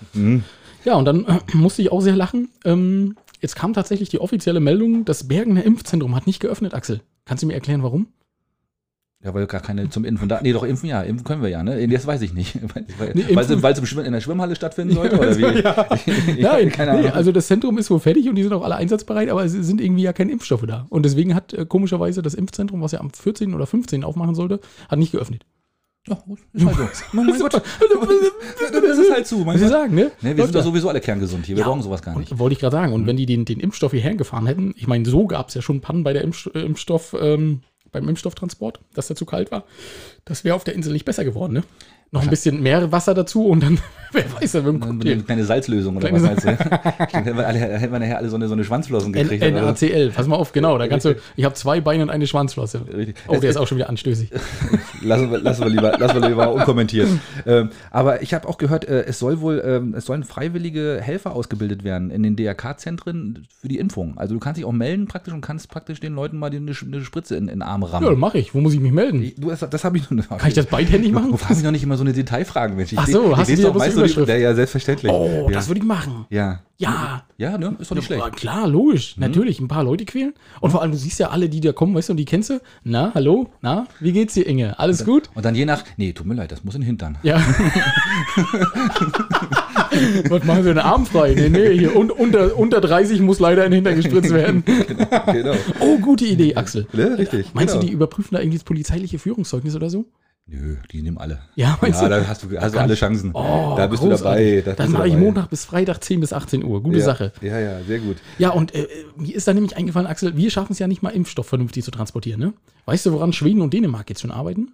Speaker 1: Ja, und dann äh, musste ich auch sehr lachen. Ähm, jetzt kam tatsächlich die offizielle Meldung, das Bergener Impfzentrum hat nicht geöffnet, Axel. Kannst du mir erklären, warum?
Speaker 2: Ja, weil gar keine zum Impfen da. Nee, doch impfen ja, impfen können wir ja, ne? Das weiß ich nicht. Weil
Speaker 1: Nee,
Speaker 2: weil-
Speaker 1: impfen-
Speaker 2: weil es im Schwimmen- in der Schwimmhalle stattfinden sollte oder wie? Ich- ich-
Speaker 1: Nein,
Speaker 2: keine
Speaker 1: nee,
Speaker 2: Ahnung.
Speaker 1: also das Zentrum ist wohl fertig und die sind auch alle einsatzbereit, aber es sind irgendwie ja keine Impfstoffe da. Und deswegen hat äh, komischerweise das Impfzentrum, was ja am 14. oder 15. aufmachen sollte, hat nicht geöffnet.
Speaker 2: ja, ist
Speaker 1: also,
Speaker 2: halt so. Mein, mein Gott, das ist halt zu. Mein
Speaker 1: Was Sie
Speaker 2: Gott.
Speaker 1: sagen, ne?
Speaker 2: Ne, wir
Speaker 1: Läuft
Speaker 2: sind doch
Speaker 1: ja.
Speaker 2: sowieso alle kerngesund hier. Wir brauchen sowas gar nicht. Mhm.
Speaker 1: Und wollte ich gerade sagen, und wenn die den, den Impfstoff hierher gefahren hätten, ich meine, so gab es ja schon Pannen bei der Impf, äh, Impfstoff, ähm, beim Impfstofftransport, dass der zu kalt war. Das wäre auf der Insel nicht besser geworden, ne? Noch ein bisschen mehr Wasser dazu und dann, wer weiß, dann wird ein
Speaker 2: Eine
Speaker 1: Cocktail.
Speaker 2: kleine Salzlösung oder
Speaker 1: Kleine
Speaker 2: was meinst du? Dann hätten wir alle- hätten wir nachher alle so eine, so eine Schwanzflossen gekriegt.
Speaker 1: N-
Speaker 2: oder so.
Speaker 1: NACL, pass mal auf, genau. Da kannst du, ich habe zwei Beine und eine Schwanzflosse.
Speaker 2: Richtig.
Speaker 1: Oh, der ist auch schon wieder anstößig.
Speaker 2: lassen, wir, lassen, wir lieber, lassen wir lieber unkommentiert. Ähm, aber ich habe auch gehört, äh, es soll wohl, ähm, es sollen freiwillige Helfer ausgebildet werden in den DRK-Zentren für die Impfung. Also du kannst dich auch melden praktisch und kannst praktisch den Leuten mal die- eine, Sch- eine Spritze in, in den Arm
Speaker 1: Ja,
Speaker 2: rammen.
Speaker 1: mache ich. Wo muss ich mich melden?
Speaker 2: Ich- Du, das, das habe ich noch
Speaker 1: Kann ich das beidhändig
Speaker 2: Du
Speaker 1: machen?
Speaker 2: fragst mich noch nicht immer so eine Detailfragen, Mensch. Ich
Speaker 1: Ach
Speaker 2: le-
Speaker 1: so,
Speaker 2: ich
Speaker 1: hast du
Speaker 2: lese
Speaker 1: wieder
Speaker 2: doch
Speaker 1: bloß
Speaker 2: meist
Speaker 1: die
Speaker 2: nur
Speaker 1: Überschrift?
Speaker 2: Ja, ja, selbstverständlich.
Speaker 1: Oh,
Speaker 2: ja.
Speaker 1: das würde ich machen.
Speaker 2: ja.
Speaker 1: Ja.
Speaker 2: ja, ne? Ist doch nicht schlecht. Mhm.
Speaker 1: Ja, Klar, logisch. Natürlich, ein paar Leute quälen. Und vor allem, du siehst ja alle, die da kommen, weißt du, und die kennst du. Na, hallo? Na, wie geht's dir, Inge? Alles gut?
Speaker 2: Und dann je nach, nee, tut mir leid, das muss in den Hintern.
Speaker 1: Ja. Was machen wir denn Arm frei? Nee, nee, hier un unter, unter 30 muss leider ein Hintern gespritzt werden.
Speaker 2: genau.
Speaker 1: Oh, gute Idee, Axel.
Speaker 2: Ne? Richtig.
Speaker 1: Meinst
Speaker 2: genau.
Speaker 1: du, die überprüfen da irgendwie das polizeiliche Führungszeugnis oder so?
Speaker 2: Nö, die nehmen alle.
Speaker 1: Ja, meinst
Speaker 2: ja,
Speaker 1: du?
Speaker 2: da hast du, hast du alle Chancen.
Speaker 1: Oh,
Speaker 2: da
Speaker 1: großartig.
Speaker 2: bist du dabei. da bist
Speaker 1: Dann
Speaker 2: du
Speaker 1: mache ich
Speaker 2: dabei.
Speaker 1: Montag bis Freitag 10 bis 18 Uhr. Gute
Speaker 2: ja.
Speaker 1: Sache.
Speaker 2: Ja, ja, sehr gut.
Speaker 1: Ja, und äh, äh, mir ist da nämlich eingefallen, Axel, wir schaffen es ja nicht mal, Impfstoff vernünftig zu transportieren. Ne? Weißt du, woran Schweden und Dänemark jetzt schon arbeiten?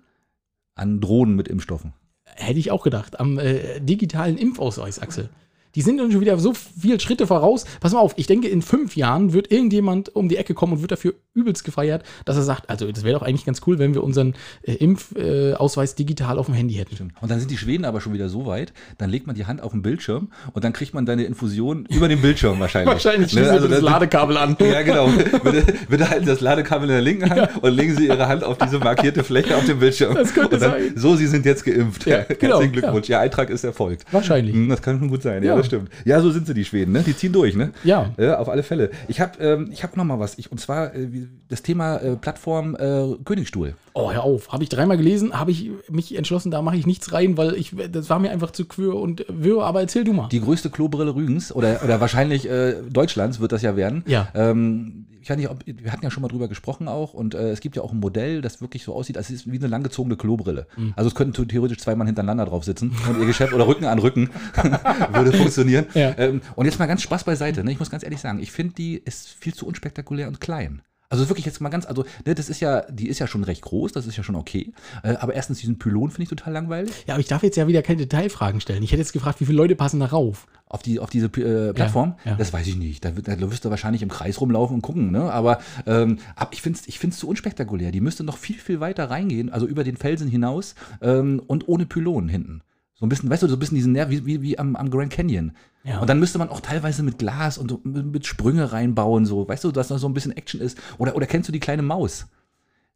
Speaker 2: An Drohnen mit Impfstoffen.
Speaker 1: Hätte ich auch gedacht. Am äh, digitalen Impfausweis, Axel. Die sind dann schon wieder so viele Schritte voraus. Pass mal auf, ich denke, in fünf Jahren wird irgendjemand um die Ecke kommen und wird dafür übelst gefeiert, dass er sagt, also das wäre doch eigentlich ganz cool, wenn wir unseren äh, Impfausweis äh, Ausweis digital auf dem Handy hätten.
Speaker 2: Stimmt. Und dann sind die Schweden aber schon wieder so weit, dann legt man die Hand auf den Bildschirm und dann kriegt man deine Infusion über den Bildschirm wahrscheinlich.
Speaker 1: Wahrscheinlich
Speaker 2: Ne?
Speaker 1: schließen
Speaker 2: Also
Speaker 1: wir das
Speaker 2: das-
Speaker 1: Ladekabel an.
Speaker 2: Ja, genau. Bitte, bitte halten Sie das Ladekabel in der linken Hand und legen Sie Ihre Hand auf diese markierte Fläche auf dem Bildschirm.
Speaker 1: Das könnte
Speaker 2: und dann,
Speaker 1: sein.
Speaker 2: So, Sie sind jetzt geimpft.
Speaker 1: Ja, genau,
Speaker 2: Herzlichen Glückwunsch. Ihr Eintrag ist erfolgt.
Speaker 1: Wahrscheinlich.
Speaker 2: Hm, Das kann schon gut sein. Ja,
Speaker 1: Ja.
Speaker 2: das stimmt. Ja, so sind sie, die Schweden. Ne? Die ziehen durch, ne?
Speaker 1: Ja.
Speaker 2: Ja, auf alle Fälle. Ich habe ähm, ich hab noch mal was. Ich, und zwar äh, wie- das Thema äh, Plattform äh, Königstuhl.
Speaker 1: Oh, hör auf. Habe ich dreimal gelesen, habe ich mich entschlossen, da mache ich nichts rein, weil ich das war mir einfach zu quirr und wirr, aber erzähl du mal.
Speaker 2: Die größte Klobrille Rügens oder, oder wahrscheinlich äh, Deutschlands wird das ja werden.
Speaker 1: Ja.
Speaker 2: Ähm, ich weiß nicht, ob, wir hatten ja schon mal drüber gesprochen auch und äh, es gibt ja auch ein Modell, das wirklich so aussieht, als ist wie eine langgezogene Klobrille.
Speaker 1: Mhm.
Speaker 2: Also es könnten theoretisch zwei Mann hintereinander drauf sitzen und ihr Geschäft oder Rücken an Rücken würde funktionieren.
Speaker 1: Ja.
Speaker 2: Ähm, und jetzt mal ganz Spaß beiseite. Ne? Ich muss ganz ehrlich sagen, ich finde die ist viel zu unspektakulär und klein. Also wirklich jetzt mal ganz, also ne, das ist ja, die ist ja schon recht groß, das ist ja schon okay. Äh, aber erstens diesen Pylon finde ich total langweilig.
Speaker 1: ja, aber ich darf jetzt ja wieder keine Detailfragen stellen. Ich hätte jetzt gefragt, wie viele Leute passen da rauf?
Speaker 2: auf, die, auf diese äh, Plattform?
Speaker 1: ja.
Speaker 2: Das weiß ich nicht. Da, wird, da wirst du wahrscheinlich im Kreis rumlaufen und gucken. Ne? Aber ähm, ab, ich finde es ich find's zu unspektakulär. Die müsste noch viel, viel weiter reingehen, also über den Felsen hinaus ähm, und ohne Pylon hinten. So ein bisschen, weißt du, so ein bisschen diesen Nerv, wie, wie, wie am, am Grand Canyon.
Speaker 1: Ja.
Speaker 2: Und dann müsste man auch teilweise mit Glas und so, mit mit Sprünge reinbauen, so, weißt du, dass da so ein bisschen Action ist. Oder, oder kennst du die kleine Maus?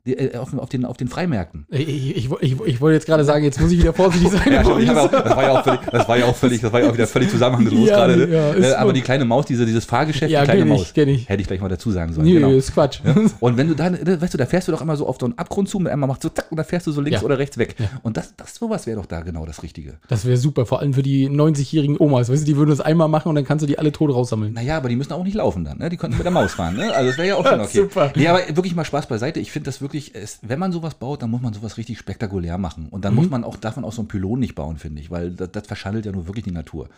Speaker 2: Die, äh, auf, auf, den, auf den Freimärkten.
Speaker 1: Ich, ich, ich, ich wollte jetzt gerade sagen, jetzt muss ich wieder vorsichtig sein.
Speaker 2: Ja,
Speaker 1: aber
Speaker 2: stimmt, ich hab ja auch,
Speaker 1: das-
Speaker 2: das war ja auch völlig, das war ja auch völlig, das war ja auch wieder völlig zusammenhanglos
Speaker 1: Ja,
Speaker 2: gerade.
Speaker 1: ja,
Speaker 2: Ne?
Speaker 1: ist
Speaker 2: äh, aber
Speaker 1: so.
Speaker 2: die kleine Maus, diese, dieses Fahrgeschäft,
Speaker 1: Ja,
Speaker 2: die kleine
Speaker 1: kenn ich,
Speaker 2: Maus,
Speaker 1: kenn ich.
Speaker 2: hätte ich gleich mal dazu sagen sollen.
Speaker 1: Nö,
Speaker 2: genau.
Speaker 1: ist Quatsch.
Speaker 2: Und wenn du dann, ne, weißt du, da fährst du doch immer so auf so einen Abgrund zu, und einmal machst du zack und dann fährst du so links
Speaker 1: Ja.
Speaker 2: oder rechts weg. Und das, das sowas wäre doch da genau das Richtige.
Speaker 1: Das wäre super, vor allem für die 90-jährigen Omas. Weißt du, die würden das einmal machen und dann kannst du die alle tot raussammeln.
Speaker 2: Naja, aber die müssen auch nicht laufen dann, ne? Die könnten mit der Maus fahren, ne? Also das wäre ja auch schon okay.
Speaker 1: Super.
Speaker 2: Nee, aber wirklich mal Spaß beiseite. Ich finde das wirklich, es, wenn man sowas baut, dann muss man sowas richtig spektakulär machen. Und dann muss man auch, darf man auch so einen Pylon nicht bauen, finde ich, weil das, das verschandelt ja nur wirklich die Natur.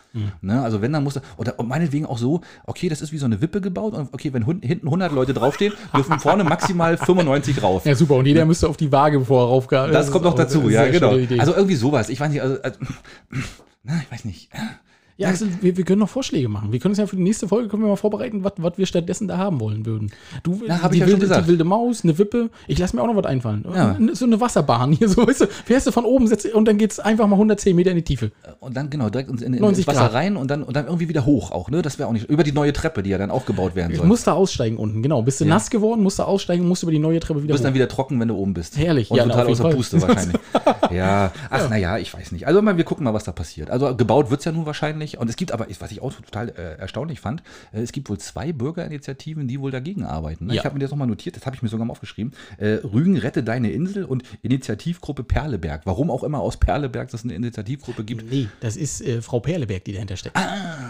Speaker 2: Ne? Also wenn, dann muss, oder und meinetwegen auch so, okay, das ist wie so eine Wippe gebaut und okay, wenn hun, hinten 100 Leute draufstehen, dürfen vorne maximal 95 rauf.
Speaker 1: Ja, super. Und jeder müsste auf die Waage, bevor er raufgeht.
Speaker 2: Das, kommt noch dazu, ja, genau.
Speaker 1: Also,
Speaker 2: Also irgendwie sowas. Ich weiß nicht, also, also na, ich weiß nicht.
Speaker 1: ja, Axel, wir, wir können noch Vorschläge machen. Wir können uns ja für die nächste Folge können wir mal vorbereiten, was- was wir stattdessen da haben wollen würden. Du,
Speaker 2: Na, hab
Speaker 1: die,
Speaker 2: ich ja schon
Speaker 1: wilde,
Speaker 2: gesagt.
Speaker 1: die wilde Maus, eine Wippe. Ich lasse mir auch noch was einfallen.
Speaker 2: Ja.
Speaker 1: N- So eine Wasserbahn hier, so weißt du, fährst du von oben setzt, und dann geht's einfach mal 110 Meter in die Tiefe.
Speaker 2: Und dann genau direkt ins, in, in-
Speaker 1: 90
Speaker 2: ins Wasser
Speaker 1: Grad.
Speaker 2: rein und dann, und dann irgendwie wieder hoch auch, ne? Das wäre auch nicht. Über die neue Treppe, die ja dann auch gebaut werden
Speaker 1: Du
Speaker 2: soll.
Speaker 1: musst da aussteigen unten, genau. Bist du nass geworden, musst du aussteigen, musst über die neue Treppe
Speaker 2: Du
Speaker 1: wieder
Speaker 2: bist dann
Speaker 1: hoch.
Speaker 2: wieder trocken, wenn du oben bist.
Speaker 1: Herrlich,
Speaker 2: Und
Speaker 1: ja,
Speaker 2: total
Speaker 1: na, auf
Speaker 2: außer
Speaker 1: jeden
Speaker 2: Puste
Speaker 1: Fall.
Speaker 2: wahrscheinlich. ja. Ach, na naja, ich weiß nicht. Also mal, wir gucken mal, was da passiert. Also gebaut wird's ja nun wahrscheinlich. Und es gibt aber, was ich auch total äh, erstaunlich fand, äh, es gibt wohl zwei Bürgerinitiativen, die wohl dagegen arbeiten. Ne?
Speaker 1: Ja.
Speaker 2: Ich habe mir das nochmal notiert, das habe ich mir sogar mal aufgeschrieben. Äh, Rügen rette deine Insel und Initiativgruppe Perleberg. Warum auch immer aus Perleberg das eine Initiativgruppe gibt.
Speaker 1: Nee, das ist äh, Frau Perleberg, die dahinter steckt.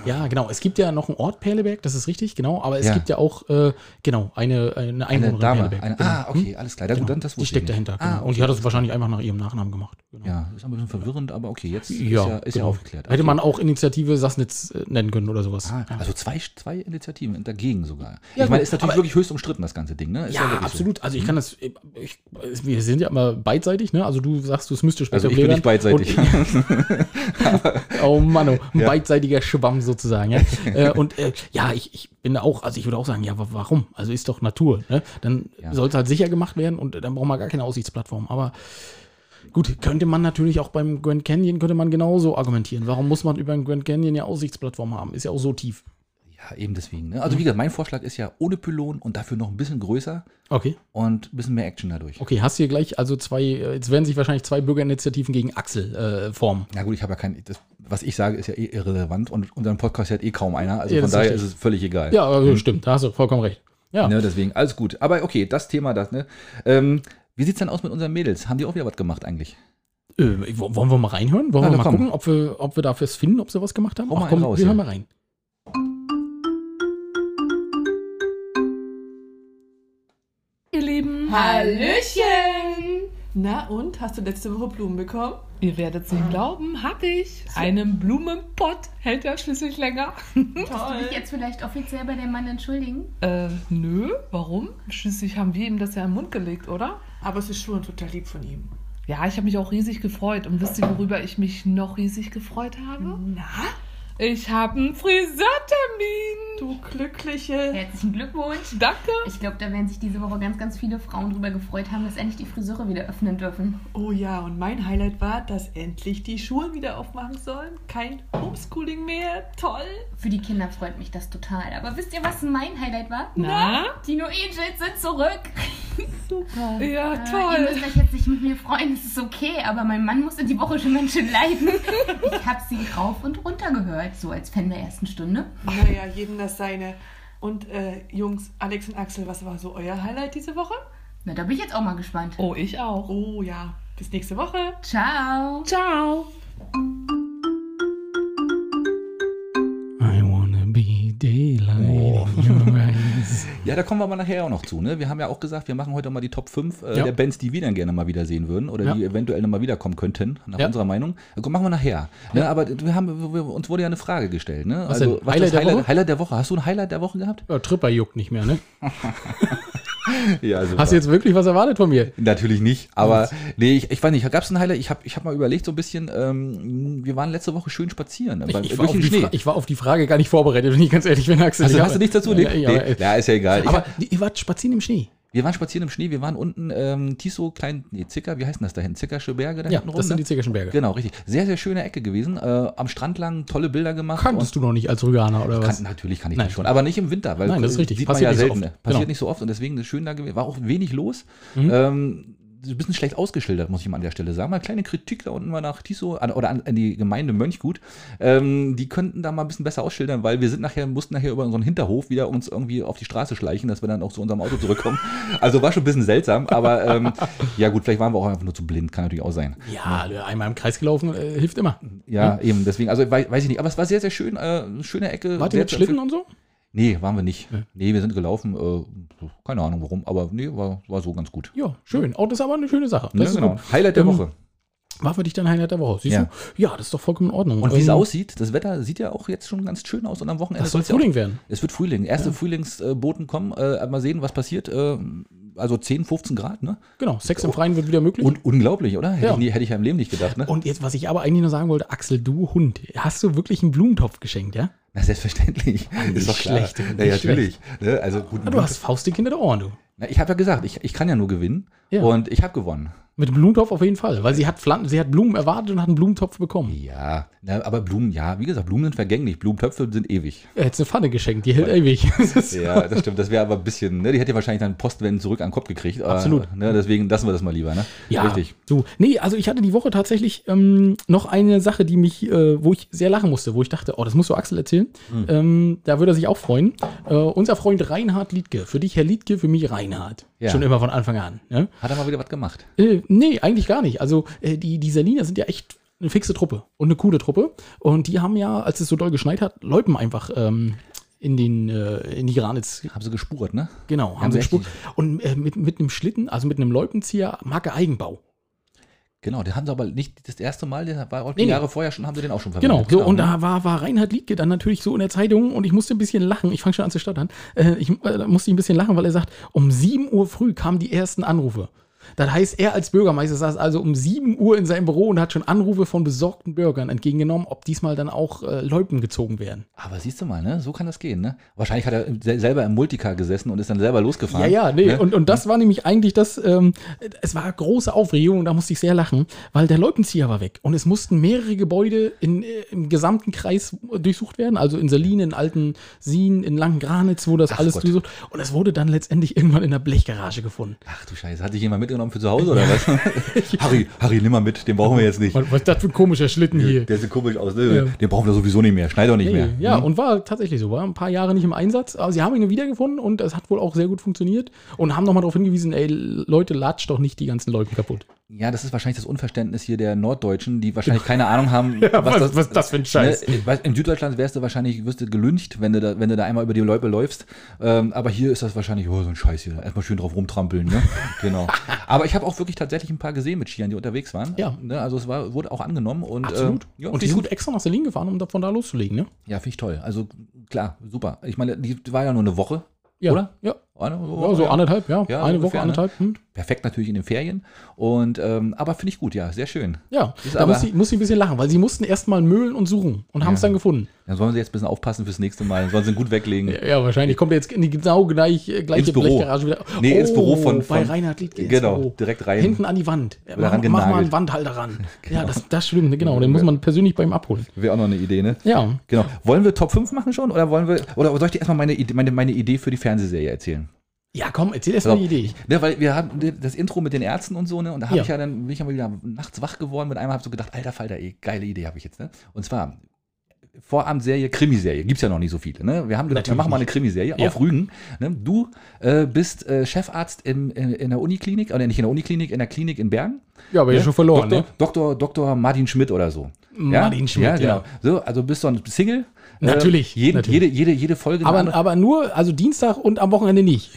Speaker 1: Ja, genau. Es gibt ja noch einen Ort Perleberg, das ist richtig, genau. Aber es
Speaker 2: Ah. Ja.
Speaker 1: gibt ja auch, äh, genau, eine, eine Einwohnerin
Speaker 2: Eine Dame.
Speaker 1: Perleberg.
Speaker 2: Eine,
Speaker 1: genau.
Speaker 2: Ah, okay, alles klar. Ja,
Speaker 1: Genau.
Speaker 2: Gut, dann das
Speaker 1: die
Speaker 2: wusste
Speaker 1: steckt
Speaker 2: ich nicht.
Speaker 1: dahinter. Genau.
Speaker 2: Ah,
Speaker 1: Und die hat das wahrscheinlich einfach nach ihrem Nachnamen gemacht. Genau.
Speaker 2: ja, ist ein bisschen verwirrend, aber okay, jetzt ist
Speaker 1: Ja,
Speaker 2: ja, ist ja
Speaker 1: genau.
Speaker 2: aufgeklärt.
Speaker 1: Hätte
Speaker 2: Okay.
Speaker 1: man auch Initiative Initiative Sassnitz äh, nennen können oder sowas.
Speaker 2: Ah, also zwei, zwei Initiativen dagegen sogar.
Speaker 1: Ja,
Speaker 2: ich meine,
Speaker 1: gut,
Speaker 2: ist natürlich
Speaker 1: aber-
Speaker 2: wirklich höchst umstritten, das ganze Ding, ne? Ist
Speaker 1: Ja,
Speaker 2: wirklich so.
Speaker 1: absolut. Also ich kann das, ich, wir sind ja immer beidseitig, ne? Also du sagst, es müsste
Speaker 2: Also ich bin nicht beidseitig.
Speaker 1: Und, oh Mann, oh, ein beidseitiger Schwamm sozusagen. Ja? Äh, und äh, ja, ich, ich bin da auch, also ich würde auch sagen, ja, wa- warum? Also ist doch Natur. Ne? Dann
Speaker 2: Ja.
Speaker 1: soll es halt sicher gemacht werden und dann brauchen wir gar keine Aussichtsplattform. Aber gut, könnte man natürlich auch beim Grand Canyon, könnte man genauso argumentieren. Warum muss man über den Grand Canyon ja Aussichtsplattform haben? Ist ja auch so tief.
Speaker 2: Ja, eben deswegen. Ne? Also wie gesagt, mein Vorschlag ist ja ohne Pylon und dafür noch ein bisschen größer
Speaker 1: Okay.
Speaker 2: und ein bisschen mehr Action dadurch.
Speaker 1: Okay, hast hier gleich also zwei, äh, jetzt werden sich wahrscheinlich zwei Bürgerinitiativen gegen Axel äh, formen.
Speaker 2: Na gut, ich habe ja kein, das, was ich sage, ist ja eh irrelevant und unseren Podcast hört eh kaum einer. Also
Speaker 1: Ja,
Speaker 2: von
Speaker 1: das
Speaker 2: daher
Speaker 1: verstehe
Speaker 2: ist es völlig egal.
Speaker 1: Ja, also stimmt, da hast du vollkommen recht. Ja.
Speaker 2: Ne, deswegen, alles gut. Aber okay, das Thema, das, ne? Ähm, wie sieht's denn aus mit unseren Mädels? Haben die auch wieder was gemacht eigentlich?
Speaker 1: Äh, wo- wollen wir mal reinhören? Wollen
Speaker 2: Na,
Speaker 1: wir
Speaker 2: na,
Speaker 1: mal
Speaker 2: komm.
Speaker 1: gucken, ob wir, ob wir da was finden, ob sie was gemacht haben?
Speaker 2: Hau mal einen raus,
Speaker 1: wir
Speaker 2: ja.
Speaker 1: hören mal rein.
Speaker 3: ihr Lieben.
Speaker 4: Hallöchen!
Speaker 3: Na und, hast du letzte Woche Blumen bekommen?
Speaker 4: Ihr werdet's nicht glauben, hab ich. Einen Blumenpott hält der Schlüssel länger.
Speaker 3: Toll.
Speaker 5: Dich jetzt vielleicht offiziell bei dem Mann entschuldigen?
Speaker 4: Äh, nö, warum? Schließlich haben wir ihm das ja im Mund gelegt, oder?
Speaker 3: Aber es ist schon total lieb von ihm.
Speaker 4: Ja, ich habe mich auch riesig gefreut. Und wisst ihr, worüber ich mich noch riesig gefreut habe?
Speaker 3: Na,
Speaker 4: Ich habe einen Friseurtermin.
Speaker 3: du Glückliche.
Speaker 5: Herzlichen Glückwunsch!
Speaker 4: Danke.
Speaker 5: Ich glaube, da werden sich diese Woche ganz, ganz viele Frauen darüber gefreut haben, dass endlich die Friseure wieder öffnen dürfen.
Speaker 3: Oh ja, und mein Highlight war, dass endlich die Schulen wieder aufmachen sollen. Kein Homeschooling mehr. Toll.
Speaker 5: Für die Kinder freut mich das total. Aber wisst ihr, was mein Highlight war?
Speaker 4: Na?
Speaker 5: Dino Angels sind zurück!
Speaker 4: Ja,
Speaker 3: Super.
Speaker 5: Äh, ihr
Speaker 4: toll.
Speaker 5: müsst euch jetzt nicht mit mir freuen, es ist okay, aber mein Mann musste die Woche schon ganz schön leiden. Ich habe sie rauf und runter gehört, so als Fan der ersten Stunde.
Speaker 3: Naja, jedem das seine. Und äh, Jungs, Alex und Axel, was war so euer Highlight diese Woche?
Speaker 5: Na, da bin ich jetzt auch mal gespannt.
Speaker 4: Oh, ich auch.
Speaker 3: Oh ja, bis nächste Woche.
Speaker 5: Ciao!
Speaker 4: Ciao.
Speaker 1: I wanna be daylight in your eyes.
Speaker 2: Ja, da kommen wir aber nachher auch noch zu. Ne? Wir haben ja auch gesagt, wir machen heute mal die Top 5 äh,
Speaker 1: Ja.
Speaker 2: der Bands, die wir dann gerne mal wieder sehen würden oder
Speaker 1: Ja.
Speaker 2: die eventuell nochmal wiederkommen könnten, nach
Speaker 1: Ja.
Speaker 2: unserer Meinung. Äh, machen wir nachher. Ne? Aber wir haben, wir, uns wurde ja eine Frage gestellt. Ne?
Speaker 1: Was denn?
Speaker 2: was
Speaker 1: Highlight
Speaker 2: Highlight, das
Speaker 1: der
Speaker 2: Highlight, der
Speaker 1: Woche?
Speaker 2: Woche? Highlight der Woche? Hast du ein Highlight der Woche gehabt?
Speaker 1: Ja, Tripper juckt nicht mehr, ne?
Speaker 2: Ja, also
Speaker 1: Hast du jetzt wirklich was erwartet von
Speaker 2: Äh,
Speaker 1: mir?
Speaker 2: Natürlich nicht, aber nee, ich, ich weiß nicht, gab es ein Highlight? Ich habe ich hab mal überlegt so ein bisschen, ähm, wir waren letzte Woche schön spazieren. beim- äh,
Speaker 1: Ich, ich, war auf die Fra- ich war auf die Frage gar nicht vorbereitet, wenn ich ganz ehrlich bin, Axel.
Speaker 2: Hast du,
Speaker 1: Ich
Speaker 2: Also, hast du
Speaker 1: hab-
Speaker 2: nichts dazu?
Speaker 1: Ja, ja,
Speaker 2: nee.
Speaker 1: aber,
Speaker 2: ja, ist ja egal. Ich
Speaker 1: aber
Speaker 2: hab,
Speaker 1: ihr wart spazieren im Schnee.
Speaker 2: wir waren spazieren im Schnee, wir waren unten, ähm, Tiso, Klein, nee, Zicker, wie heißen das da hinten? Zickersche Berge da
Speaker 1: Ja,
Speaker 2: hinten
Speaker 1: das sind die
Speaker 2: ne?
Speaker 1: Zickerschen Berge.
Speaker 2: Genau, richtig. Sehr, sehr schöne Ecke gewesen. Äh, am Strand lang tolle Bilder gemacht.
Speaker 1: Kanntest du noch nicht als Rüganer oder
Speaker 2: Kann,
Speaker 1: was?
Speaker 2: natürlich kann ich
Speaker 1: Nein.
Speaker 2: das schon, aber nicht im Winter, weil
Speaker 1: Nein, das ist
Speaker 2: äh,
Speaker 1: richtig.
Speaker 2: sieht
Speaker 1: Passiert
Speaker 2: man ja
Speaker 1: nicht so
Speaker 2: selten.
Speaker 1: oft.
Speaker 2: Passiert
Speaker 1: Genau. Mhm.
Speaker 2: nicht so oft und deswegen ist schön da gewesen. War auch wenig los. Ähm, ein bisschen schlecht ausgeschildert, muss ich mal an der Stelle sagen. Mal kleine Kritik da unten mal nach Tiso an, oder an, an die Gemeinde Mönchgut. Ähm, die könnten da mal ein bisschen besser ausschildern, weil wir sind nachher, mussten nachher über unseren Hinterhof wieder uns irgendwie auf die Straße schleichen, dass wir dann auch zu unserem Auto zurückkommen. also war schon ein bisschen seltsam, aber ähm, ja gut, vielleicht waren wir auch einfach nur zu blind, kann natürlich auch sein.
Speaker 1: Ja, einmal im Kreis gelaufen äh, hilft immer.
Speaker 2: Ja,
Speaker 1: Hm?
Speaker 2: eben, deswegen, also wei- weiß ich nicht, aber es war sehr, sehr schön, äh, eine schöne Ecke.
Speaker 1: Wart ihr
Speaker 2: sehr
Speaker 1: mit
Speaker 2: zu
Speaker 1: Schlitten und so?
Speaker 2: Nee, waren wir nicht. Nee, wir sind gelaufen, äh, keine Ahnung warum, aber nee, war, war so ganz gut.
Speaker 1: Ja, schön. Auch das ist aber eine schöne Sache. Das
Speaker 2: Ne,
Speaker 1: ist gut.
Speaker 2: Highlight der
Speaker 1: Ähm,
Speaker 2: Woche.
Speaker 1: War für dich dein Highlight der Woche, siehst
Speaker 2: Ja.
Speaker 1: du? Ja, das ist doch vollkommen in Ordnung.
Speaker 2: Und wie es
Speaker 1: Ähm,
Speaker 2: aussieht, das Wetter sieht ja auch jetzt schon ganz schön aus und am Wochenende
Speaker 1: Das soll
Speaker 2: soll's ja
Speaker 1: Frühling werden.
Speaker 2: Auch, es wird Frühling. Erste Frühlingsboten kommen. Äh, mal sehen, was passiert. Äh, also 10, 15 Grad, ne?
Speaker 1: Genau, Sex im Freien wird wieder möglich.
Speaker 2: Und unglaublich, oder? Hätte,
Speaker 1: Ja.
Speaker 2: ich, nie, hätte ich ja im Leben nicht gedacht, ne?
Speaker 1: Und jetzt, was ich aber eigentlich nur sagen wollte, Axel, du Hund, hast du wirklich einen Blumentopf geschenkt, ja?
Speaker 2: Na, selbstverständlich. Ist doch klar.
Speaker 1: schlecht,
Speaker 2: Na,
Speaker 1: nicht
Speaker 2: ja, natürlich. Ne? Also gut.
Speaker 1: Ah, Du hast Faustig hinter der Ohren, du.
Speaker 2: Na, ich habe ja gesagt, ich, ich kann ja nur gewinnen.
Speaker 1: Ja.
Speaker 2: Und ich habe gewonnen.
Speaker 1: Mit dem Blumentopf auf jeden Fall, weil sie hat, Pflanzen, sie hat Blumen erwartet und hat einen Blumentopf bekommen.
Speaker 2: Ja, na, aber Blumen, ja, wie gesagt, Blumen sind vergänglich. Blumentöpfe sind ewig.
Speaker 1: Er hätte eine Pfanne geschenkt, die hält ewig. Das ist-
Speaker 2: Ja, das stimmt. Das wäre aber ein bisschen, ne? die hätte wahrscheinlich dann Postwenden zurück an den Kopf gekriegt. aber,
Speaker 1: Absolut.
Speaker 2: Ne? Deswegen lassen wir das mal lieber. Ne?
Speaker 1: Ja,
Speaker 2: Richtig.
Speaker 1: So. Nee, also ich hatte die Woche tatsächlich ähm, noch eine Sache, die mich, äh, wo ich sehr lachen musste, wo ich dachte, oh, das musst du Axel erzählen.
Speaker 2: Hm.
Speaker 1: Ähm, da würde er sich auch freuen. Äh, unser Freund Reinhard Liedke. Für dich, Herr Liedke, für mich Reinhard.
Speaker 2: Ja.
Speaker 1: Schon immer von Anfang an. Ne?
Speaker 2: Hat er mal wieder was gemacht.
Speaker 1: Äh, nee, eigentlich gar nicht. Also äh, die, die Saliner sind ja echt eine fixe Truppe und eine coole Truppe. Und die haben ja, als es so doll geschneit hat, Läupen einfach ähm, in den äh, in die Granitz
Speaker 2: Haben sie gespurt, ne?
Speaker 1: Genau, haben sie
Speaker 2: sie echt
Speaker 1: gespult. Und äh, mit, mit einem Schlitten, also mit einem Leupenzieher, Marke Eigenbau.
Speaker 2: Genau, den haben sie aber nicht das erste Mal, der war auch die
Speaker 1: Nee, nee.
Speaker 2: Jahre vorher schon, haben sie den auch schon
Speaker 1: Genau,
Speaker 2: verwendet.
Speaker 1: so, und da war, war Reinhard Liedtke dann natürlich so in der Zeitung und ich musste ein bisschen lachen. Ich fange schon an zu stottern. Äh, ich äh, musste ein bisschen lachen, weil er sagt, um 7 Uhr früh kamen die ersten Anrufe. Das heißt, er als Bürgermeister saß also um 7 Uhr in seinem Büro und hat schon Anrufe von besorgten Bürgern entgegengenommen, ob diesmal dann auch äh, Leuten gezogen werden.
Speaker 2: Aber siehst du mal, ne? so kann das gehen. Ne? Wahrscheinlich hat er im- se- selber im Multicar gesessen und ist dann selber losgefahren.
Speaker 1: Ja, ja, nee.
Speaker 2: Ne?
Speaker 1: Und, und das war nämlich eigentlich das, ähm, es war große Aufregung und da musste ich sehr lachen, weil der Leutenzieher war weg und es mussten mehrere Gebäude in, äh, im gesamten Kreis durchsucht werden, also in Salin, in Alten Sien, in Langenranitz wurde das
Speaker 2: Ach
Speaker 1: alles
Speaker 2: Gott.
Speaker 1: durchsucht und es wurde dann letztendlich irgendwann in der Blechgarage gefunden.
Speaker 2: Ach du Scheiße, hat dich jemand mitgenommen für zu Hause oder was? Harry, Harry, nimm mal mit, den brauchen wir jetzt nicht.
Speaker 1: Was, was ist das für ein komischer Schlitten hier?
Speaker 2: Der sieht komisch aus, ne?
Speaker 1: Ja.
Speaker 2: Den brauchen wir sowieso nicht mehr, schneid doch nicht
Speaker 1: Nee,
Speaker 2: mehr.
Speaker 1: Ja,
Speaker 2: Hm?
Speaker 1: und war tatsächlich so, war ein paar Jahre nicht im Einsatz, aber sie haben ihn wiedergefunden und es hat wohl auch sehr gut funktioniert und haben nochmal darauf hingewiesen, ey, Leute, latscht doch nicht die ganzen Leute kaputt.
Speaker 2: ja, das ist wahrscheinlich das Unverständnis hier der Norddeutschen, die wahrscheinlich keine Ahnung haben,
Speaker 1: was- was das für ein Scheiß.
Speaker 2: Ne? Weißt, In Süddeutschland wärst du wahrscheinlich, wirst du gelüncht, wenn du da, wenn du da einmal über die Leute läufst. Ähm, aber hier ist das wahrscheinlich, oh, so ein Scheiß hier. Erstmal schön drauf rumtrampeln, ne? genau. Aber ich habe auch wirklich tatsächlich ein paar gesehen mit Skiern, die unterwegs waren.
Speaker 1: Ja.
Speaker 2: Ne? Also es war, wurde auch angenommen und
Speaker 1: Absolut.
Speaker 2: ähm, ja,
Speaker 1: und
Speaker 2: finde
Speaker 1: die
Speaker 2: ich
Speaker 1: sind
Speaker 2: gut.
Speaker 1: extra nach Berlin gefahren, um da- von da loszulegen, ne?
Speaker 2: Ja, finde ich toll. Also klar, super. Ich meine, die war ja nur eine Woche,
Speaker 1: Ja.
Speaker 2: oder?
Speaker 1: Ja.
Speaker 2: Eine
Speaker 1: Ja, so anderthalb, ja.
Speaker 2: Ja,
Speaker 1: Eine
Speaker 2: ungefähr,
Speaker 1: Woche,
Speaker 2: ne?
Speaker 1: anderthalb. Hm.
Speaker 2: Perfekt natürlich in den Ferien. Und ähm, aber finde ich gut, ja, sehr schön.
Speaker 1: Ja,
Speaker 2: Ist
Speaker 1: da
Speaker 2: aber-
Speaker 1: muss ich, muss ich ein bisschen lachen, weil sie mussten erstmal müllen und suchen und haben es dann gefunden.
Speaker 2: Dann sollen sie jetzt ein bisschen aufpassen fürs nächste Mal. Sollen sie ihn gut weglegen.
Speaker 1: Ja, wahrscheinlich kommt er jetzt in die genau gleich, äh, gleiche
Speaker 2: Ins Büro.
Speaker 1: Blechgarage wieder. Oh,
Speaker 2: Nee, ins Büro von-
Speaker 1: bei
Speaker 2: von-
Speaker 1: Reinhard Liedtke. ins
Speaker 2: Genau,
Speaker 1: Büro.
Speaker 2: direkt rein.
Speaker 1: Hinten an die Wand. Ja, Mach, mach
Speaker 2: rangenagelt.
Speaker 1: mal einen Wandhalter ran. Ja, das, das stimmt, genau. Den muss man persönlich bei ihm abholen.
Speaker 2: Wäre auch noch eine Idee, ne?
Speaker 1: Ja.
Speaker 2: Genau. Wollen wir Top 5 machen schon? Oder wollen wir. Oder soll ich dir erstmal meine Idee, meine, meine Idee für die Fernsehserie erzählen?
Speaker 1: Ja, komm, erzähl erst mal die
Speaker 2: Also,
Speaker 1: Idee.
Speaker 2: Ne, weil wir haben das Intro mit den Ärzten und so, ne? Und da habe
Speaker 1: Ja.
Speaker 2: ich ja dann, bin ich ja mal wieder nachts wach geworden mit einmal habe so gedacht, alter Falter, ey, geile Idee habe ich jetzt, ne? Und zwar. Vorabendserie, Krimiserie, gibt's ja noch nicht so viele. Ne? Wir haben gedacht, wir
Speaker 1: Natürlich
Speaker 2: machen mal eine
Speaker 1: nicht.
Speaker 2: Krimiserie
Speaker 1: Ja.
Speaker 2: auf Rügen. Ne? Du äh, bist äh, Chefarzt im, in, in der Uniklinik, oder nicht in der Uniklinik, in der Klinik in Bergen.
Speaker 1: Ja, aber ja
Speaker 2: Ne?
Speaker 1: schon verloren,
Speaker 2: Doktor,
Speaker 1: ne?
Speaker 2: Dr. Dr. Martin Schmidt oder so.
Speaker 1: Martin Schmidt,
Speaker 2: ja.
Speaker 1: ja.
Speaker 2: Genau. So, also bist du ein Single.
Speaker 1: Natürlich,
Speaker 2: Äh, jeden,
Speaker 1: natürlich.
Speaker 2: Jede, jede, jede Folge. eine
Speaker 1: Aber,
Speaker 2: andere-
Speaker 1: aber nur, also Dienstag und am Wochenende nicht.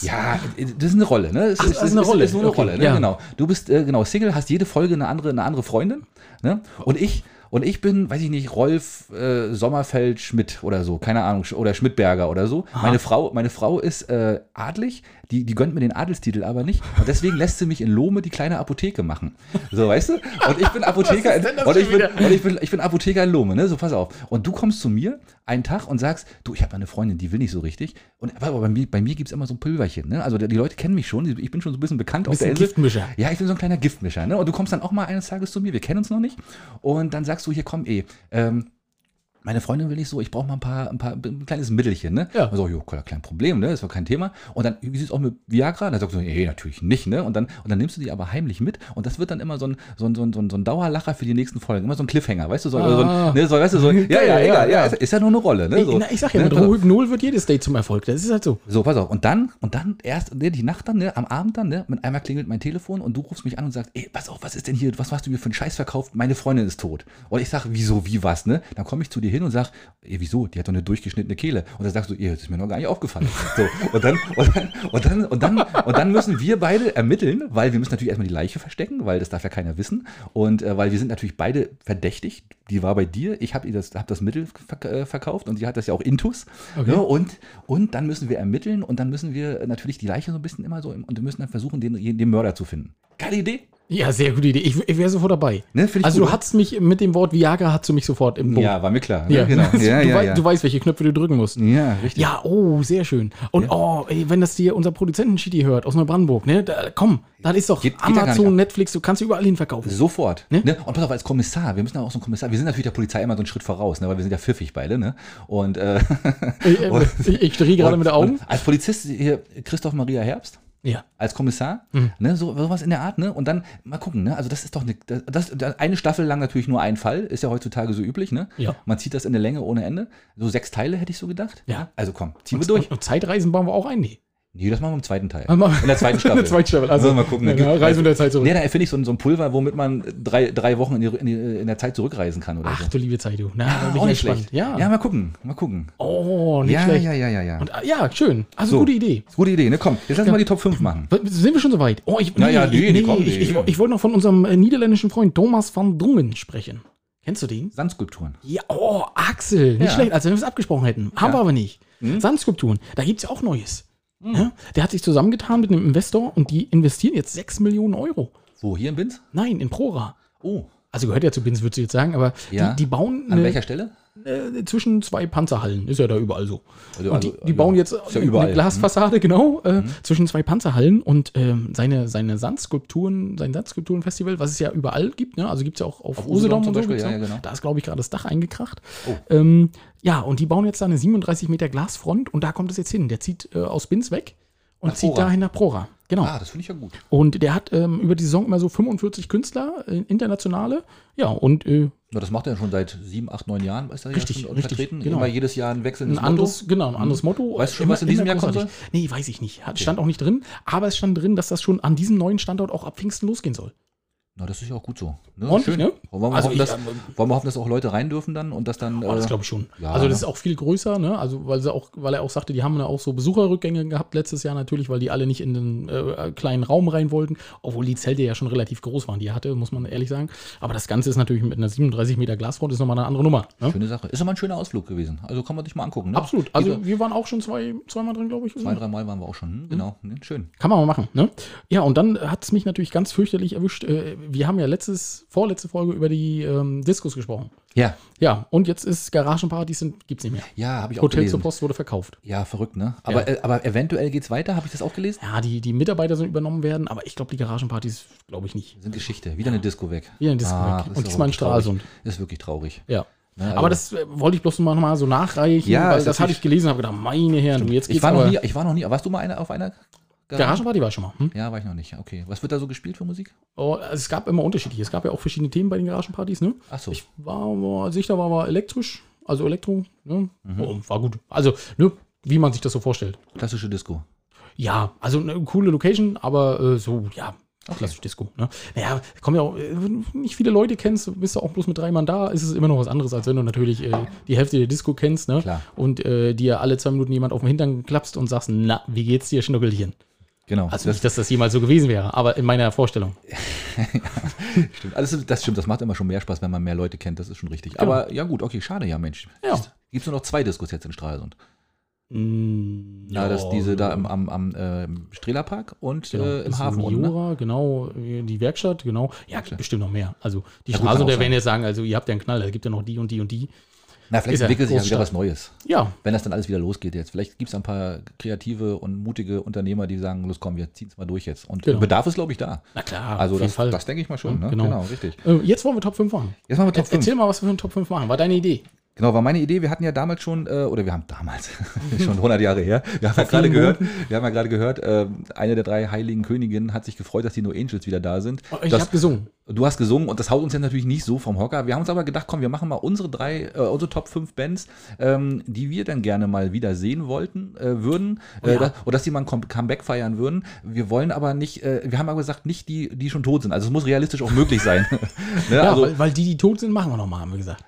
Speaker 2: ja, das ist eine Rolle. Ne? Es
Speaker 1: Ach, das ist eine Rolle.
Speaker 2: Ist nur eine
Speaker 1: Okay,
Speaker 2: Rolle. Ne?
Speaker 1: ja.
Speaker 2: Genau. Du bist äh, genau Single, hast jede Folge eine andere, eine andere Freundin. Ne? Und ich und ich bin, weiß ich nicht, Rolf äh, Sommerfeld Schmidt oder so, keine Ahnung, Sch- oder Schmidtberger oder so. Meine Frau, meine Frau ist äh, adlig, die, die gönnt mir den Adelstitel aber nicht. Und deswegen lässt sie mich in Lohme die kleine Apotheke machen. So, weißt du? Und ich bin Apotheker. in, und ich bin, und ich bin, ich bin Apotheker in Lohme, ne? So, pass auf. Und du kommst zu mir einen Tag und sagst, du, ich habe eine Freundin, die will nicht so richtig. Und aber bei mir, bei mir gibt es immer so ein Pülverchen, ne? Also die die Leute kennen mich schon, ich bin schon so ein bisschen bekannt auf der
Speaker 1: Bisschen
Speaker 2: Insel.
Speaker 1: Giftmischer.
Speaker 2: Ja, ich bin so ein kleiner Giftmischer, ne? Und du kommst dann auch mal eines Tages zu mir, wir kennen uns noch nicht. Und dann sagst du, hier komm, eh, ähm, meine Freundin will nicht so, ich brauche mal ein paar, ein paar, ein kleines Mittelchen, ne?
Speaker 1: Ja.
Speaker 2: Und so, jo, kein kein Problem, ne? Ist doch kein Thema. Und dann, wie sieht's auch mit Viagra? Dann sagst du, nee, natürlich nicht, ne? Und dann, und dann nimmst du die aber heimlich mit und das wird dann immer so ein, so ein, so ein, so ein, so ein Dauerlacher für die nächsten Folgen. Immer so ein Cliffhanger, weißt du? So, so
Speaker 1: Ah.
Speaker 2: ein, ne? so, weißt du, so, ein- ja, ja,
Speaker 1: Ja, ja,
Speaker 2: egal, ja,
Speaker 1: ja.
Speaker 2: ist ja nur eine Rolle, ne?
Speaker 1: Ey,
Speaker 2: So,
Speaker 1: na, ich sag ja, mit
Speaker 2: pass auf.
Speaker 1: Rohypnol wird jedes Date zum Erfolg. Das ist halt so.
Speaker 2: So, pass auf. Und dann, und dann erst, ne, die Nacht dann, ne, am Abend dann, ne, mit einmal klingelt mein Telefon und du rufst mich an und sagst, ey, pass auf, was ist denn hier, was machst du mir für einen Scheiß verkauft? Meine Freundin ist tot. Und ich sag, wieso, wie, was, ne? Dann komme ich zu dir hin und sag, ey, wieso? Die hat doch eine durchgeschnittene Kehle. Und dann sagst du, ey, das ist mir noch gar nicht aufgefallen. So, und dann, und dann, und dann, und dann, und dann müssen wir beide ermitteln, weil wir müssen natürlich erstmal die Leiche verstecken, weil das darf ja keiner wissen. Und äh, weil wir sind natürlich beide verdächtig. Die war bei dir, ich habe ihr das, hab das Mittel verk äh, verkauft und sie hat das ja auch Intus.
Speaker 1: Okay.
Speaker 2: Ne? Und, und dann müssen wir ermitteln und dann müssen wir natürlich die Leiche so ein bisschen immer so im, und wir müssen dann versuchen, den, den Mörder zu finden. Geile Idee.
Speaker 1: Ja, sehr gute Idee. Ich, ich wäre sofort dabei.
Speaker 2: Ne, find ich
Speaker 1: also
Speaker 2: gut,
Speaker 1: du
Speaker 2: oder?
Speaker 1: hattest mich mit dem Wort Viagra hast du mich sofort im Boot.
Speaker 2: Ja, war mir klar. ne?
Speaker 1: Ja.
Speaker 2: Genau.
Speaker 1: du,
Speaker 2: Ja, ja,
Speaker 1: wei-
Speaker 2: ja. Mhm.
Speaker 1: du weißt, welche Knöpfe du drücken musst.
Speaker 2: ja, richtig.
Speaker 1: Ja, oh, sehr schön. Und oh, ey, wenn das dir unser Produzenten Schiti hört aus Neubrandenburg, ne, da, komm, das ist doch
Speaker 2: Geht- geht ja gar nicht ab.
Speaker 1: Amazon, Netflix, du kannst überall hin verkaufen.
Speaker 2: Sofort. Ne?
Speaker 1: Ne?
Speaker 2: Und pass auf, als Kommissar, wir müssen auch so ein Kommissar, wir sind natürlich der Polizei immer so einen Schritt voraus, ne? weil wir sind ja pfiffig beide. Ne? Und, äh,
Speaker 1: Ich, äh,
Speaker 2: und-
Speaker 1: ich, ich drehe gerade
Speaker 2: und-
Speaker 1: mit den Augen.
Speaker 2: und Als Polizist hier Christoph Maria Herbst.
Speaker 1: Ja.
Speaker 2: als Kommissar,
Speaker 1: Mhm.
Speaker 2: ne, so sowas in der Art, ne? Und dann mal gucken, ne? Also das ist doch eine das, das eine Staffel lang natürlich nur ein Fall, ist ja heutzutage so üblich, ne?
Speaker 1: Ja.
Speaker 2: Man zieht das in der Länge ohne Ende. So sechs Teile hätte ich so gedacht.
Speaker 1: Ja.
Speaker 2: Also komm, ziehen wir durch.
Speaker 1: Und, und Zeitreisen bauen wir auch ein. Nee.
Speaker 2: Nee, das machen wir im zweiten Teil.
Speaker 1: Ah, mal-
Speaker 2: In der zweiten Staffel.
Speaker 1: In der zweiten Staffel, also.
Speaker 2: Also mal gucken. Ne?
Speaker 1: Ja, genau, Reise mit der Zeit zurück.
Speaker 2: Nee, da erfinde ich so ein, so ein Pulver, womit man drei, drei Wochen in, die, in, die, in der Zeit zurückreisen kann oder
Speaker 1: Ach
Speaker 2: so.
Speaker 1: du liebe Zeit, du. Na, bin ich
Speaker 2: auch
Speaker 1: mal
Speaker 2: nicht
Speaker 1: gespannt.
Speaker 2: schlecht.
Speaker 1: Ja.
Speaker 2: ja, mal gucken. Mal gucken.
Speaker 1: Oh, nicht
Speaker 2: ja,
Speaker 1: schlecht.
Speaker 2: ja, ja, ja, ja.
Speaker 1: Und, ah, ja, schön. Also
Speaker 2: So.
Speaker 1: gute Idee.
Speaker 2: Gute Idee, ne? Komm, jetzt lass uns mal die Top 5 machen.
Speaker 1: W- Sind wir schon soweit? Oh, ich,
Speaker 2: Na ja, die- die kommen,
Speaker 1: ich,
Speaker 2: die-
Speaker 1: ich, ich wollte noch von unserem äh, niederländischen Freund Thomas van Drungen sprechen. Kennst du den?
Speaker 2: Sandskulpturen.
Speaker 1: Ja, oh, Axel. Nicht
Speaker 2: Ja. Hm?
Speaker 1: schlecht, als wenn wir es abgesprochen hätten. Haben wir aber nicht. Sandskulpturen, da gibt es ja auch Neues. Ja? Der hat sich zusammengetan mit einem Investor und die investieren jetzt 6 Millionen Euro.
Speaker 2: Wo, hier im Binz?
Speaker 1: Nein, in Prora.
Speaker 2: Oh.
Speaker 1: Also gehört ja zu Bins, würdest du jetzt sagen, aber
Speaker 2: Ja.
Speaker 1: die, die bauen
Speaker 2: An
Speaker 1: eine-
Speaker 2: welcher Stelle?
Speaker 1: äh, zwischen zwei Panzerhallen. Ist ja da überall so.
Speaker 2: Also-
Speaker 1: und die,
Speaker 2: also-
Speaker 1: die bauen
Speaker 2: ja.
Speaker 1: jetzt
Speaker 2: Ist ja überall. Mhm.
Speaker 1: eine Glasfassade, genau, äh, zwischen zwei Panzerhallen und ähm, seine, seine Sandskulpturen, sein Sandskulpturenfestival, was es ja überall gibt, ne? also gibt es ja auch auf,
Speaker 2: Auf
Speaker 1: Usedom,
Speaker 2: Usedom zum
Speaker 1: und so.
Speaker 2: Beispiel,
Speaker 1: gibt's
Speaker 2: ja,
Speaker 1: auch.
Speaker 2: ja, genau.
Speaker 1: Da ist, glaube ich, gerade das Dach eingekracht.
Speaker 2: Oh.
Speaker 1: Ähm, ja, und die bauen jetzt da eine 37 Meter Glasfront und da kommt es jetzt hin. Der zieht äh, aus Bins weg und
Speaker 2: Nach
Speaker 1: zieht
Speaker 2: Prora.
Speaker 1: dahin nach Prora. Genau.
Speaker 2: Ah, das finde ich ja gut.
Speaker 1: Und der hat ähm, über die Saison immer so 45 Künstler, äh, internationale. Ja, und äh,
Speaker 2: Na, das macht er schon seit sieben, acht, neun Jahren, ist er ja
Speaker 1: Richtig,
Speaker 2: schon
Speaker 1: richtig,
Speaker 2: vertreten.
Speaker 1: genau.
Speaker 2: Immer jedes Jahr ein Wechsel
Speaker 1: ein anderes, genau, ein anderes Motto.
Speaker 2: Mhm. Weißt du schon, was in diesem Jahr kommt,
Speaker 1: großartig. Nee, weiß ich nicht. Hat, Stand auch nicht drin, aber es stand drin, dass das schon an diesem neuen Standort auch ab Pfingsten losgehen soll.
Speaker 2: Na, das ist ja auch gut so. Ne?
Speaker 1: Ordentlich, ne?
Speaker 2: Wollen wir, mal
Speaker 1: Also
Speaker 2: hoffen,
Speaker 1: ich,
Speaker 2: dass,
Speaker 1: ähm,
Speaker 2: wollen wir hoffen, dass auch Leute rein dürfen dann und dass dann.
Speaker 1: Oh, das
Speaker 2: äh,
Speaker 1: glaube ich schon.
Speaker 2: ja.
Speaker 1: Also das ist auch viel größer, ne? Also weil sie auch, weil er auch sagte, die haben da auch so Besucherrückgänge gehabt letztes Jahr natürlich, weil die alle nicht in den äh, kleinen Raum rein wollten, obwohl die Zelte ja schon relativ groß waren, die er hatte, muss man ehrlich sagen. Aber das Ganze ist natürlich mit einer 37 Meter Glasfront ist nochmal eine andere Nummer. Ne?
Speaker 2: Schöne Sache. Ist immer ein schöner Ausflug gewesen. Also kann man sich mal angucken. Ne?
Speaker 1: Absolut.
Speaker 2: Also
Speaker 1: Also Mhm. wir waren auch schon zwei, zweimal drin, glaube ich.
Speaker 2: zwei, drei Mal waren wir auch schon. Hm, genau. Hm, schön.
Speaker 1: Kann man mal machen, ne? Ja, und dann hat es mich natürlich ganz fürchterlich erwischt. Äh, Wir haben ja letztes, vorletzte Folge über die ähm, Discos gesprochen.
Speaker 2: Ja.
Speaker 1: Ja, und jetzt ist Garagenpartys sind, gibt's nicht mehr.
Speaker 2: Ja, habe ich auch
Speaker 1: Hotel zur
Speaker 2: gelesen.
Speaker 1: Post wurde verkauft.
Speaker 2: Ja, verrückt, ne? Aber, äh, aber eventuell geht's weiter, habe ich das auch gelesen?
Speaker 1: Ja, die, die Mitarbeiter sollen übernommen werden, aber ich glaube, die Garagenpartys, glaube ich nicht.
Speaker 2: Sind Geschichte. Wieder eine Disco weg. Ah,
Speaker 1: Wieder eine Disco weg.
Speaker 2: ist
Speaker 1: Und
Speaker 2: doch
Speaker 1: diesmal in
Speaker 2: wirklich traurig.
Speaker 1: Stralsund.
Speaker 2: Ist wirklich traurig.
Speaker 1: Ja.
Speaker 2: Ne,
Speaker 1: aber
Speaker 2: also-
Speaker 1: das äh, wollte ich bloß noch mal so nachreichen,
Speaker 2: Ja,
Speaker 1: weil
Speaker 2: ist
Speaker 1: das hatte
Speaker 2: natürlich-
Speaker 1: ich gelesen und habe gedacht, meine Herren, du, jetzt geht's
Speaker 2: Ich war, noch
Speaker 1: aber-
Speaker 2: nie, ich war noch nie. Warst du mal einer auf einer
Speaker 1: Garagenparty war ich schon mal. Hm?
Speaker 2: Ja, war ich noch nicht. Okay. Was wird da so gespielt für Musik?
Speaker 1: Oh, also es gab immer unterschiedliche. Es gab ja auch verschiedene Themen bei den Garagenpartys, ne?
Speaker 2: Ach so.
Speaker 1: Ich war, war sicher, war, war elektrisch, also Elektro, ne?
Speaker 2: Mhm.
Speaker 1: Oh, war gut. Also, ne, wie man sich das so vorstellt.
Speaker 2: Klassische Disco.
Speaker 1: Ja, also eine coole Location, aber äh, so, ja, klassisch Disco. Ne? Naja, kommen ja auch, äh, wenn du nicht viele Leute kennst, bist du auch bloß mit drei Mann da, ist es immer noch was anderes, als wenn du natürlich äh, die Hälfte der Disco kennst, ne?
Speaker 2: Klar.
Speaker 1: Und äh, dir alle zwei Minuten jemand auf den Hintern klappst und sagst, na, wie geht's dir, Schnuckelchen?
Speaker 2: Genau.
Speaker 1: Also nicht, dass das jemals so gewesen wäre, aber in meiner Vorstellung.
Speaker 2: Stimmt. Alles, das stimmt, das macht immer schon mehr Spaß, wenn man mehr Leute kennt, das ist schon richtig. Aber ja gut, okay, schade, ja Mensch.
Speaker 1: Genau. Ja.
Speaker 2: Gibt es nur noch zwei Diskos jetzt in Stralsund?
Speaker 1: Mm,
Speaker 2: Ja, das
Speaker 1: ja,
Speaker 2: ist diese da im, am, am äh, im Strehlerpark und
Speaker 1: Genau,
Speaker 2: äh, im
Speaker 1: das
Speaker 2: Hafen. unten, ne?
Speaker 1: Miura, genau, äh, die Werkstatt, genau. Ja, bestimmt noch mehr. Also die
Speaker 2: Ja, gut,
Speaker 1: Straße,
Speaker 2: kann
Speaker 1: der
Speaker 2: auch
Speaker 1: werden jetzt sagen, also ihr habt ja einen Knall, da gibt ja noch die und die und die.
Speaker 2: Na, vielleicht
Speaker 1: Ist ja
Speaker 2: entwickelt sich ja
Speaker 1: Großstadt.
Speaker 2: wieder was Neues.
Speaker 1: Ja,
Speaker 2: Wenn das dann alles wieder losgeht jetzt. Vielleicht gibt es ein paar kreative und mutige Unternehmer, die sagen, los komm, wir ziehen es mal durch jetzt. Und
Speaker 1: Genau.
Speaker 2: Bedarf ist, glaube ich, da.
Speaker 1: na klar,
Speaker 2: also
Speaker 1: auf jeden
Speaker 2: das,
Speaker 1: Fall.
Speaker 2: das denke ich mal schon.
Speaker 1: Ja,
Speaker 2: Ne?
Speaker 1: genau.
Speaker 2: richtig.
Speaker 1: Äh, Jetzt wollen wir Top 5 machen.
Speaker 2: Jetzt machen wir Top
Speaker 1: Er- Erzähl
Speaker 2: 5.
Speaker 1: mal, was wir für einen Top 5 machen. War deine Idee?
Speaker 2: Genau, war meine Idee, wir hatten ja damals schon, äh, oder wir haben damals, schon 100 Jahre her, wir haben ja gerade
Speaker 1: vielen
Speaker 2: gehört, wir haben ja gerade gehört, äh, eine der drei heiligen Königinnen hat sich gefreut, dass die No Angels wieder da sind.
Speaker 1: Oh, Ich
Speaker 2: das,
Speaker 1: habe gesungen.
Speaker 2: Du hast gesungen und das haut uns ja natürlich nicht so vom Hocker. Wir haben uns aber gedacht, komm, wir machen mal unsere drei, äh, unsere Top 5 Bands, ähm, die wir dann gerne mal wieder sehen wollten, äh, würden,
Speaker 1: Oh
Speaker 2: äh,
Speaker 1: Ja.
Speaker 2: da, oder dass die mal ein Com- Comeback feiern würden. Wir wollen aber nicht, äh, wir haben aber gesagt, nicht die, die schon tot sind. Also es muss realistisch auch möglich sein. ne?
Speaker 1: Ja,
Speaker 2: also,
Speaker 1: weil, weil die, die tot sind, machen wir nochmal, haben wir gesagt.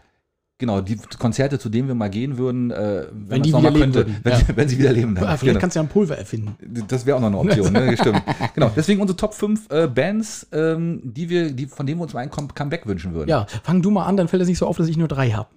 Speaker 2: genau, die Konzerte, zu denen wir mal gehen würden, äh, wenn, man's
Speaker 1: die
Speaker 2: noch
Speaker 1: wieder
Speaker 2: mal
Speaker 1: leben
Speaker 2: könnte,
Speaker 1: würden,
Speaker 2: wenn,
Speaker 1: ja.
Speaker 2: wenn sie wieder leben. Dann.
Speaker 1: Ah, vielleicht
Speaker 2: Genau.
Speaker 1: kannst du ja ein Pulver erfinden.
Speaker 2: Das wäre auch noch eine Option, ne? stimmt. Genau, deswegen unsere Top 5 äh, Bands, ähm, die wir, die, von denen wir uns mal ein Com Comeback wünschen würden.
Speaker 1: Ja, fang du mal an, dann fällt es nicht so auf, dass ich nur drei habe.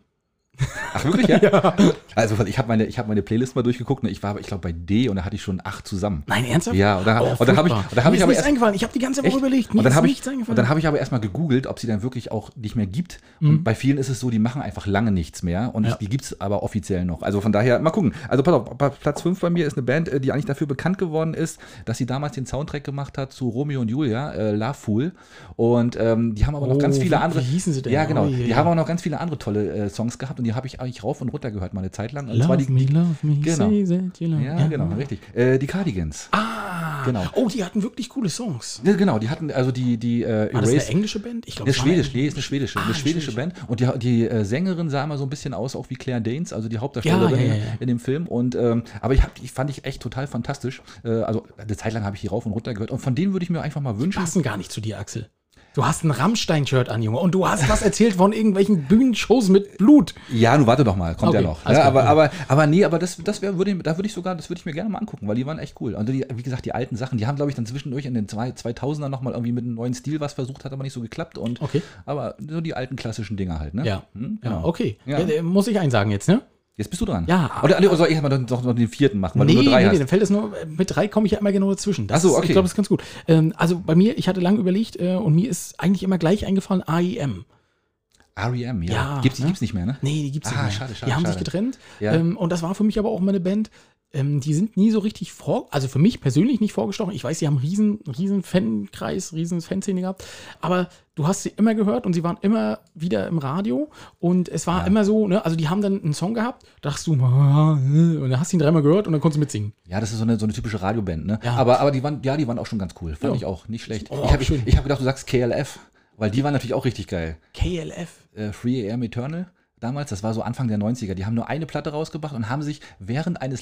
Speaker 2: Ach, wirklich? Ja. Also, weil ich habe meine, ich hab meine Playlist mal durchgeguckt. Ne? Ich war, aber, ich glaube, bei D und da hatte ich schon acht zusammen.
Speaker 1: Nein, ernsthaft?
Speaker 2: Ja, und da,
Speaker 1: Oh,
Speaker 2: Ah, und da habe ich,
Speaker 1: furchtbar.
Speaker 2: und da hab
Speaker 1: Mir
Speaker 2: ich
Speaker 1: ist
Speaker 2: aber
Speaker 1: nichts
Speaker 2: erst.
Speaker 1: eingefallen. Ich habe die ganze Woche
Speaker 2: Echt?
Speaker 1: überlegt.
Speaker 2: und
Speaker 1: Mir
Speaker 2: dann
Speaker 1: ist
Speaker 2: habe ich,
Speaker 1: nichts eingefallen.
Speaker 2: und dann hab ich aber erstmal gegoogelt, ob sie dann wirklich auch nicht mehr gibt. Und bei vielen ist es so, die machen einfach lange nichts mehr. Und
Speaker 1: Mhm. Ja.
Speaker 2: die gibt es aber offiziell noch. Also von daher, mal gucken. Also pass auf, bei Platz 5 bei mir ist eine Band, äh, die eigentlich dafür bekannt geworden ist, dass sie damals den Soundtrack gemacht hat zu Romeo und Julia, äh, Love Fool. Und ähm, die haben aber noch
Speaker 1: Oh,
Speaker 2: ganz
Speaker 1: wie-
Speaker 2: viele andere.
Speaker 1: wie hießen sie denn?
Speaker 2: Ja, genau.
Speaker 1: Oh, je,
Speaker 2: die
Speaker 1: ja.
Speaker 2: haben auch noch ganz viele andere tolle äh, Songs gehabt. Und die habe ich eigentlich rauf und runter gehört, mal eine Zeit lang. Und zwar die,
Speaker 1: love me,
Speaker 2: Genau.
Speaker 1: say that you love
Speaker 2: ja, genau, richtig. Äh, die Cardigans. Ah, Genau.
Speaker 1: Oh, die hatten wirklich coole Songs.
Speaker 2: Ja, genau, die hatten, also die, die äh,
Speaker 1: War Ah, das eine
Speaker 2: Erased-
Speaker 1: englische Band? Ich glaube,
Speaker 2: Eine
Speaker 1: es war eine-
Speaker 2: schwedische, nee, ist eine schwedische, eine
Speaker 1: Ah, eine
Speaker 2: schwedische
Speaker 1: schwedische.
Speaker 2: Band. Und die, die äh, Sängerin sah mal so ein bisschen aus, auch wie Claire Danes, also die Hauptdarstellerin
Speaker 1: Ja, ja, ja,
Speaker 2: in-
Speaker 1: ja.
Speaker 2: in dem Film. Und ähm, aber ich hab, die fand ich echt total fantastisch. Äh, also eine Zeit lang habe ich die rauf und runter gehört. Und von denen würde ich mir einfach mal wünschen.
Speaker 1: passen gar nicht zu dir, Axel. Du hast ein Rammstein-Shirt an, Junge. Und du hast was erzählt von irgendwelchen Bühnenshows mit Blut.
Speaker 2: Ja, nun warte doch mal, kommt
Speaker 1: Okay,
Speaker 2: ja noch.
Speaker 1: alles
Speaker 2: Ja,
Speaker 1: klar,
Speaker 2: aber,
Speaker 1: okay.
Speaker 2: aber, aber nee, aber das, das wäre, würde, ich- da würde ich sogar, das würde ich mir gerne mal angucken, weil die waren echt cool. Und die, wie gesagt, die alten Sachen, die haben, glaube ich, dann zwischendurch in den zwei, 2000ern nochmal irgendwie mit einem neuen Stil was versucht, hat aber nicht so geklappt. Und,
Speaker 1: Okay.
Speaker 2: Aber so die alten klassischen Dinger halt, ne?
Speaker 1: Ja.
Speaker 2: Hm,
Speaker 1: ja
Speaker 2: genau.
Speaker 1: okay.
Speaker 2: Ja.
Speaker 1: Äh, äh, muss ich einsagen jetzt, ne?
Speaker 2: Jetzt bist du dran.
Speaker 1: Ja.
Speaker 2: Oder, oder soll ich erstmal doch noch den vierten machen, weil du nur drei
Speaker 1: nee,
Speaker 2: hast?
Speaker 1: dann fällt es nur, äh, mit drei komme ich ja immer genau dazwischen.
Speaker 2: Ach so,
Speaker 1: ist-
Speaker 2: okay.
Speaker 1: Ich glaube, das ist ganz gut. Ähm, also bei mir, ich hatte lange überlegt äh, und mir ist eigentlich immer gleich eingefallen AIM.
Speaker 2: REM, E ja.
Speaker 1: Ja,
Speaker 2: gibt's, die
Speaker 1: ne?
Speaker 2: gibt's nicht mehr, ne?
Speaker 1: Nee, die gibt's
Speaker 2: Ah,
Speaker 1: nicht mehr.
Speaker 2: schade, schade,
Speaker 1: die haben sich
Speaker 2: schade.
Speaker 1: getrennt.
Speaker 2: Ja.
Speaker 1: Ähm, und das war für mich aber auch immer eine Band. Ähm, die sind nie so richtig vor, also für mich persönlich nicht vorgestochen. Ich weiß, sie haben einen riesen, riesen Fankreis, riesen Fanszene gehabt. Aber du hast sie immer gehört und sie waren immer wieder im Radio. Und es war immer so, ne, also die haben dann einen Song gehabt, dachtest du, ah, äh, und dann hast du ihn dreimal gehört und dann konntest du mitsingen.
Speaker 2: Ja, das ist so eine, so eine typische Radioband, ne?
Speaker 1: Ja.
Speaker 2: Aber, aber die waren, ja, die waren auch schon ganz cool. Fand
Speaker 1: Ja.
Speaker 2: ich auch, nicht schlecht.
Speaker 1: Oh,
Speaker 2: ich habe ich,
Speaker 1: schön.
Speaker 2: ich hab gedacht, du sagst KLF, weil die waren natürlich auch richtig geil.
Speaker 1: KLF.
Speaker 2: Äh, Free AM Eternal. Damals, das war so Anfang der 90er, die haben nur eine Platte rausgebracht und haben sich während eines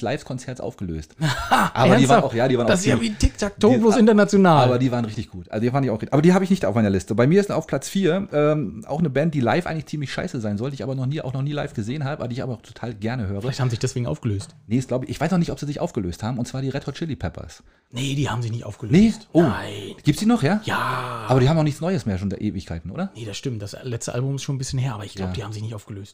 Speaker 2: Live-Konzerts aufgelöst. aber die waren
Speaker 1: Ernsthaft?
Speaker 2: auch, ja, die waren
Speaker 1: Das
Speaker 2: auch
Speaker 1: ist ja
Speaker 2: ziemlich-
Speaker 1: wie Tic-Tac-Toe,
Speaker 2: Die-
Speaker 1: bloß international.
Speaker 2: Aber die waren richtig gut. Also die fand ich auch richtig. Aber die habe ich nicht auf meiner Liste. Bei mir ist auf Platz 4 ähm, auch eine Band, die live eigentlich ziemlich scheiße sein sollte, ich aber noch nie, auch noch nie live gesehen habe, aber die ich aber auch total gerne höre.
Speaker 1: Vielleicht haben sie sich deswegen aufgelöst.
Speaker 2: Nee, ist, glaube ich, ich weiß noch nicht, ob sie sich aufgelöst haben, und zwar die Red Hot Chili Peppers.
Speaker 1: Nee, die haben sich nicht aufgelöst.
Speaker 2: Nee? Oh.
Speaker 1: Nein.
Speaker 2: Gibt's die noch, ja?
Speaker 1: Ja.
Speaker 2: Aber die haben auch nichts Neues mehr schon seit Ewigkeiten, oder?
Speaker 1: Nee, das stimmt. Das letzte Album ist schon ein bisschen her, aber ich glaube,
Speaker 2: Ja.
Speaker 1: die haben sich nicht aufgelöst.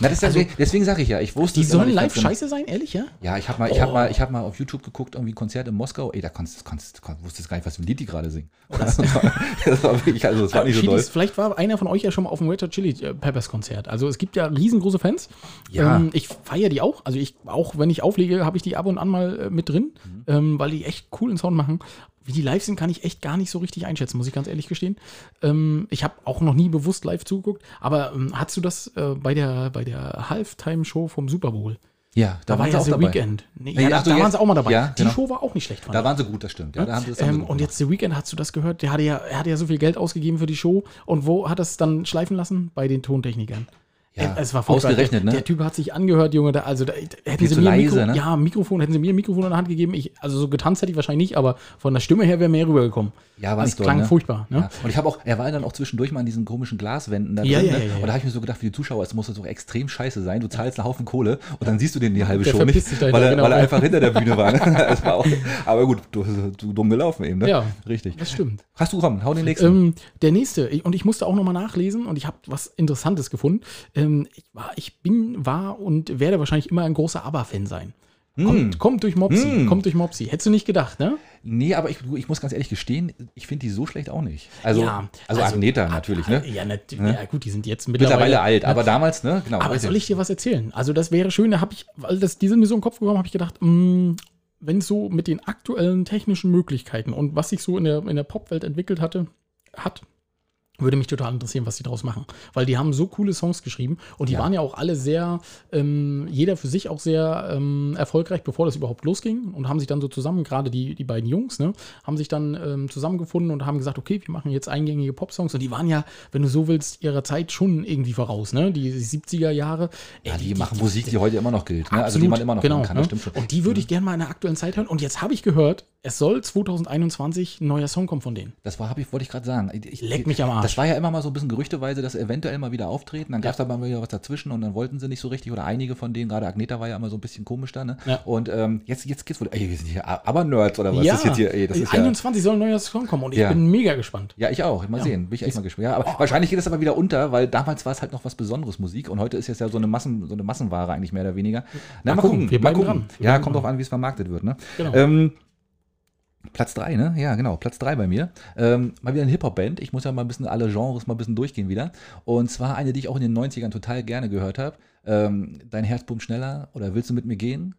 Speaker 2: Na, das ist deswegen, deswegen sage ich ja, ich
Speaker 1: Also, Die
Speaker 2: wusste es immer
Speaker 1: sollen
Speaker 2: nicht
Speaker 1: live
Speaker 2: ganz genau.
Speaker 1: scheiße sein, ehrlich, ja?
Speaker 2: Ja, ich habe mal, ich hab
Speaker 1: Oh.
Speaker 2: mal, ich hab mal auf YouTube geguckt, irgendwie ein Konzert in Moskau. Ey, da konntest, konntest, konntest, wusstest gar nicht, was für ein Lied die gerade singen.
Speaker 1: Oh,
Speaker 2: Das, war, das war wirklich, also das war nicht so
Speaker 1: Schiedis,
Speaker 2: doll.
Speaker 1: vielleicht war einer von euch ja schon mal auf dem Red Hot Chili äh, Peppers Konzert. Also es gibt ja riesengroße Fans.
Speaker 2: Ja.
Speaker 1: Ähm, ich feiere die auch. Also ich, auch wenn ich auflege, habe ich die ab und an mal äh, mit drin, ähm, weil die echt coolen Sound machen. Wie die live sind, kann ich echt gar nicht so richtig einschätzen, muss ich ganz ehrlich gestehen. Ähm, ich habe auch noch nie bewusst live zugeguckt, aber ähm, hast du das äh, bei der, bei der Halftime-Show vom Super Bowl?
Speaker 2: Ja, da, waren sie
Speaker 1: ja
Speaker 2: auch
Speaker 1: The
Speaker 2: dabei.
Speaker 1: Weekend. Nee,
Speaker 2: Nee,
Speaker 1: ja, da,
Speaker 2: ach so,
Speaker 1: da
Speaker 2: jetzt-
Speaker 1: waren sie auch mal dabei.
Speaker 2: ja, genau.
Speaker 1: Die Show war auch nicht schlecht. fand
Speaker 2: Da
Speaker 1: ich.
Speaker 2: waren sie gut, das stimmt. Ja, da haben sie das haben sie
Speaker 1: Ähm,
Speaker 2: gut
Speaker 1: und
Speaker 2: gemacht.
Speaker 1: jetzt The Weeknd, hast du das gehört? Der hatte ja, er hatte ja so viel Geld ausgegeben für die Show. Und wo hat er es dann schleifen lassen? Bei den Tontechnikern.
Speaker 2: Ja,
Speaker 1: Äh, es war furchtbar.
Speaker 2: ausgerechnet,
Speaker 1: der,
Speaker 2: ne?
Speaker 1: Der Typ hat sich angehört, Junge. Da, also da, da hätten
Speaker 2: Viel
Speaker 1: sie
Speaker 2: zu
Speaker 1: mir ein
Speaker 2: leise,
Speaker 1: Mikro,
Speaker 2: ne?
Speaker 1: ja, ein Mikrofon, hätten sie mir ein Mikrofon in der Hand gegeben. Ich, also so getanzt hätte ich wahrscheinlich nicht, aber von der Stimme her wäre mehr rübergekommen.
Speaker 2: Ja, war
Speaker 1: das
Speaker 2: nicht doll,
Speaker 1: klang
Speaker 2: ne?
Speaker 1: furchtbar. Ne?
Speaker 2: Ja. Und ich habe auch, er war dann auch zwischendurch mal in diesen komischen Glaswänden da
Speaker 1: Ja,
Speaker 2: drin.
Speaker 1: ja,
Speaker 2: ne?
Speaker 1: ja, ja,
Speaker 2: Und da habe ich mir so gedacht, für die Zuschauer, es muss doch extrem scheiße sein. Du zahlst einen Haufen Kohle und dann siehst du den die halbe
Speaker 1: Der
Speaker 2: Show
Speaker 1: verpisst
Speaker 2: nicht,
Speaker 1: sich
Speaker 2: weil,
Speaker 1: dahinter,
Speaker 2: er,
Speaker 1: genau,
Speaker 2: weil er
Speaker 1: ja.
Speaker 2: einfach hinter der Bühne war. Ne? Das war auch, aber gut, du, du dumm gelaufen eben, ne?
Speaker 1: Ja.
Speaker 2: Richtig.
Speaker 1: Das stimmt.
Speaker 2: Hast du kommen, hau den nächsten.
Speaker 1: Ähm, der nächste, ich, und ich musste auch nochmal nachlesen und ich habe was Interessantes gefunden. Ähm, ich, war, ich bin, war und werde wahrscheinlich immer ein großer ABBA-Fan sein. Kommt, kommt durch Mopsi,
Speaker 2: Hm.
Speaker 1: kommt durch Mopsi. Hättest du nicht gedacht, ne?
Speaker 2: nee, aber ich, du, ich muss ganz ehrlich gestehen, ich finde die so schlecht auch nicht. Also,
Speaker 1: Ja,
Speaker 2: also,
Speaker 1: also-
Speaker 2: Agneta natürlich, ne?
Speaker 1: Ja, nat-
Speaker 2: Ne?
Speaker 1: ja gut, die sind jetzt
Speaker 2: Mittlerweile
Speaker 1: mittlerweile,
Speaker 2: alt, aber damals, ne? Genau.
Speaker 1: Aber
Speaker 2: weiß
Speaker 1: soll ich dir was erzählen? Also das wäre schön, da habe ich, weil das diese mir so im Kopf gekommen, habe ich gedacht, mh, wenn es so mit den aktuellen technischen Möglichkeiten und was sich so in der, in der Popwelt entwickelt hatte, hat, würde mich total interessieren, was die draus machen. Weil die haben so coole Songs geschrieben und die
Speaker 2: Ja.
Speaker 1: waren ja auch alle sehr, ähm, jeder für sich auch sehr ähm, erfolgreich, bevor das überhaupt losging und haben sich dann so zusammen, gerade die, die beiden Jungs, ne, haben sich dann ähm, zusammengefunden und haben gesagt, okay, wir machen jetzt eingängige Popsongs und die waren ja, wenn du so willst, ihrer Zeit schon irgendwie voraus, ne? Die 70er Jahre. Ey,
Speaker 2: Ja, die, machen Musik, die heute immer noch gilt. Ne? Also die
Speaker 1: Absolut,
Speaker 2: man immer noch
Speaker 1: genau,
Speaker 2: hören kann,
Speaker 1: ne?
Speaker 2: das stimmt schon. Mhm.
Speaker 1: Und die würde ich gerne mal in der aktuellen Zeit hören. Und jetzt habe ich gehört, es soll 2021 ein neuer Song kommen von denen.
Speaker 2: Das war, hab ich, wollte ich gerade sagen. Ich, ich-
Speaker 1: Leck mich am Arsch.
Speaker 2: Das war ja immer mal so ein bisschen gerüchteweise, dass sie eventuell mal wieder auftreten. Dann gab es aber mal wieder was dazwischen und dann wollten sie nicht so richtig. Oder einige von denen, gerade Agneta war ja immer so ein bisschen komisch da. Ne?
Speaker 1: Ja.
Speaker 2: Und ähm, jetzt, jetzt geht's wohl. Ey, wir sind hier aber Nerds oder was? Das ist jetzt hier, ey, das ist ja,
Speaker 1: 21 soll ein neuer Song kommen und ich
Speaker 2: Ja.
Speaker 1: bin mega gespannt.
Speaker 2: ja, ich auch. Mal sehen. Bin ich echt mal gespannt. Ja,
Speaker 1: Oh.
Speaker 2: aber wahrscheinlich geht das aber wieder unter, weil damals war es halt noch was Besonderes Musik und heute ist jetzt ja so eine, Massen, so eine Massenware eigentlich mehr oder weniger. Na,
Speaker 1: Mal gucken, wir
Speaker 2: mal
Speaker 1: bleiben
Speaker 2: gucken.
Speaker 1: dran. Wir
Speaker 2: Ja,
Speaker 1: bleiben
Speaker 2: kommt
Speaker 1: dran.
Speaker 2: drauf an, wie es vermarktet wird. Ne?
Speaker 1: Genau.
Speaker 2: Ähm, Platz 3, ne? Ja, genau, Platz 3 bei mir. Ähm, mal wieder eine Hip-Hop-Band. Ich muss ja mal ein bisschen alle Genres mal ein bisschen durchgehen wieder. Und zwar eine, die ich auch in den 90ern total gerne gehört habe. Ähm, Dein Herz pumpt schneller oder willst du mit mir gehen?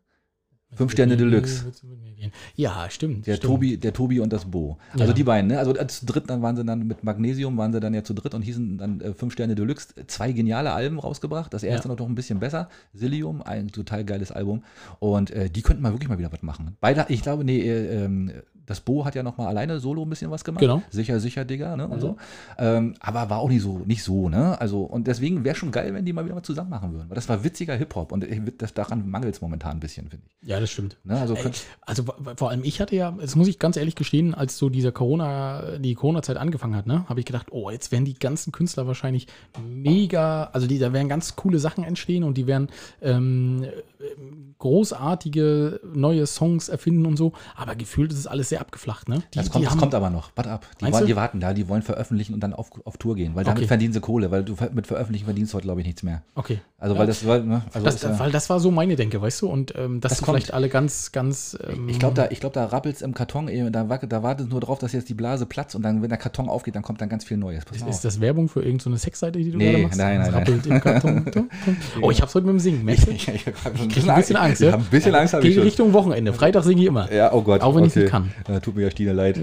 Speaker 2: Fünf Sterne Deluxe.
Speaker 1: Willst du mit mir gehen? Ja, stimmt.
Speaker 2: Der
Speaker 1: stimmt.
Speaker 2: Tobi, der Tobi und das Bo. Also
Speaker 1: Ja.
Speaker 2: die beiden, ne? Also äh, zu dritt dann waren sie dann mit Magnesium, waren sie dann ja zu dritt und hießen dann äh, Fünf Sterne Deluxe. Zwei geniale Alben rausgebracht. Das erste
Speaker 1: Ja.
Speaker 2: noch ein bisschen besser. Silium, ein total geiles Album. Und äh, die könnten mal wirklich mal wieder was machen. Beide, ich glaube, nee, äh, ähm, Das Bo hat ja nochmal alleine solo ein bisschen was gemacht.
Speaker 1: Genau.
Speaker 2: Sicher, sicher, Digga, ne? Und so. Ähm, aber war auch nicht so, nicht so, ne? Also, und deswegen wäre schon geil, wenn die mal wieder mal zusammen machen würden. Weil das war witziger Hip-Hop und ich, das, daran mangelt es momentan ein bisschen, finde ich.
Speaker 1: Ja, das stimmt.
Speaker 2: Ne? Also,
Speaker 1: Ey, Also wa- wa- vor allem ich hatte ja, das muss ich ganz ehrlich gestehen, als so dieser Corona, die Corona-Zeit angefangen hat, ne, habe ich gedacht, oh, jetzt werden die ganzen Künstler wahrscheinlich mega, also die, da werden ganz coole Sachen entstehen und die werden ähm, ähm, großartige neue Songs erfinden und so. Aber gefühlt ist es alles sehr abgeflacht, ne? Die,
Speaker 2: das kommt,
Speaker 1: die
Speaker 2: das kommt aber noch. Warte ab. Die,
Speaker 1: Meinst
Speaker 2: wollen,
Speaker 1: du?
Speaker 2: die warten da, die wollen veröffentlichen und dann auf, auf Tour gehen, weil damit
Speaker 1: Okay.
Speaker 2: verdienen sie Kohle, weil du ver- mit veröffentlichen verdienst heute, glaube ich, nichts mehr.
Speaker 1: Okay.
Speaker 2: Also, weil das, weil, ne? also
Speaker 1: Das,
Speaker 2: ist, ja-
Speaker 1: Weil das war so meine Denke, weißt du? Und ähm, das,
Speaker 2: Das
Speaker 1: sind
Speaker 2: kommt.
Speaker 1: vielleicht alle ganz, ganz. Ähm,
Speaker 2: Ich glaube, da, ich glaub, da rappelt es im Karton, eben, da, wackelt- da wartet nur drauf, dass jetzt die Blase platzt und dann, wenn der Karton aufgeht, dann kommt dann ganz viel Neues. Pass mal
Speaker 1: Ist
Speaker 2: auf.
Speaker 1: das Werbung für irgendeine Sexseite, die du
Speaker 2: Nee,
Speaker 1: gerade machst?
Speaker 2: nein, nein,
Speaker 1: Das rappelt Im Karton. Oh, ich hab's heute mit dem Singen, merkst du?
Speaker 2: Ich, ich, hab schon
Speaker 1: Krieg ein bisschen Angst,
Speaker 2: Ich
Speaker 1: ja?
Speaker 2: hab ein bisschen Angst, habe
Speaker 1: Geh
Speaker 2: ich schon.
Speaker 1: Richtung Wochenende. Freitag singe ich immer.
Speaker 2: Ja, oh Gott.
Speaker 1: Auch wenn ich's nicht kann.
Speaker 2: Äh, tut mir ja Stine leid.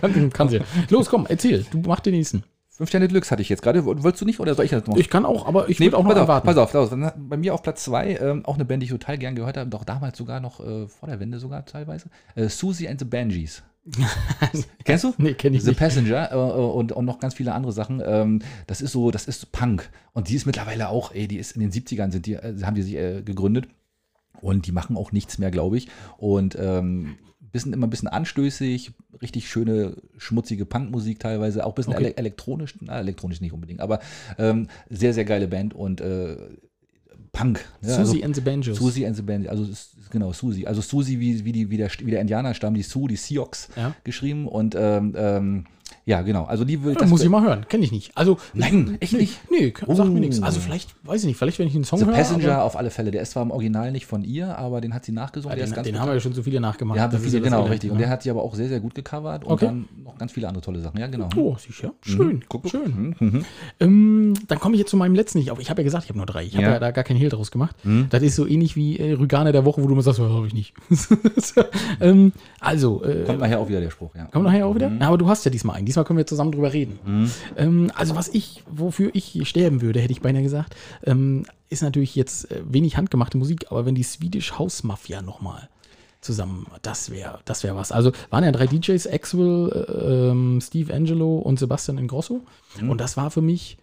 Speaker 1: kann, kann sie. Los, komm, erzähl. Du mach den nächsten.
Speaker 2: Fünf Sterne Deluxe hatte ich jetzt gerade. Woll- Wolltest du nicht oder soll ich das noch?
Speaker 1: Ich kann auch, aber ich würde auch noch
Speaker 2: pass auf,
Speaker 1: erwarten.
Speaker 2: pass auf, pass auf. Ne, Bei mir auf Platz zwei ähm, auch eine Band, die ich total gern gehört habe, doch damals sogar noch äh, vor der Wende sogar teilweise. Äh, Susie and the Banshees. Kennst du?
Speaker 1: Nee, kenn ich
Speaker 2: The
Speaker 1: nicht.
Speaker 2: Passenger äh, äh, und, und noch ganz viele andere Sachen. Ähm, das ist so, das ist Punk. Und die ist mittlerweile auch, ey, die ist in den 70ern sind die, äh, haben die sich äh, gegründet. Und die machen auch nichts mehr, glaube ich. Und ähm, bisschen, immer ein bisschen anstößig, richtig schöne, schmutzige Punkmusik teilweise, auch ein bisschen ele elektronisch, na, elektronisch nicht unbedingt, aber ähm, sehr, sehr geile Band und äh, Punk. ne?
Speaker 1: Susie
Speaker 2: also,
Speaker 1: and the Banjos.
Speaker 2: Susi and the Band, also es ist- genau, Susi. Also Susi wie, wie, die, wie, der, wie der Indianerstamm, die Sioux, die Sioux
Speaker 1: Ja.
Speaker 2: geschrieben und ähm, ähm, ja, genau. Also die will
Speaker 1: Ja, muss ich mal hören. Kenn ich nicht. Also,
Speaker 2: Nein, echt nicht.
Speaker 1: nee, kann- sagt mir
Speaker 2: Oh.
Speaker 1: nichts. Also, vielleicht, weiß ich nicht, vielleicht, wenn ich einen Song
Speaker 2: The
Speaker 1: höre.
Speaker 2: Passenger
Speaker 1: aber-
Speaker 2: auf alle Fälle. Der ist zwar im Original nicht von ihr, aber den hat sie nachgesungen.
Speaker 1: Ja,
Speaker 2: der ist
Speaker 1: Ah, den,
Speaker 2: ganz
Speaker 1: den haben wir ja schon so viele nachgemacht.
Speaker 2: Ja, haben
Speaker 1: Das ist
Speaker 2: viele,
Speaker 1: das
Speaker 2: genau,
Speaker 1: Highlight,
Speaker 2: richtig.
Speaker 1: ne?
Speaker 2: Und der hat sich aber auch sehr, sehr gut gecovert und
Speaker 1: Okay.
Speaker 2: dann noch ganz viele andere tolle Sachen. Ja, genau.
Speaker 1: Oh, sicher. Schön. Schön.
Speaker 2: Mhm, mhm.
Speaker 1: Ähm, dann komme ich jetzt zu meinem letzten. Ich, aber ich habe ja gesagt, ich habe nur drei. Ich habe
Speaker 2: Ja. Mhm.
Speaker 1: ja da gar keinen Hehl draus gemacht. Das ist so ähnlich wie äh, Rügane der Woche, wo du immer sagst, oh, habe ich nicht. ähm, also, äh,
Speaker 2: Kommt nachher auch wieder der Spruch, ja.
Speaker 1: Kommt nachher auch wieder? Na, Mhm. aber du hast ja diesmal einen. Diesmal können wir zusammen drüber reden. Ähm, also, was ich, wofür ich sterben würde, hätte ich beinahe gesagt, ähm, ist natürlich jetzt äh, wenig handgemachte Musik, aber wenn die Swedish House Mafia nochmal zusammen, das wäre das wär was. Also, waren ja drei DJs, Axel, äh, ähm, Steve Angelo und Sebastian Ingrosso. Und das war für mich.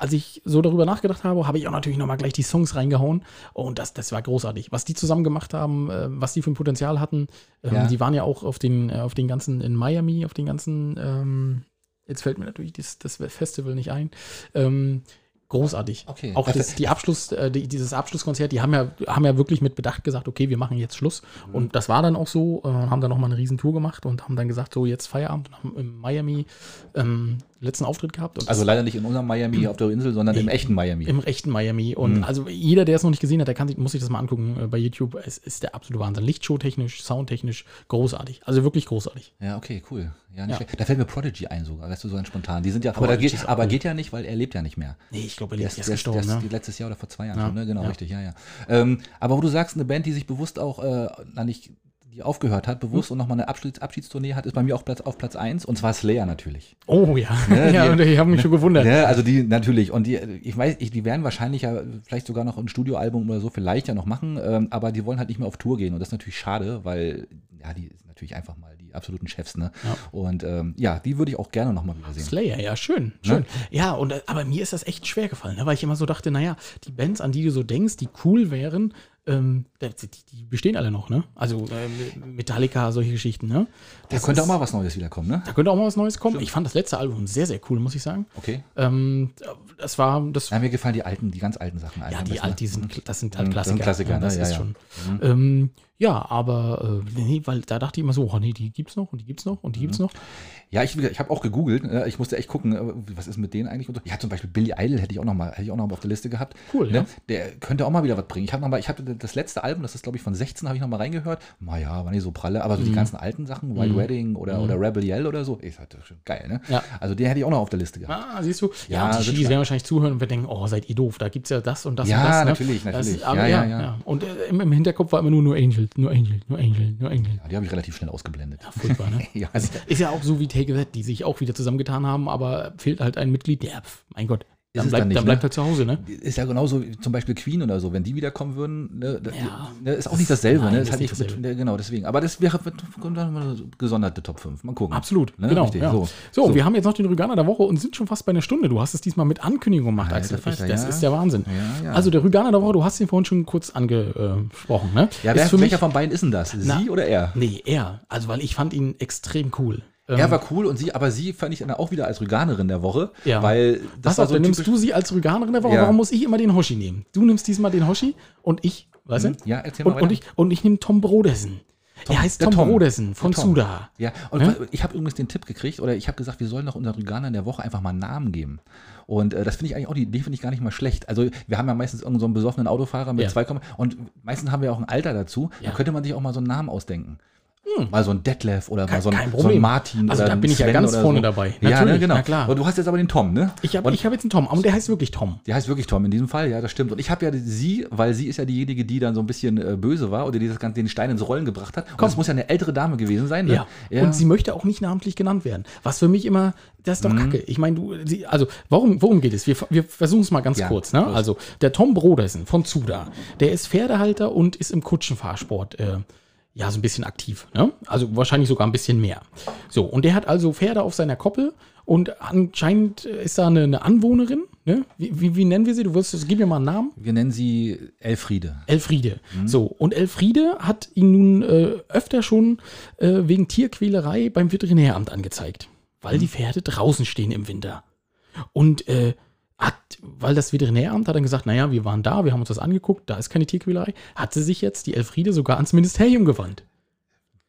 Speaker 1: Als ich so darüber nachgedacht habe, habe ich auch natürlich nochmal gleich die Songs reingehauen. Und das, das war großartig. Was die zusammen gemacht haben, äh, was die für ein Potenzial hatten, ähm,
Speaker 2: Ja.
Speaker 1: die waren ja auch auf den, äh, auf den ganzen in Miami, auf den ganzen, ähm, jetzt fällt mir natürlich das, das Festival nicht ein. Ähm, großartig.
Speaker 2: Okay. Also
Speaker 1: Auch
Speaker 2: Das-
Speaker 1: das, die Abschluss, äh, die, dieses Abschlusskonzert, die haben ja, haben ja wirklich mit Bedacht gesagt, okay, wir machen jetzt Schluss.
Speaker 2: Mhm.
Speaker 1: Und das war dann auch so, äh, haben dann nochmal eine Riesentour gemacht und haben dann gesagt, so jetzt Feierabend und haben in Miami ähm, letzten Auftritt gehabt. Und
Speaker 2: Also leider nicht in unserem Miami auf der Insel, sondern im
Speaker 1: Nee.
Speaker 2: echten Miami. Mhm.
Speaker 1: im rechten Miami. Und also jeder, der es noch nicht gesehen hat, der kann sich, muss sich das mal angucken äh, bei YouTube. Es ist der absolute Wahnsinn. Lichtshow-technisch, soundtechnisch, großartig. Also wirklich großartig.
Speaker 2: ja, okay, cool. Ja, nicht
Speaker 1: Ja.
Speaker 2: schlecht. Da fällt mir Prodigy ein sogar, weißt du, so ganz spontan. Die sind ja, aber,
Speaker 1: Prodigy
Speaker 2: da geht,
Speaker 1: ist auch
Speaker 2: aber
Speaker 1: cool.
Speaker 2: geht ja nicht, weil er lebt ja nicht mehr.
Speaker 1: Nee, ich glaube, er
Speaker 2: Der
Speaker 1: ist,
Speaker 2: ist,
Speaker 1: ist
Speaker 2: der ist, der
Speaker 1: gestorben.
Speaker 2: ist
Speaker 1: Ne?
Speaker 2: letztes Jahr oder vor zwei Jahren
Speaker 1: Ja,
Speaker 2: schon, ne? Genau,
Speaker 1: ja.
Speaker 2: richtig, ja, ja. Ähm, aber wo du sagst, eine Band, die sich bewusst auch, äh, na, nicht, die aufgehört hat,
Speaker 1: Hm.
Speaker 2: bewusst und nochmal eine Abschieds Abschiedstournee hat, ist bei mir auch Platz, auf Platz eins und zwar Slayer natürlich.
Speaker 1: Oh ja, ja,
Speaker 2: die-
Speaker 1: und ich habe mich schon gewundert.
Speaker 2: Ne, also die natürlich. Und die, ich weiß, ich, die werden wahrscheinlich ja vielleicht sogar noch ein Studioalbum oder so vielleicht ja noch machen, ähm, aber die wollen halt nicht mehr auf Tour gehen. Und das ist natürlich schade, weil ja, die sind natürlich einfach mal die absoluten Chefs, ne?
Speaker 1: Ja.
Speaker 2: Und ähm, ja, die würde ich auch gerne nochmal wieder sehen.
Speaker 1: Slayer, ja,
Speaker 2: Ne?
Speaker 1: schön, schön. Ja, und äh, aber mir ist das echt schwer gefallen, ne? weil ich immer so dachte, naja, die Bands, an die du so denkst, die cool wären, ähm, die, die bestehen alle noch, ne? Also ähm, Metallica, solche Geschichten, ne?
Speaker 2: Da
Speaker 1: Das
Speaker 2: könnte
Speaker 1: ist-
Speaker 2: auch mal was Neues wieder kommen, ne?
Speaker 1: da könnte auch mal was Neues kommen. Ich fand das letzte Album sehr, sehr cool, muss ich sagen.
Speaker 2: Okay.
Speaker 1: Ähm, das war, das
Speaker 2: Ja, mir gefallen die alten, die ganz alten Sachen
Speaker 1: Ja,
Speaker 2: am
Speaker 1: die,
Speaker 2: besten,
Speaker 1: alt,
Speaker 2: ne?
Speaker 1: die sind, das sind
Speaker 2: Mhm,
Speaker 1: halt
Speaker 2: das
Speaker 1: Klassiker.
Speaker 2: sind Klassiker,
Speaker 1: ja,
Speaker 2: ne?
Speaker 1: das
Speaker 2: Ja,
Speaker 1: ist
Speaker 2: ja.
Speaker 1: schon. Ähm, ja, aber äh, nee, weil da dachte ich immer so, oh nee, die gibt's noch und die gibt's noch und die
Speaker 2: Mhm.
Speaker 1: gibt's noch.
Speaker 2: Ja, ich, ich habe auch gegoogelt. äh, Ich musste echt gucken, äh, was ist mit denen eigentlich? und so. Ja, zum Beispiel Billy Idol hätte ich auch noch mal, hätte ich auch noch mal auf der Liste gehabt. ne?
Speaker 1: Cool, ja.
Speaker 2: Der könnte auch mal wieder was bringen. Ich habe noch mal, ich hatte das letzte Album, das ist glaube ich von 16, habe ich noch mal reingehört. Na ja, war nicht so pralle, aber so
Speaker 1: Mhm.
Speaker 2: die ganzen alten Sachen, White Wedding oder, oder Rebel Yell oder so, ist halt schon geil, ne?
Speaker 1: Ja.
Speaker 2: Also den hätte ich auch noch auf der Liste gehabt.
Speaker 1: Ah, siehst du?
Speaker 2: Ja,
Speaker 1: Ja, und die
Speaker 2: sind
Speaker 1: Schiris
Speaker 2: schon-
Speaker 1: werden wahrscheinlich zuhören und wir denken, oh, seid ihr doof, da gibt's ja das und das
Speaker 2: Ja,
Speaker 1: und das.
Speaker 2: natürlich, natürlich.
Speaker 1: Das, aber, ja,
Speaker 2: Ja, ja,
Speaker 1: ja,
Speaker 2: ja.
Speaker 1: Und äh, im, im Hinterkopf war immer nur, nur Angel, nur Angel, nur Angel, nur Angel.
Speaker 2: Ja, die habe ich relativ schnell ausgeblendet.
Speaker 1: Ja, furchtbar, ne?
Speaker 2: Ja,
Speaker 1: Also, ist ja auch so wie Take That, die sich auch wieder zusammengetan haben, aber fehlt halt ein Mitglied. Ja, pf, mein Gott, Dann,
Speaker 2: es
Speaker 1: bleibt,
Speaker 2: dann nicht,
Speaker 1: dann bleibt
Speaker 2: ne?
Speaker 1: er zu Hause, ne?
Speaker 2: Ist ja genauso wie zum Beispiel Queen oder so. Wenn die wiederkommen würden, ne, da-
Speaker 1: Ja.
Speaker 2: ne, ist auch nicht dasselbe.
Speaker 1: Nein,
Speaker 2: ne?
Speaker 1: ist
Speaker 2: ist halt
Speaker 1: nicht
Speaker 2: nicht
Speaker 1: dasselbe.
Speaker 2: mit, ne, genau, deswegen. Aber das wäre wird- kommt dann mal so gesonderte Top 5. Mal gucken.
Speaker 1: Absolut,
Speaker 2: Ne,
Speaker 1: genau.
Speaker 2: richtig,
Speaker 1: ja. so,
Speaker 2: so. So.
Speaker 1: wir haben jetzt noch den Rüganer der Woche und sind schon fast bei einer Stunde. Du hast es diesmal mit Ankündigung gemacht,
Speaker 2: Alter
Speaker 1: Axel.
Speaker 2: Falter,
Speaker 1: das
Speaker 2: ja.
Speaker 1: ist der Wahnsinn.
Speaker 2: Ja, ja.
Speaker 1: Also der Rüganer der Woche, du hast ihn vorhin schon kurz angesprochen, ne?
Speaker 2: Ja,
Speaker 1: ist
Speaker 2: wer,
Speaker 1: für mich,
Speaker 2: welcher von beiden ist denn das? sie oder er?
Speaker 1: Nee, er. Also weil ich fand ihn extrem cool. Ähm,
Speaker 2: Er war cool und sie, aber sie fand ich dann auch wieder als Ryganerin der Woche.
Speaker 1: Ja.
Speaker 2: Weil das
Speaker 1: Was
Speaker 2: war
Speaker 1: auch,
Speaker 2: so
Speaker 1: dann nimmst
Speaker 2: typisch-
Speaker 1: du sie als Rüganerin der Woche.
Speaker 2: Ja.
Speaker 1: Warum muss ich immer den Hoshi nehmen? Du nimmst diesmal den Hoshi und ich, weißt du?
Speaker 2: Hm, Ja, erzähl mal
Speaker 1: und, und
Speaker 2: weiter.
Speaker 1: ich Und ich nehme Tom Brodersen. er heißt
Speaker 2: der
Speaker 1: Tom,
Speaker 2: Tom.
Speaker 1: Brodersen von
Speaker 2: Tom.
Speaker 1: Suda.
Speaker 2: Ja, und
Speaker 1: Ne?
Speaker 2: wa- ich habe übrigens den Tipp gekriegt, oder ich habe gesagt, wir sollen doch unseren Ryganern der Woche einfach mal einen Namen geben. Und äh, das finde ich eigentlich auch, die Idee finde ich gar nicht mal schlecht. Also wir haben ja meistens irgendeinen so einen besoffenen Autofahrer mit
Speaker 1: Ja.
Speaker 2: zwei Komma und meistens haben wir auch ein Alter dazu.
Speaker 1: Ja. Hm.
Speaker 2: Da könnte man sich auch mal so einen Namen ausdenken. Mal so ein Detlef oder mal so
Speaker 1: kein
Speaker 2: ein, so
Speaker 1: Problem.
Speaker 2: ein Martin.
Speaker 1: Also
Speaker 2: oder
Speaker 1: da
Speaker 2: ein
Speaker 1: bin ich ja
Speaker 2: Sven
Speaker 1: ganz
Speaker 2: oder
Speaker 1: vorne
Speaker 2: so.
Speaker 1: dabei.
Speaker 2: Ja,
Speaker 1: Natürlich,
Speaker 2: ne, genau.
Speaker 1: na klar.
Speaker 2: Aber du hast jetzt aber den Tom, ne?
Speaker 1: Ich habe
Speaker 2: Und-
Speaker 1: ich hab jetzt einen Tom, aber der heißt wirklich Tom.
Speaker 2: der heißt wirklich Tom in diesem Fall, ja, das stimmt. Und ich habe ja die- sie, weil sie ist ja diejenige, die dann so ein bisschen äh, böse war oder die das Ganze den Stein ins Rollen gebracht hat. Und das muss ja eine ältere Dame gewesen sein. Ne?
Speaker 1: Ja. Und sie möchte auch nicht namentlich genannt werden. Was für mich immer, das ist
Speaker 2: Mhm.
Speaker 1: doch Kacke. Ich meine, du, sie, also, warum, worum geht es? Wir, wir versuchen es mal ganz
Speaker 2: Ja,
Speaker 1: kurz. Ne?
Speaker 2: los.
Speaker 1: Also, der Tom Brodersen von Zuda, der ist Pferdehalter und ist im Kutschenfahrsport, äh, ja, so ein bisschen aktiv. Ne? Also, wahrscheinlich sogar ein bisschen mehr. So, und der hat also Pferde auf seiner Koppel und anscheinend äh, ist da eine, eine Anwohnerin. Ne? Wie, wie, wie nennen wir sie? Du wirst, gib mir mal einen Namen.
Speaker 2: wir nennen sie Elfriede.
Speaker 1: Elfriede.
Speaker 2: Mhm.
Speaker 1: So, und Elfriede hat ihn nun äh, öfter schon äh, wegen Tierquälerei beim Veterinäramt angezeigt, weil
Speaker 2: Mhm.
Speaker 1: die Pferde draußen stehen im Winter. Und äh, hat, weil das Veterinäramt hat dann gesagt, naja, wir waren da, wir haben uns das angeguckt, da ist keine Tierquälerei, hat sie sich jetzt, die Elfriede, sogar ans Ministerium gewandt.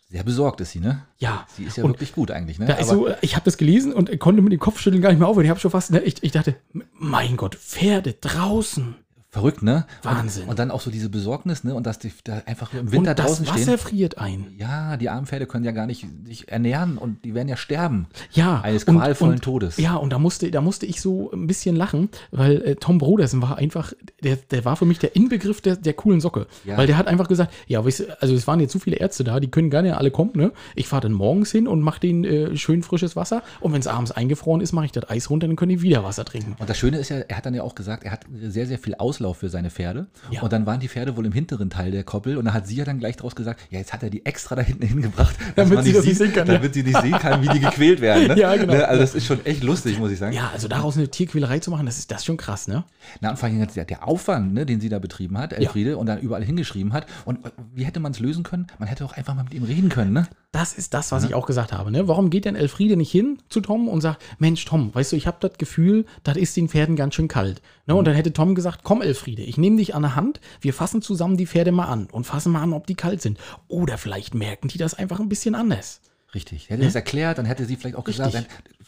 Speaker 2: Sehr besorgt ist sie, ne?
Speaker 1: Ja.
Speaker 2: Sie ist ja
Speaker 1: und
Speaker 2: wirklich gut eigentlich, ne?
Speaker 1: da ist
Speaker 2: Aber-
Speaker 1: so, ich habe das gelesen und konnte mit dem Kopfschütteln gar nicht mehr aufhören. Ich habe schon fast, ne, ich, ich dachte, mein Gott, Pferde draußen.
Speaker 2: verrückt, ne?
Speaker 1: Wahnsinn.
Speaker 2: Und, und dann auch so diese Besorgnis, ne? Und dass die da einfach im Winter
Speaker 1: und das
Speaker 2: draußen
Speaker 1: Wasser
Speaker 2: stehen.
Speaker 1: friert ein.
Speaker 2: Ja, die armen Pferde können ja gar nicht sich ernähren und die werden ja sterben.
Speaker 1: Ja.
Speaker 2: Eines
Speaker 1: und-
Speaker 2: qualvollen
Speaker 1: und,
Speaker 2: Todes.
Speaker 1: Ja, und da musste, da musste ich so ein bisschen lachen, weil äh, Tom Brodersen war einfach, der, der war für mich der Inbegriff der, der coolen Socke.
Speaker 2: Ja.
Speaker 1: Weil der hat einfach gesagt, ja, weißt du, also es waren jetzt so viele Ärzte da, die können gar nicht alle kommen, ne? Ich fahre dann morgens hin und mache denen äh, schön frisches Wasser und wenn es abends eingefroren ist, mache ich das Eis runter, dann können die wieder Wasser trinken.
Speaker 2: Und das Schöne ist ja, er hat dann ja auch gesagt, er hat sehr, sehr viel Auslauf für seine Pferde.
Speaker 1: Ja.
Speaker 2: Und dann waren die Pferde wohl im hinteren Teil der Koppel. Und da hat sie ja dann gleich draus gesagt, ja, jetzt hat er die extra da hinten hingebracht, dass
Speaker 1: Damit
Speaker 2: man
Speaker 1: sie
Speaker 2: nicht
Speaker 1: das nicht
Speaker 2: sieht,
Speaker 1: sehen kann, ja.
Speaker 2: damit sie nicht sehen kann, wie die gequält werden. Ne?
Speaker 1: Ja, genau.
Speaker 2: Ne? Also das ist schon echt lustig, muss ich sagen.
Speaker 1: Ja, also daraus eine Tierquälerei zu machen, das ist das ist schon krass, ne?
Speaker 2: Na, und vor allem der, der Aufwand, ne, den sie da betrieben hat, Elfriede, und dann überall hingeschrieben hat. Und äh, wie hätte man es lösen können? Man hätte auch einfach mal mit ihm reden können, ne?
Speaker 1: Das ist das, was ich auch gesagt habe. Ne? Warum geht denn Elfriede nicht hin zu Tom und sagt, Mensch, Tom, weißt du, ich habe das Gefühl, das ist den Pferden ganz schön kalt. Ne?
Speaker 2: Mhm.
Speaker 1: Und dann hätte Tom gesagt, komm, Elfriede, ich nehme dich an der Hand, wir fassen zusammen die Pferde mal an und fassen mal an, ob die kalt sind. Oder vielleicht merken die das einfach ein bisschen anders.
Speaker 2: Richtig. Hätte das erklärt, dann hätte sie vielleicht auch gesagt, dann,
Speaker 1: Richtig.
Speaker 2: dann-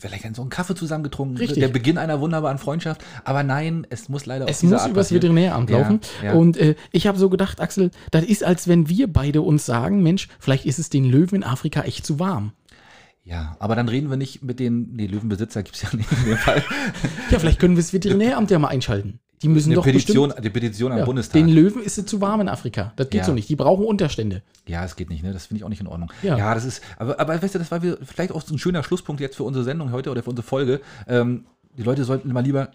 Speaker 2: vielleicht dann so einen Kaffee zusammengetrunken.
Speaker 1: Richtig.
Speaker 2: Der Beginn einer wunderbaren Freundschaft. Aber nein, es muss leider
Speaker 1: Es muss übers
Speaker 2: passieren.
Speaker 1: Veterinäramt
Speaker 2: Ja,
Speaker 1: laufen.
Speaker 2: ja.
Speaker 1: Und äh, ich habe so gedacht, Axel, das ist, als wenn wir beide uns sagen, Mensch, vielleicht ist es den Löwen in Afrika echt zu warm.
Speaker 2: Ja, aber dann reden wir nicht mit den, nee, Löwenbesitzer gibt's ja nicht in dem Fall.
Speaker 1: Ja, vielleicht können wir das Veterinäramt ja mal einschalten. Die müssen
Speaker 2: Eine
Speaker 1: doch
Speaker 2: Petition, die Petition am
Speaker 1: Ja,
Speaker 2: Bundestag.
Speaker 1: Den Löwen ist es zu warm in Afrika. Das geht
Speaker 2: Ja.
Speaker 1: so nicht. Die brauchen Unterstände.
Speaker 2: Ja, es geht nicht, ne? Das finde ich auch nicht in Ordnung.
Speaker 1: Ja.
Speaker 2: Ja, das ist, aber, aber weißt du, das war wir- vielleicht auch so ein schöner Schlusspunkt jetzt für unsere Sendung heute oder für unsere Folge. Ähm, die Leute sollten mal lieber,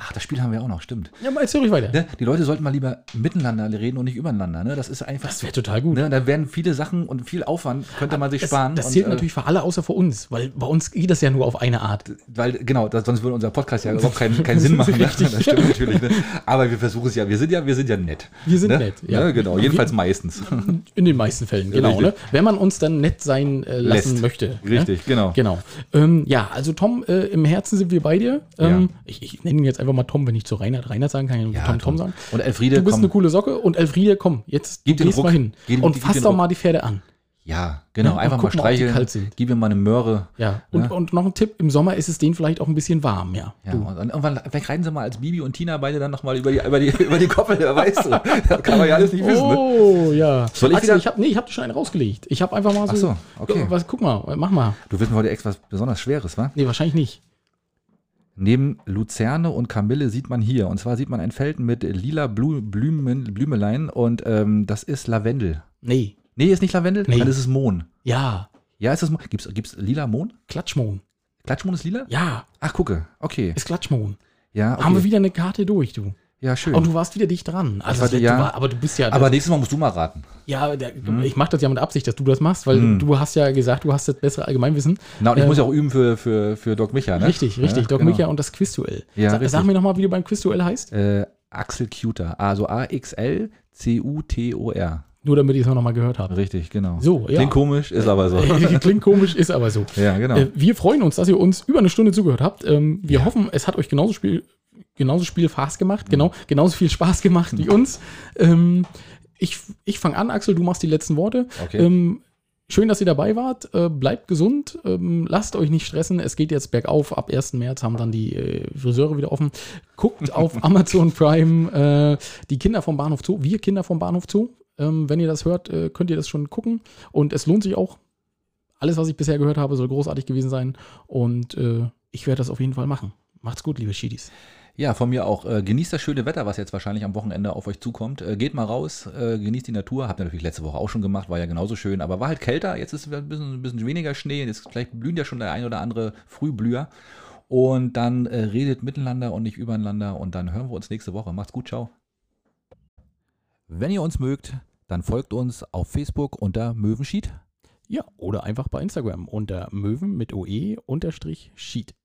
Speaker 2: ach, das Spiel haben wir auch noch, stimmt.
Speaker 1: Ja, aber jetzt höre ich weiter.
Speaker 2: Ne? Die Leute sollten mal lieber miteinander reden und nicht übereinander, ne? Das ist einfach,
Speaker 1: Das wäre total gut.
Speaker 2: ne? Da werden viele Sachen und viel Aufwand könnte man sich
Speaker 1: Das,
Speaker 2: sparen.
Speaker 1: das
Speaker 2: und,
Speaker 1: zählt
Speaker 2: äh,
Speaker 1: natürlich für alle außer für uns, weil bei uns geht das ja nur auf eine Art.
Speaker 2: Weil, genau, das, sonst würde unser Podcast ja überhaupt keinen, keinen Sinn machen. Ne?
Speaker 1: Richtig.
Speaker 2: Das stimmt natürlich. Ne? Aber wir versuchen es ja. Wir sind ja, wir sind ja nett.
Speaker 1: Wir sind
Speaker 2: ne?
Speaker 1: nett, ja.
Speaker 2: Ne? Genau, jedenfalls meistens.
Speaker 1: In den meisten Fällen, genau. Ne?
Speaker 2: richtig.
Speaker 1: Wenn man uns dann nett sein äh, lassen
Speaker 2: Lässt.
Speaker 1: möchte.
Speaker 2: Richtig,
Speaker 1: ne?
Speaker 2: genau.
Speaker 1: Genau. Ähm, ja, also Tom, äh, im Herzen sind wir bei dir. Ähm,
Speaker 2: Ja.
Speaker 1: Ich, ich nenne ihn jetzt einfach mal Tom, wenn ich zu Reinhard Reinhard sagen kann, kann ich
Speaker 2: Ja,
Speaker 1: Tom, Tom
Speaker 2: Tom.
Speaker 1: sagen.
Speaker 2: Und Elfriede,
Speaker 1: Du bist
Speaker 2: komm.
Speaker 1: eine coole Socke und Elfriede, komm, jetzt
Speaker 2: Gib
Speaker 1: du
Speaker 2: den
Speaker 1: gehst
Speaker 2: Ruck.
Speaker 1: mal hin.
Speaker 2: Gib-
Speaker 1: und
Speaker 2: gib
Speaker 1: fass
Speaker 2: den
Speaker 1: doch
Speaker 2: Ruck.
Speaker 1: mal die Pferde an.
Speaker 2: Ja, genau.
Speaker 1: und
Speaker 2: einfach
Speaker 1: guck
Speaker 2: mal
Speaker 1: mal, ob die
Speaker 2: streicheln.
Speaker 1: kalt sind.
Speaker 2: Gib mir mal eine Möhre.
Speaker 1: Ja. Und,
Speaker 2: Ja.
Speaker 1: und noch ein Tipp, im Sommer ist es denen vielleicht auch ein bisschen warm, ja.
Speaker 2: Ja,
Speaker 1: Du.
Speaker 2: und dann irgendwann, vielleicht reiten sie mal als Bibi und Tina beide dann nochmal über die, über, die, über die Koppel, wer weiß. Das kann man ja alles nicht wissen. Ne?
Speaker 1: Oh, ja.
Speaker 2: Soll ich
Speaker 1: Axel,
Speaker 2: wieder-
Speaker 1: ich hab, nee, ich hab schon einen rausgelegt. Ich hab einfach mal so.
Speaker 2: Ach so, okay.
Speaker 1: Was, guck mal, mach mal.
Speaker 2: Du willst mir heute echt was besonders Schweres, wa?
Speaker 1: Nee, wahrscheinlich nicht.
Speaker 2: Neben Luzerne und Kamille sieht man hier, und zwar sieht man ein Feld mit lila Blu Blümen, Blümelein und ähm, das ist Lavendel.
Speaker 1: Nee.
Speaker 2: Nee, ist nicht Lavendel,
Speaker 1: Nee.
Speaker 2: dann ist es Mohn.
Speaker 1: Ja.
Speaker 2: Ja, ist das Mohn. Gibt's, gibt's lila Mohn?
Speaker 1: Klatschmohn.
Speaker 2: Klatschmohn ist lila?
Speaker 1: Ja,
Speaker 2: Ach, gucke. Okay.
Speaker 1: ist Klatschmohn.
Speaker 2: Ja, okay.
Speaker 1: Haben wir wieder eine Karte durch, du.
Speaker 2: ja schön.
Speaker 1: Und du warst wieder dicht dran. Also,
Speaker 2: warte,
Speaker 1: du
Speaker 2: ja.
Speaker 1: war, aber du bist ja.
Speaker 2: Aber Mhm. nächstes Mal musst du mal raten.
Speaker 1: ja, der, ich mache das ja mit Absicht, dass du das machst, weil
Speaker 2: Mhm.
Speaker 1: du hast ja gesagt, du hast das bessere Allgemeinwissen.
Speaker 2: Na, und ich
Speaker 1: Ähm,
Speaker 2: muss ja auch üben für, für, für Doc Micha, ne?
Speaker 1: Richtig, richtig.
Speaker 2: Ja,
Speaker 1: Doc
Speaker 2: genau.
Speaker 1: Micha und das Quizduell.
Speaker 2: Ja,
Speaker 1: sag, sag
Speaker 2: richtig.
Speaker 1: mir nochmal, wie du beim Quizduell heißt.
Speaker 2: Äh, Axel Cuter. Also A-X-L-C-U-T-O-R.
Speaker 1: Nur damit ich es nochmal gehört habe.
Speaker 2: Richtig, genau.
Speaker 1: So, ja.
Speaker 2: Klingt komisch, ist aber so.
Speaker 1: Klingt komisch, ist aber so.
Speaker 2: ja, genau.
Speaker 1: Äh, wir freuen uns, dass ihr uns über eine Stunde zugehört habt. Ähm, wir hoffen, es hat euch genauso Spiel, genauso Spiel Spaß gemacht, genau, genauso viel Spaß gemacht wie uns. Ähm, ich ich fange an, Axel, du machst die letzten Worte.
Speaker 2: Okay.
Speaker 1: Ähm, Schön, dass ihr dabei wart. Äh, bleibt gesund. Ähm, lasst euch nicht stressen. Es geht jetzt bergauf. Ab 1. März haben dann die äh, Friseure wieder offen. Guckt auf Amazon Prime äh, die Kinder vom Bahnhof Zoo. Wir Kinder vom Bahnhof Zoo. Ähm, wenn ihr das hört, äh, könnt ihr das schon gucken. Und es lohnt sich auch. Alles, was ich bisher gehört habe, soll großartig gewesen sein. Und äh, ich werde das auf jeden Fall machen. Macht's gut, liebe Schiedis.
Speaker 2: Ja, von mir auch. Äh, genießt das schöne Wetter, was jetzt wahrscheinlich am Wochenende auf euch zukommt. Äh, geht mal raus, äh, genießt die Natur. Habt ihr natürlich letzte Woche auch schon gemacht, war ja genauso schön. Aber war halt kälter. Jetzt ist wieder ein bisschen, ein bisschen weniger Schnee. Jetzt vielleicht blühen ja schon der ein oder andere Frühblüher. Und dann äh, redet miteinander und nicht übereinander. Und dann hören wir uns nächste Woche. Macht's gut, ciao. Wenn ihr uns mögt, dann folgt uns auf Facebook unter Möwenschied.
Speaker 1: Ja, oder einfach bei Instagram unter Möwen mit OE E unterstrich Schied.